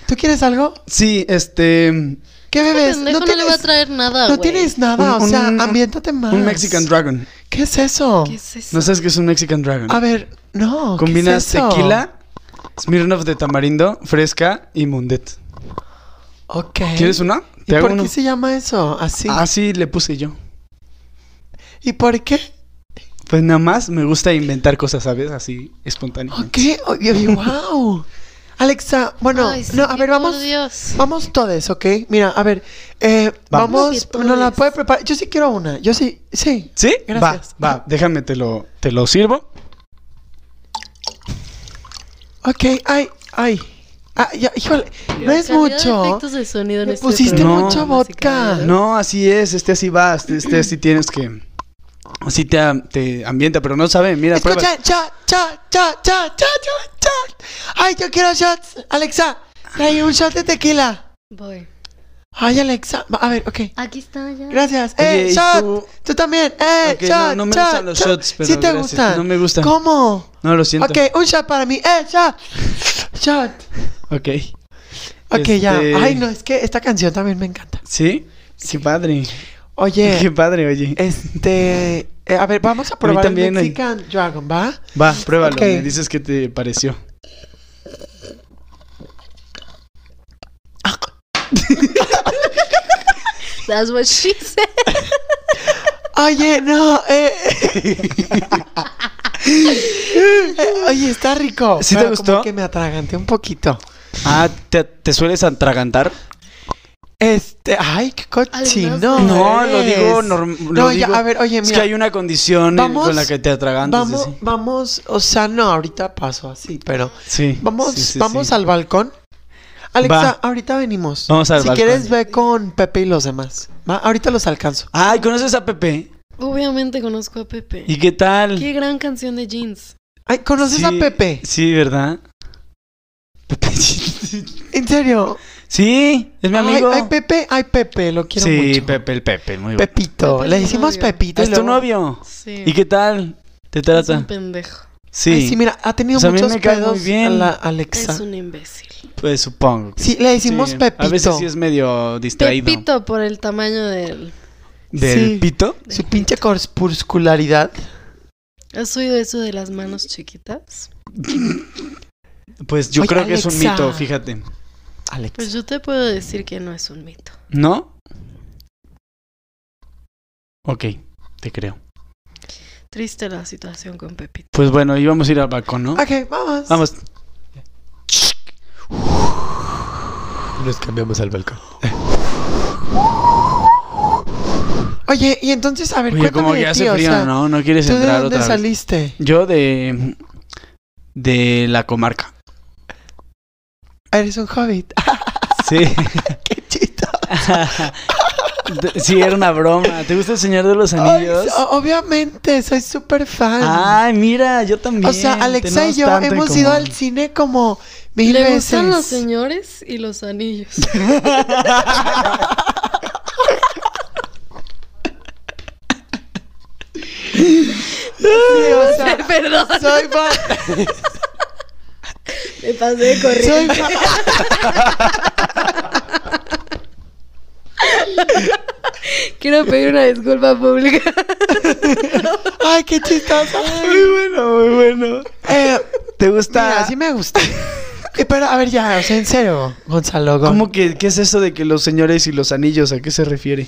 E: ¿Tú quieres algo?
A: Sí, este...
E: ¿Qué bebes?
C: Pendejo, no, le voy a traer nada,
E: no
C: güey.
E: tienes nada.
A: Un-
E: o sea,
A: un-
E: ambiéntate más.
A: Un Mexican Dragon.
E: ¿Qué es eso?
C: ¿Qué es eso?
A: ¿No sabes qué es un Mexican Dragon?
E: A ver, no. ¿qué
A: Combinas
E: es eso?
A: tequila, Smirnoff de tamarindo, fresca y mundet.
E: Ok.
A: ¿Quieres una?
E: ¿Eh? ¿Y
A: Te hago
E: por
A: uno. Ah.
E: qué se llama eso? Así.
A: Así le puse yo.
E: ¿Y por qué?
A: Pues nada más me gusta inventar cosas, ¿sabes? Así, espontáneamente.
E: ¿Qué? wow. Alexa, bueno,
C: Ay, sí,
E: no, a ver,
C: por
E: vamos.
C: Dios.
E: Vamos todos, ¿ok? Mira, a ver, eh, vamos,
C: Vamos. Que
E: no la
C: todes.
E: puede preparar. Yo sí quiero una, yo sí, sí.
A: ¿Sí?
E: Gracias.
A: Va, va, déjame, te lo, te lo sirvo.
E: Ok, ay, ay. Ah, ya, híjole, no
C: Cantidad
E: es
C: de
E: mucho.
C: efectos de sonido en
E: Me
C: este
E: pusiste
C: programa,
E: mucho vodka.
C: básicamente.
A: No, así es, este así va, este, este así tienes que... Así te, am- te ambienta, pero no sabe, mira, prueba.
E: Escucha, cha, cha, cha, cha, cha, cha, cha. Ay, yo quiero shots. Alexa, trae un shot de tequila.
C: Voy.
E: Ay, Alexa, va, a ver, ok.
C: Aquí está ya.
E: Gracias.
A: Oye,
E: eh,
A: ¿y
E: shot. Tú?
A: tú?
E: también. Eh,
A: Ok, no,
E: shot.
A: no me
E: shot,
A: gustan los
E: shot.
A: shots, pero
E: Sí te
A: gracias.
E: gustan.
A: No me gustan.
E: ¿Cómo?
A: No, lo siento.
E: Ok, un shot para mí. Eh, shot. Shot.
A: Ok.
E: Ok, ya.
A: Este-
E: Ay, no, es que esta canción también me encanta.
A: ¿Sí? Qué padre. Qué
E: Oye,
A: padre,
E: Eh,
A: oye.
E: este. eh, a ver, vamos a probar el
A: también, ay.
E: Mexican Dragon, ¿va?
A: Va, pruébalo,
E: ok.
A: me dices qué te pareció.
C: That's what she said.
E: Oye, no. Eh. Eh, Oye, está rico.
A: ¿Sí te
E: pero Como
A: gustó?
E: que me atraganté un poquito.
A: Ah, ¿te, te sueles atragantar?
E: Este, ay, qué cochino.
A: No, lo
E: eres.
A: digo normal.
E: No, ya, a ver, oye,
A: Es
E: mira.
A: que hay una condición en-
E: Vamos-
A: con la que te atragantas.
E: Vamos,
A: sí.
E: vamos, o sea, no, ahorita paso así, pero
A: Sí.
E: vamos,
A: sí, sí,
E: vamos
A: sí.
E: al balcón. Alexa,
A: Va.
E: ahorita venimos.
A: Vamos al
E: si
A: balcón.
E: quieres ve con Pepe y los demás. Va, ahorita los alcanzo.
A: Ay, ¿conoces a Pepe?
C: Obviamente conozco a Pepe.
A: ¿Y qué tal?
C: Qué gran canción de jeans.
E: Ay, ¿conoces
A: Sí,
E: a Pepe?
A: Sí, ¿verdad? Pepe.
E: ¿En serio?
A: Sí, es mi
E: Ay,
A: amigo.
E: Ay, Pepe, ay, Pepe, lo quiero
A: sí,
E: mucho.
A: Pepe, el Pepe, muy bueno.
E: Pepito,
C: Pepe
E: le
C: es mi
E: decimos
C: novio.
E: Pepito. y
A: ¿Es tu
E: luego-
A: novio?
C: Sí.
A: ¿Y qué tal? ¿Te
C: es
A: trata?
C: un pendejo.
A: Sí,
E: Ay, sí, mira, ha tenido
A: O sea, a mí
E: muchos
A: me cae muy
E: pedos
A: bien.
E: a la
C: Es
E: Alexa.
C: un imbécil.
A: pues supongo. que
E: Sí, le decimos
A: sí.
E: Pepito.
A: A veces sí es medio distraído.
C: Pepito por el tamaño del.
A: ¿Del
E: Sí.
A: pito?
E: Su pinche corpuscularidad.
C: ¿Has oído eso de las manos chiquitas?
A: Pues yo
E: Oye,
A: creo que es un
E: Alexa.
A: mito, fíjate.
E: Alexa.
C: Pues yo te puedo decir que no es un mito.
A: ¿No? Ok, te creo.
C: Triste la situación con Pepito.
A: Pues bueno, íbamos a ir al balcón, ¿no?
E: Ok, vamos.
A: Vamos.
H: Nos cambiamos al balcón.
E: Oye, y entonces, a ver,
A: Oye, como
E: cuéntame
A: que
E: de
A: hace
E: ti, o
A: frío,
E: sea,
A: ¿no? ¿No quieres
E: ¿Tú de
A: entrar
E: dónde
A: otra vez?
E: saliste?
A: Yo de... De la comarca.
E: Eres un hobbit.
A: Sí.
E: ¡Qué chido!
A: De- sí, era una broma. ¿Te gusta el Señor de los
E: Ay,
A: Anillos?
E: so- obviamente, soy súper fan.
A: Ay, mira, yo también.
E: o sea, Alexa y
A: Tenemos
E: yo
A: tanto en
E: hemos ido
A: común.
E: al cine como mil
C: Le
E: veces.
C: gustan los señores y los anillos.
E: Sí, o sea,
C: Perdón,
E: soy fan.
C: me pasé corriendo.
E: Soy fan.
C: Quiero pedir una disculpa pública.
E: Ay, qué chistoso.
A: Muy bueno, muy bueno.
E: Eh,
A: ¿Te gusta?
E: mira, sí me gusta. Eh, Pero, a ver, ya, o sea, en serio, Gonzalo. Gon-
A: ¿Cómo que qué es eso de que los señores y los anillos? ¿A qué se refiere?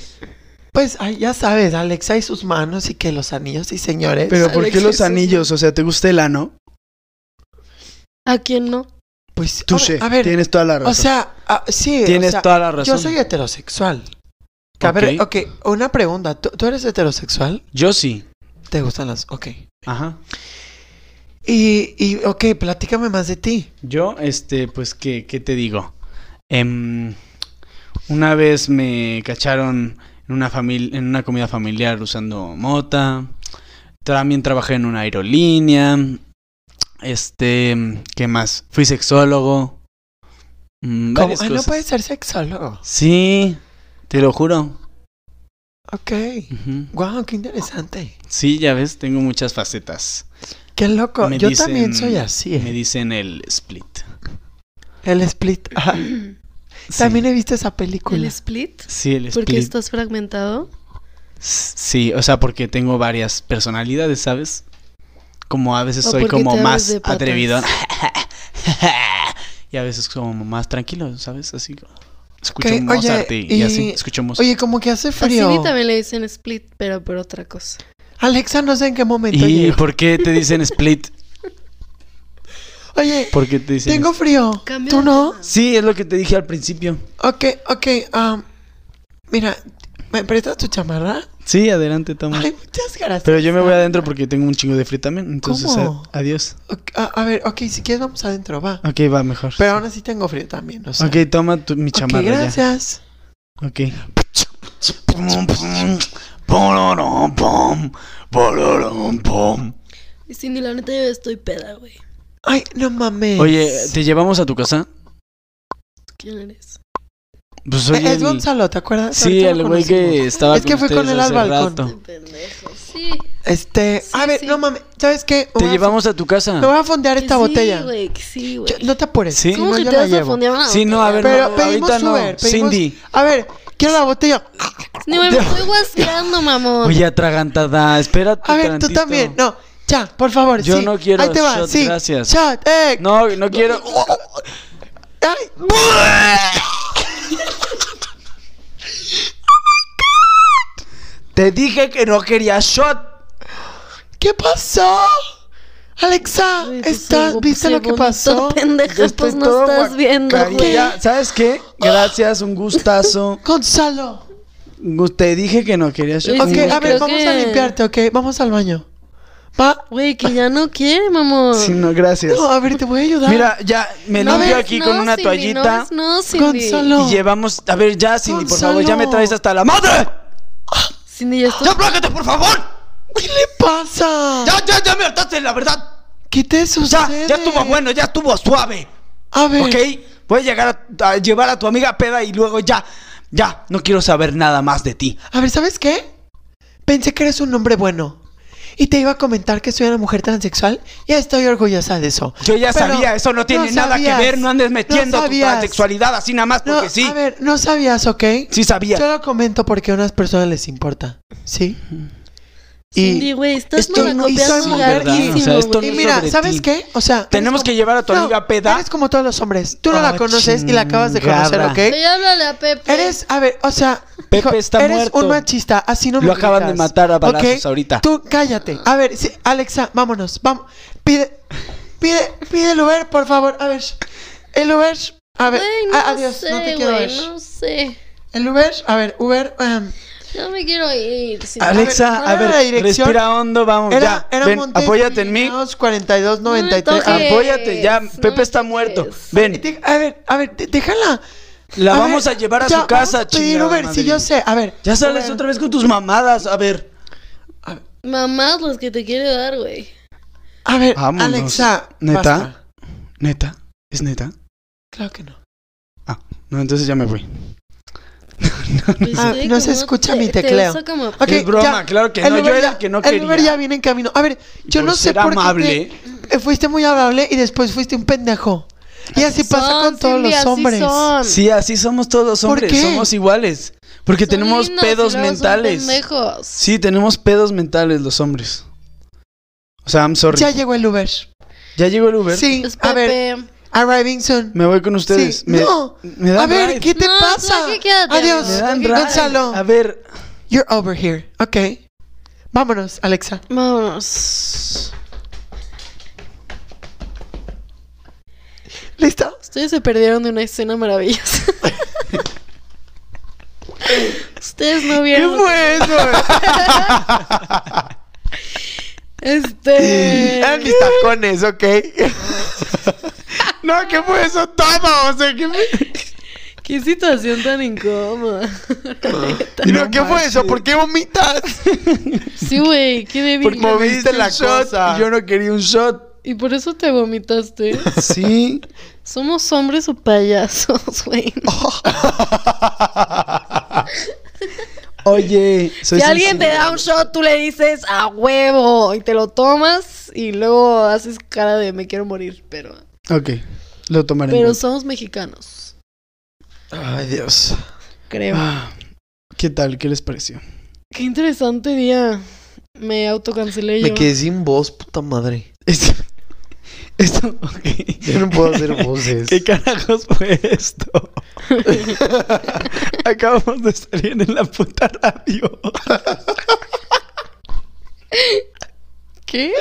E: Pues, ay, ya sabes, Alexa y sus manos y que los anillos y señores.
A: Pero ¿por
C: Alex,
A: qué los
C: eso-
A: anillos? O sea, ¿te gusta el ano?
C: ¿A quién no?
E: pues,
A: Tú
E: a, a ver,
A: tienes toda la razón.
E: o sea, ah, sí. o
A: tienes
E: sea,
A: toda la razón.
E: Yo soy heterosexual. A ver, ok, una pregunta. ¿Tú, tú eres heterosexual?
A: Yo sí.
E: ¿Te gustan las...? Ok.
A: Ajá.
E: Y, y ok, platícame más de ti.
A: Yo, este, pues, ¿qué, qué te digo? Em, una vez me cacharon en una, famil- en una comida familiar usando mota. También trabajé en una aerolínea. Este, ¿qué más? Fui sexólogo. Mm,
E: ¿Cómo?
A: varias
E: Ay, no
A: cosas.
E: pues. puedes ser sexólogo.
A: Sí, te lo juro.
E: Ok.
A: Ujú.
E: Wow, qué interesante.
A: Sí, ya ves, tengo muchas facetas.
E: Qué loco.
A: Me
E: Yo
A: dicen-
E: también soy así. eh.
A: Me dicen el split.
E: El split. Ah,
A: Sí.
E: También he visto esa
C: ¿El
E: película.
C: split?
A: Sí, el
C: ¿Por qué
A: split.
C: estás fragmentado?
A: S- Sí, o sea, porque tengo varias personalidades, ¿sabes? Como a veces
C: O
A: soy
C: porque
A: como
C: te abres
A: más
C: de patas.
A: atrevido. y a veces como más tranquilo, ¿sabes? Así. como- Escucho
E: Ok, oye,
A: Mozart y, y así.
E: y-
A: Escucho Mozart.
E: Oye, como que hace
C: A
E: frío.
C: Cindy también le dicen split, pero por otra cosa.
E: Alexa, no sé en qué momento
A: ¿Y
E: llego.
A: por qué te dicen split?
E: Oye,
A: ¿Por qué te dicen
E: tengo frío.
C: Cambia
E: ¿Tú
C: de
E: no?
A: Sí, es lo que te dije al principio.
E: Ok, ok. um, mira, ¿me prestas tu chamarra?
A: Sí, adelante, toma.
E: Ay, muchas gracias.
A: Mm. Pero yo me voy adentro porque tengo un chingo de frío también. Entonces,
E: ¿Cómo?
A: a- adiós.
E: Ok, a, a ver, ok, si quieres vamos adentro, va.
A: Ok, va mejor.
E: Pero aún así tengo frío también, o sea.
A: ok, toma tu- mi
E: Ok,
A: chamarra ya.
E: gracias.
A: Ok.
C: Y Cindy, la neta yo estoy peda, güey.
E: Ay, no mames. Eh,
A: Oye, ¿te llevamos a tu casa?
C: ¿Quién eres?
A: Pues
E: Eh,
A: soy
E: es
A: el-
E: Gonzalo, ¿te acuerdas?
A: Sí,
E: Ahorita lo
A: el güey que
E: conocimos.
A: estaba
E: Es que fue con
A: ustedes
E: él al
A: hace
E: balcón.
A: rato.
C: Pendejo. Sí.
E: Este, a ver,
C: sí.
E: no mames, ¿sabes qué?
A: Te
E: Voy a-
A: llevamos a tu
E: Me
A: casa.
E: voy a fondear esta
C: sí,
E: botella.
C: güey, que sí, güey.
E: Yo- no te apures.
A: Sí.
E: si
C: ¿Cómo
E: no,
C: que
E: yo
C: te
E: la
C: vas a
E: llevo.
C: fondear una
A: Sí, no, a ver,
E: Pero
A: no,
E: pedimos
A: ahorita
E: Uber,
A: no.
E: pedimos-
A: Cindy.
E: A ver, quiero la botella.
C: Ni me estoy guasqueando, mamón.
A: Oye, atragantada, espérate
E: A ver, tú
A: tantito.
E: también. No, ya, por favor.
A: Yo
E: sí.
A: no quiero
E: Ahí te va,
A: shot,
E: sí.
A: gracias.
E: Shot, eh.
A: No, no quiero.
E: Ay.
A: Te dije que no quería shot.
E: ¿Qué pasó? Alexa,
C: Güey, pues,
E: ¿estás,
C: algo,
E: ¿viste
C: pues,
E: lo que
C: bonito,
E: pasó?
C: Pendeja,
A: Estoy
C: pues no
A: todo
C: estás viendo, güey.
A: guacarilla. ¿Sabes qué? Gracias, un gustazo.
E: Gonzalo.
A: Gu- Te dije que no quería shot.
C: Sí,
E: Ok,
A: Un
E: a
A: gusto.
E: ver,
C: creo
E: vamos
C: que-
E: a limpiarte, ok. Vamos al baño. Va.
C: Güey, que ya no quiere, mamón.
A: Sí, no, gracias.
E: Oh, No, a ver, te voy a ayudar.
A: Mira, ya me
C: No
A: limpio
C: ves,
A: aquí
C: no,
A: con una
C: Cindy,
A: toallita.
C: No, ves, no, Cindy.
E: Gonzalo.
A: Y llevamos. A ver, ya, Cindy,
E: Oh,
A: por favor, ya me
E: Gonzalo.
A: traes hasta la madre.
C: Cindy, ya estoy...
B: ¡Ya aplácate, por favor!
E: ¿Qué le pasa?
B: ¡Ya, ya, ya me hartaste, la verdad!
E: ¿Qué te
B: ¡Ya,
E: sucede?
B: ya estuvo bueno, ya estuvo suave!
E: A ver.
B: ¿Ok? Voy a llegar a, a llevar a tu amiga peda y luego ya, ya, no quiero saber nada más de ti.
E: A ver, ¿sabes qué? Pensé que eres un hombre bueno. Y te iba a comentar que soy una mujer transexual. Ya estoy orgullosa de eso.
B: Yo ya
E: Pero
B: sabía, eso no tiene nada
E: sabías.
B: que ver, no andes metiendo
E: No
B: tu
E: sabías.
B: transexualidad así nada más
E: No,
B: porque sí.
E: A ver, no sabías, ¿ok?
B: Sí sabía.
E: Yo lo comento porque a unas personas les importa. ¿Sí?
C: Cindy, güey, estás
E: estoy- y soy
C: malacopiando
E: mujer,
C: gatísimo,
A: y- o sea, esto
C: güey.
A: no
E: Y
A: es
E: mira,
A: sobre
E: ¿sabes
A: ti.
E: qué? O sea,
B: Tenemos
E: eres
B: que llevar a tu amiga peda.
E: Eres como todos los hombres. Tú no la
A: Ah,
E: conoces y la acabas de conocer,
A: chingada.
E: ¿ok?
C: Ve, háblale a Pepe.
E: Eres, a ver, o sea,
A: Pepe está
E: eres
A: muerto.
E: un machista, así no me
A: Lo acaban de
E: gritas,
A: matar a balazos
E: ¿ok?
A: ahorita.
E: Tú cállate. A ver, sí, Alexa, vámonos, vamos. Pide, pide, pide el Uber, por favor. A ver, el Uber, a ver,
C: Güey, no
E: a- adiós,
C: sé,
E: no te quiero
C: güey,
E: ver.
C: no sé.
E: El Uber, a ver, Uber, em,
C: Ya me quiero ir. Cindy.
A: Alexa, a
E: ¿cuál era la
A: ver,
E: dirección?
A: respira hondo, vamos,
E: era,
A: ya.
E: era
A: Ven,
E: Montes
A: apóyate en mí.
E: Pinos, 4293.
C: No me toques.
A: Apóyate, ya,
C: No
A: Pepe está muerto.
C: toques.
A: Ven,
E: De- A ver, a ver, de- déjala.
A: la
E: A
A: vamos
E: ver,
A: a llevar a
E: ya,
A: su casa,
E: vamos a pedir
A: chingada
E: Uber,
A: madre.
E: sí, yo sé. A ver,
A: Ya sales
E: Uber.
A: otra vez con tus mamadas, a ver.
C: Mamás los que te quiere dar, güey.
E: A ver,
A: Vámonos.
E: Alexa.
A: ¿Neta?
E: basta.
A: ¿Neta? ¿Es neta?
E: Claro que no.
A: No, entonces ya me voy.
C: Pues,
E: Ah,
C: güey,
E: no se
C: como
E: escucha
C: te-
E: mi
C: te
E: tecleo.
C: usa como-
E: Ok,
A: Es broma, claro que
E: el
A: no, yo
E: Uber
A: era
E: ya-
A: el que no
E: El Uber
A: quería.
E: ya viene en camino. A ver, yo
A: Por
E: no sé
A: ser
E: por
A: amable.
E: qué te- eh, fuiste muy amable y después fuiste un pendejo. Y así pasa
C: Son,
E: con todos
C: Cindy,
E: los
C: así
E: hombres.
C: son.
A: Sí, así somos todos los
E: ¿Por
A: hombres,
E: qué?
A: somos iguales. Porque
C: Son
A: tenemos
C: lindos y
A: pedos
C: luego son
A: mentales.
C: pendejos.
A: Sí, tenemos pedos mentales los hombres. O sea, I'm sorry.
E: Ya
A: Ya,
E: llegó el Uber.
A: llegó el Uber.
E: Sí,
C: Es
E: a ver,
C: Pepe.
E: arriving soon.
A: Me voy con ustedes.
E: Sí,
A: Me-
E: no.
A: me dan
E: a ver,
A: ride.
E: ¿qué te
C: No, tú
E: pasa?
C: aquí quédate,
E: Adiós.
C: amigo.
A: Me dan
C: Aquí-
A: ride.
E: Gonzalo.
A: A ver,
E: You're over here. Ok. Vámonos, Alexa.
C: Vámonos.
E: ¿Listo?
C: Ustedes se perdieron de una escena maravillosa. Ustedes no vieron. ¿Qué fue eso? este.
E: Eran mis tacones, ok.
B: No, ¿qué fue eso? Toma, o sea, ¿qué fue?
C: Qué situación tan incómoda.
E: No, ¿Qué fue eso? ¿Por qué vomitas?
C: Sí, güey, qué débil.
E: Moviste la cosa.
A: yo no quería un shot.
C: Y por eso te vomitaste.
A: Sí.
C: Somos hombres o payasos, güey.
A: Oye, soy
C: Si alguien te
A: sensible.
C: da un shot, tú le dices a huevo y te lo tomas y luego haces cara de me quiero morir, pero
A: Ok, lo tomaré. en
C: pero
A: cuenta.
C: somos mexicanos,
E: Ay, Dios.
C: creo.
A: Ah, ¿Qué tal? ¿Qué les pareció?
C: Qué interesante día. Me autocancelé yo.
E: Me quedé sin voz, puta madre.
A: Esto, esto ok.
E: Yo no puedo hacer voces.
A: ¿Qué carajos fue esto? Acabamos de salir en la puta radio.
C: ¿Qué?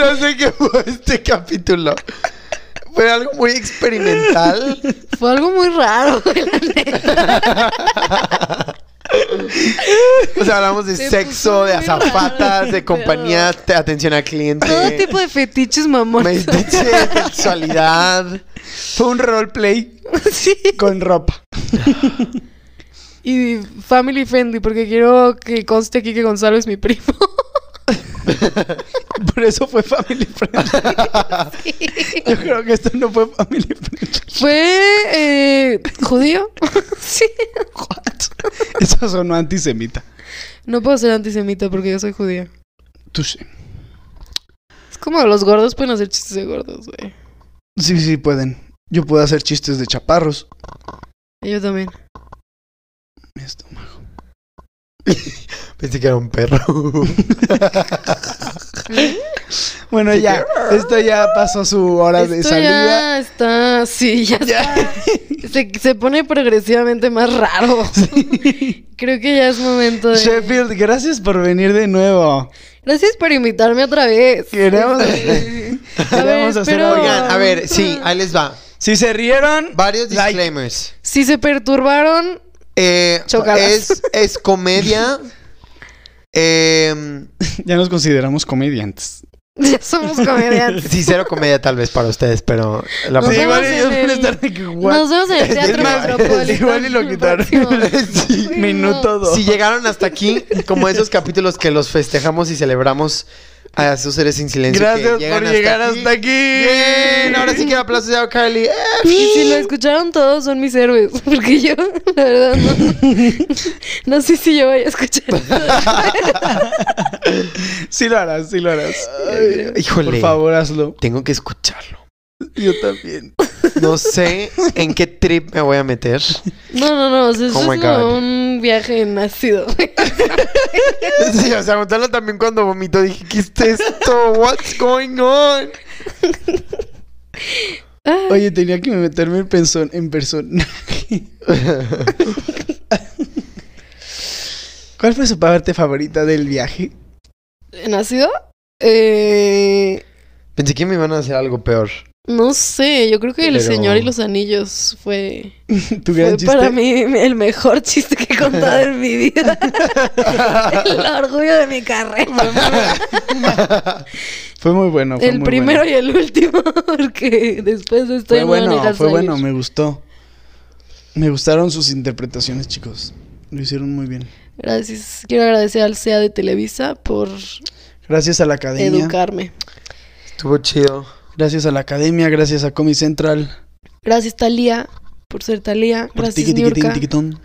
B: No sé qué fue este capítulo. Fue algo muy experimental.
C: Fue algo muy raro. la neta.
B: O sea, hablamos de
C: Se
B: sexo,
C: puso
B: de
C: muy
B: azafatas,
C: raro,
B: de compañías, de atención al cliente.
C: Todo tipo de fetiches, mamón.
B: de sexualidad.
A: Fue un roleplay
C: sí.
A: con ropa.
C: Y Family Fendi, porque quiero que conste aquí que Gonzalo es mi primo.
A: Por eso fue Family Friendly. Yo creo que esto no fue Family Friendly.
C: Fue eh, judío. sí.
A: Eso sonó antisemita.
C: No puedo ser antisemita porque yo soy judía.
A: Tú sí.
C: Es como los gordos pueden hacer chistes de gordos, güey.
A: Sí, sí, pueden. Yo puedo hacer chistes de chaparros.
C: Y Yo también.
A: Mi estómago.
B: Pensé que era un perro.
A: Bueno, ya. Esto ya pasó su hora de
C: Esto
A: salida.
C: ya está, sí, ya está. Se, se pone progresivamente más raro. Creo que ya es momento de...
A: Sheffield, gracias por venir de nuevo.
C: Gracias por invitarme otra vez.
A: Queremos-
C: Este, a ver,
A: queremos hacer
C: espero-
A: algo.
B: Oigan, a ver, sí, ahí les va.
A: Si se rieron,
B: Varios
A: Like.
B: disclaimers.
C: Si se perturbaron,
B: Eh,
C: Chocadas.
B: es, es comedia. Eh,
A: ya nos consideramos comediantes.
C: ya somos comediantes.
B: sí, cero comedia tal vez para ustedes, pero la
C: Nos
B: pasamos-
C: vemos
A: igual ellos
C: en
A: van a
C: el-
A: estar de que, "What?".
C: Nos vemos en el
B: Es
C: Teatro
B: más,
C: Metropolitano.
A: igual y lo
C: el
A: quitaron.
C: próximo-
B: Sí.
C: Uy, no.
A: Minuto dos.
B: Si llegaron hasta aquí, como esos capítulos que los festejamos y celebramos a esos seres sin silencio. que
A: Gracias
B: llegan
A: por llegar hasta aquí.
B: Bien, ahora sí que aplausos de Carly. Eh,
C: Y si lo escucharon todos son mis héroes, porque yo, la verdad, no, no sé si yo voy a escuchar.
A: Sí lo harás, sí lo harás.
B: Híjole.
A: Por favor, hazlo.
B: Tengo que escucharlo.
A: Yo también.
B: No sé en qué trip me voy a meter.
C: No, no, no, o sea, esto
B: Oh my
C: es como
B: God.
C: un viaje en ácido.
B: Sí, o sea, Gonzalo también cuando vomitó dije, ¿qué es esto? What's going on?
A: Oye, tenía que meterme en, person en personaje. ¿Cuál fue su parte favorita del viaje?
C: ¿En ácido? Eh,
B: Pensé que me iban a hacer algo peor.
C: no sé, yo creo que El
B: Pero-
C: Señor y los Anillos fue,
A: Tu
C: fue
A: gran chiste.
C: para mí el mejor chiste que he contado en mi vida. el orgullo de mi carrera.
A: Fue muy bueno. Fue
C: el
A: muy
C: primero
A: bueno.
C: y el último, porque después de esto
A: fue
C: ya no van a
A: bueno,
C: dejar
A: fue
C: salir.
A: bueno, me gustó. Me gustaron sus interpretaciones, chicos. Lo hicieron muy bien.
C: Gracias. Quiero agradecer al CEA de Televisa por
A: Gracias a la academia.
C: educarme.
B: Estuvo chido.
A: Gracias a la academia, gracias a Comi Central.
C: Gracias, Talía, por ser Talía.
A: Por
C: Gracias,
A: tiqui, tiquitín,
C: Niurka.
A: tiquitón.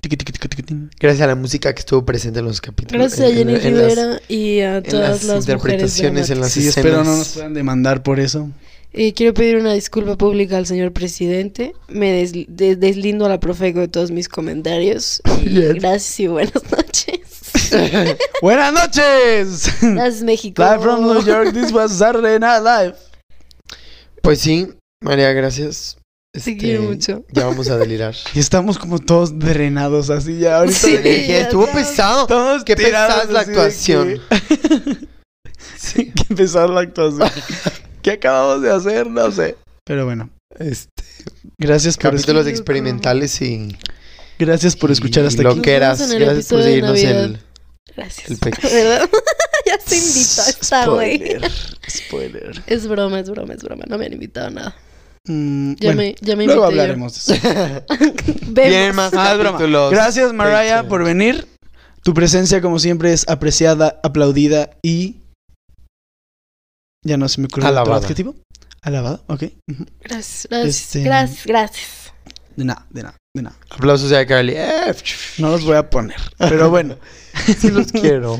A: Tiqui, tiqui, tiqui, tiquitín.
B: Gracias a la música que estuvo presente en los capítulos.
C: Gracias a
B: en- en- en
C: Jenny
B: las-
C: Rivera y a
B: en las
C: todas las,
B: interpretaciones,
C: mujeres.
B: en las
A: Sí,
B: escenas.
A: espero no nos puedan demandar por eso.
C: Y Eh, quiero pedir una disculpa pública al señor presidente. Me des- de- deslindo a la Profeco de todos mis comentarios. Y
B: Yes.
C: Gracias y buenas noches.
A: ¡Buenas noches!
C: Gracias, México.
A: Live from New York, this was Saturday Night Live.
B: Pues sí, María, gracias.
C: Te
B: Este,
C: quiero mucho.
B: Ya vamos a delirar.
A: Y estamos como todos drenados así ya ahorita.
C: Sí,
B: La energía
C: ya
B: estuvo
C: sabes.
B: pesado.
A: Todos
B: Qué
A: tirados
B: pesada es la
A: así de que-
B: actuación.
A: Sí, que empezar la actuación. ¿Qué acabamos de hacer? No sé. Pero bueno,
B: Este,
A: gracias por, escu-
B: capítulos experimentales y,
A: gracias por escuchar
B: y
A: hasta aquí.
B: loqueras.
C: Nos vemos en el
B: Gracias por
C: episodio de
B: seguirnos el,
C: Navidad. Gracias.
B: el pex.
C: ¿Verdad? ya se invitó esta güey.
A: Spoiler. Spoiler.
C: Es broma, es broma, es broma. No me han invitado a nada.
A: Mm,
C: Ya
A: bueno,
C: me, ya me
A: luego
C: invité yo.
A: hablaremos de eso.
C: Vemos.
B: Vienen más
A: Ah, es broma.
B: capítulos.
A: Gracias, Mariah,
B: Patreon.
A: por venir. Tu presencia, como siempre, es apreciada, aplaudida y. Ya no se me ocurre
B: Alabada.
A: otro adjetivo. Alabada, ok. Ujú.
C: Gracias, gracias,
A: Este-
C: gracias, gracias.
A: De nada, de nada, de nada.
B: Aplausos a Carly. Eh,
A: No los voy a poner. Pero bueno,
B: sí los quiero.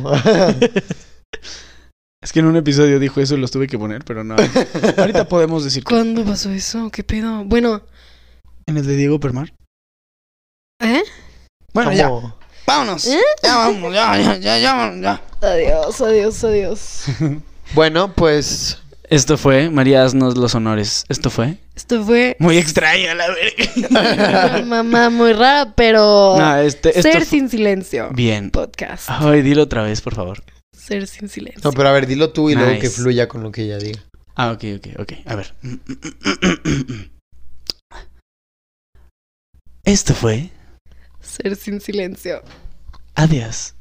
A: es que en un episodio dijo eso y los tuve que poner, pero no. Ahorita podemos decir. que-
C: ¿Cuándo pasó eso? ¿Qué pedo? Bueno,
A: En el de Diego Permar.
C: ¿eh?
A: Bueno, ya.
B: Como-
A: Vámonos.
C: ¿Eh?
A: Ya vamos, ya, ya, ya, ya, ya.
C: Adiós, adiós, adiós.
B: Bueno, pues
A: Esto fue, María, haznos los honores. Esto fue.
C: Esto fue
A: Muy extraño, la verga.
C: una mamá muy rara, pero
A: No, este, esto
C: Ser
A: fu-
C: sin silencio.
A: Bien. Ah.
C: Podcast.
A: Ay, dilo otra vez, por favor.
C: Ser sin silencio.
B: No, pero a ver, dilo tú y luego
A: Nice.
B: que fluya con lo que ella diga.
A: Ah, ok, ok, ok. A ver. Esto fue.
C: Ser sin silencio.
A: Adiós.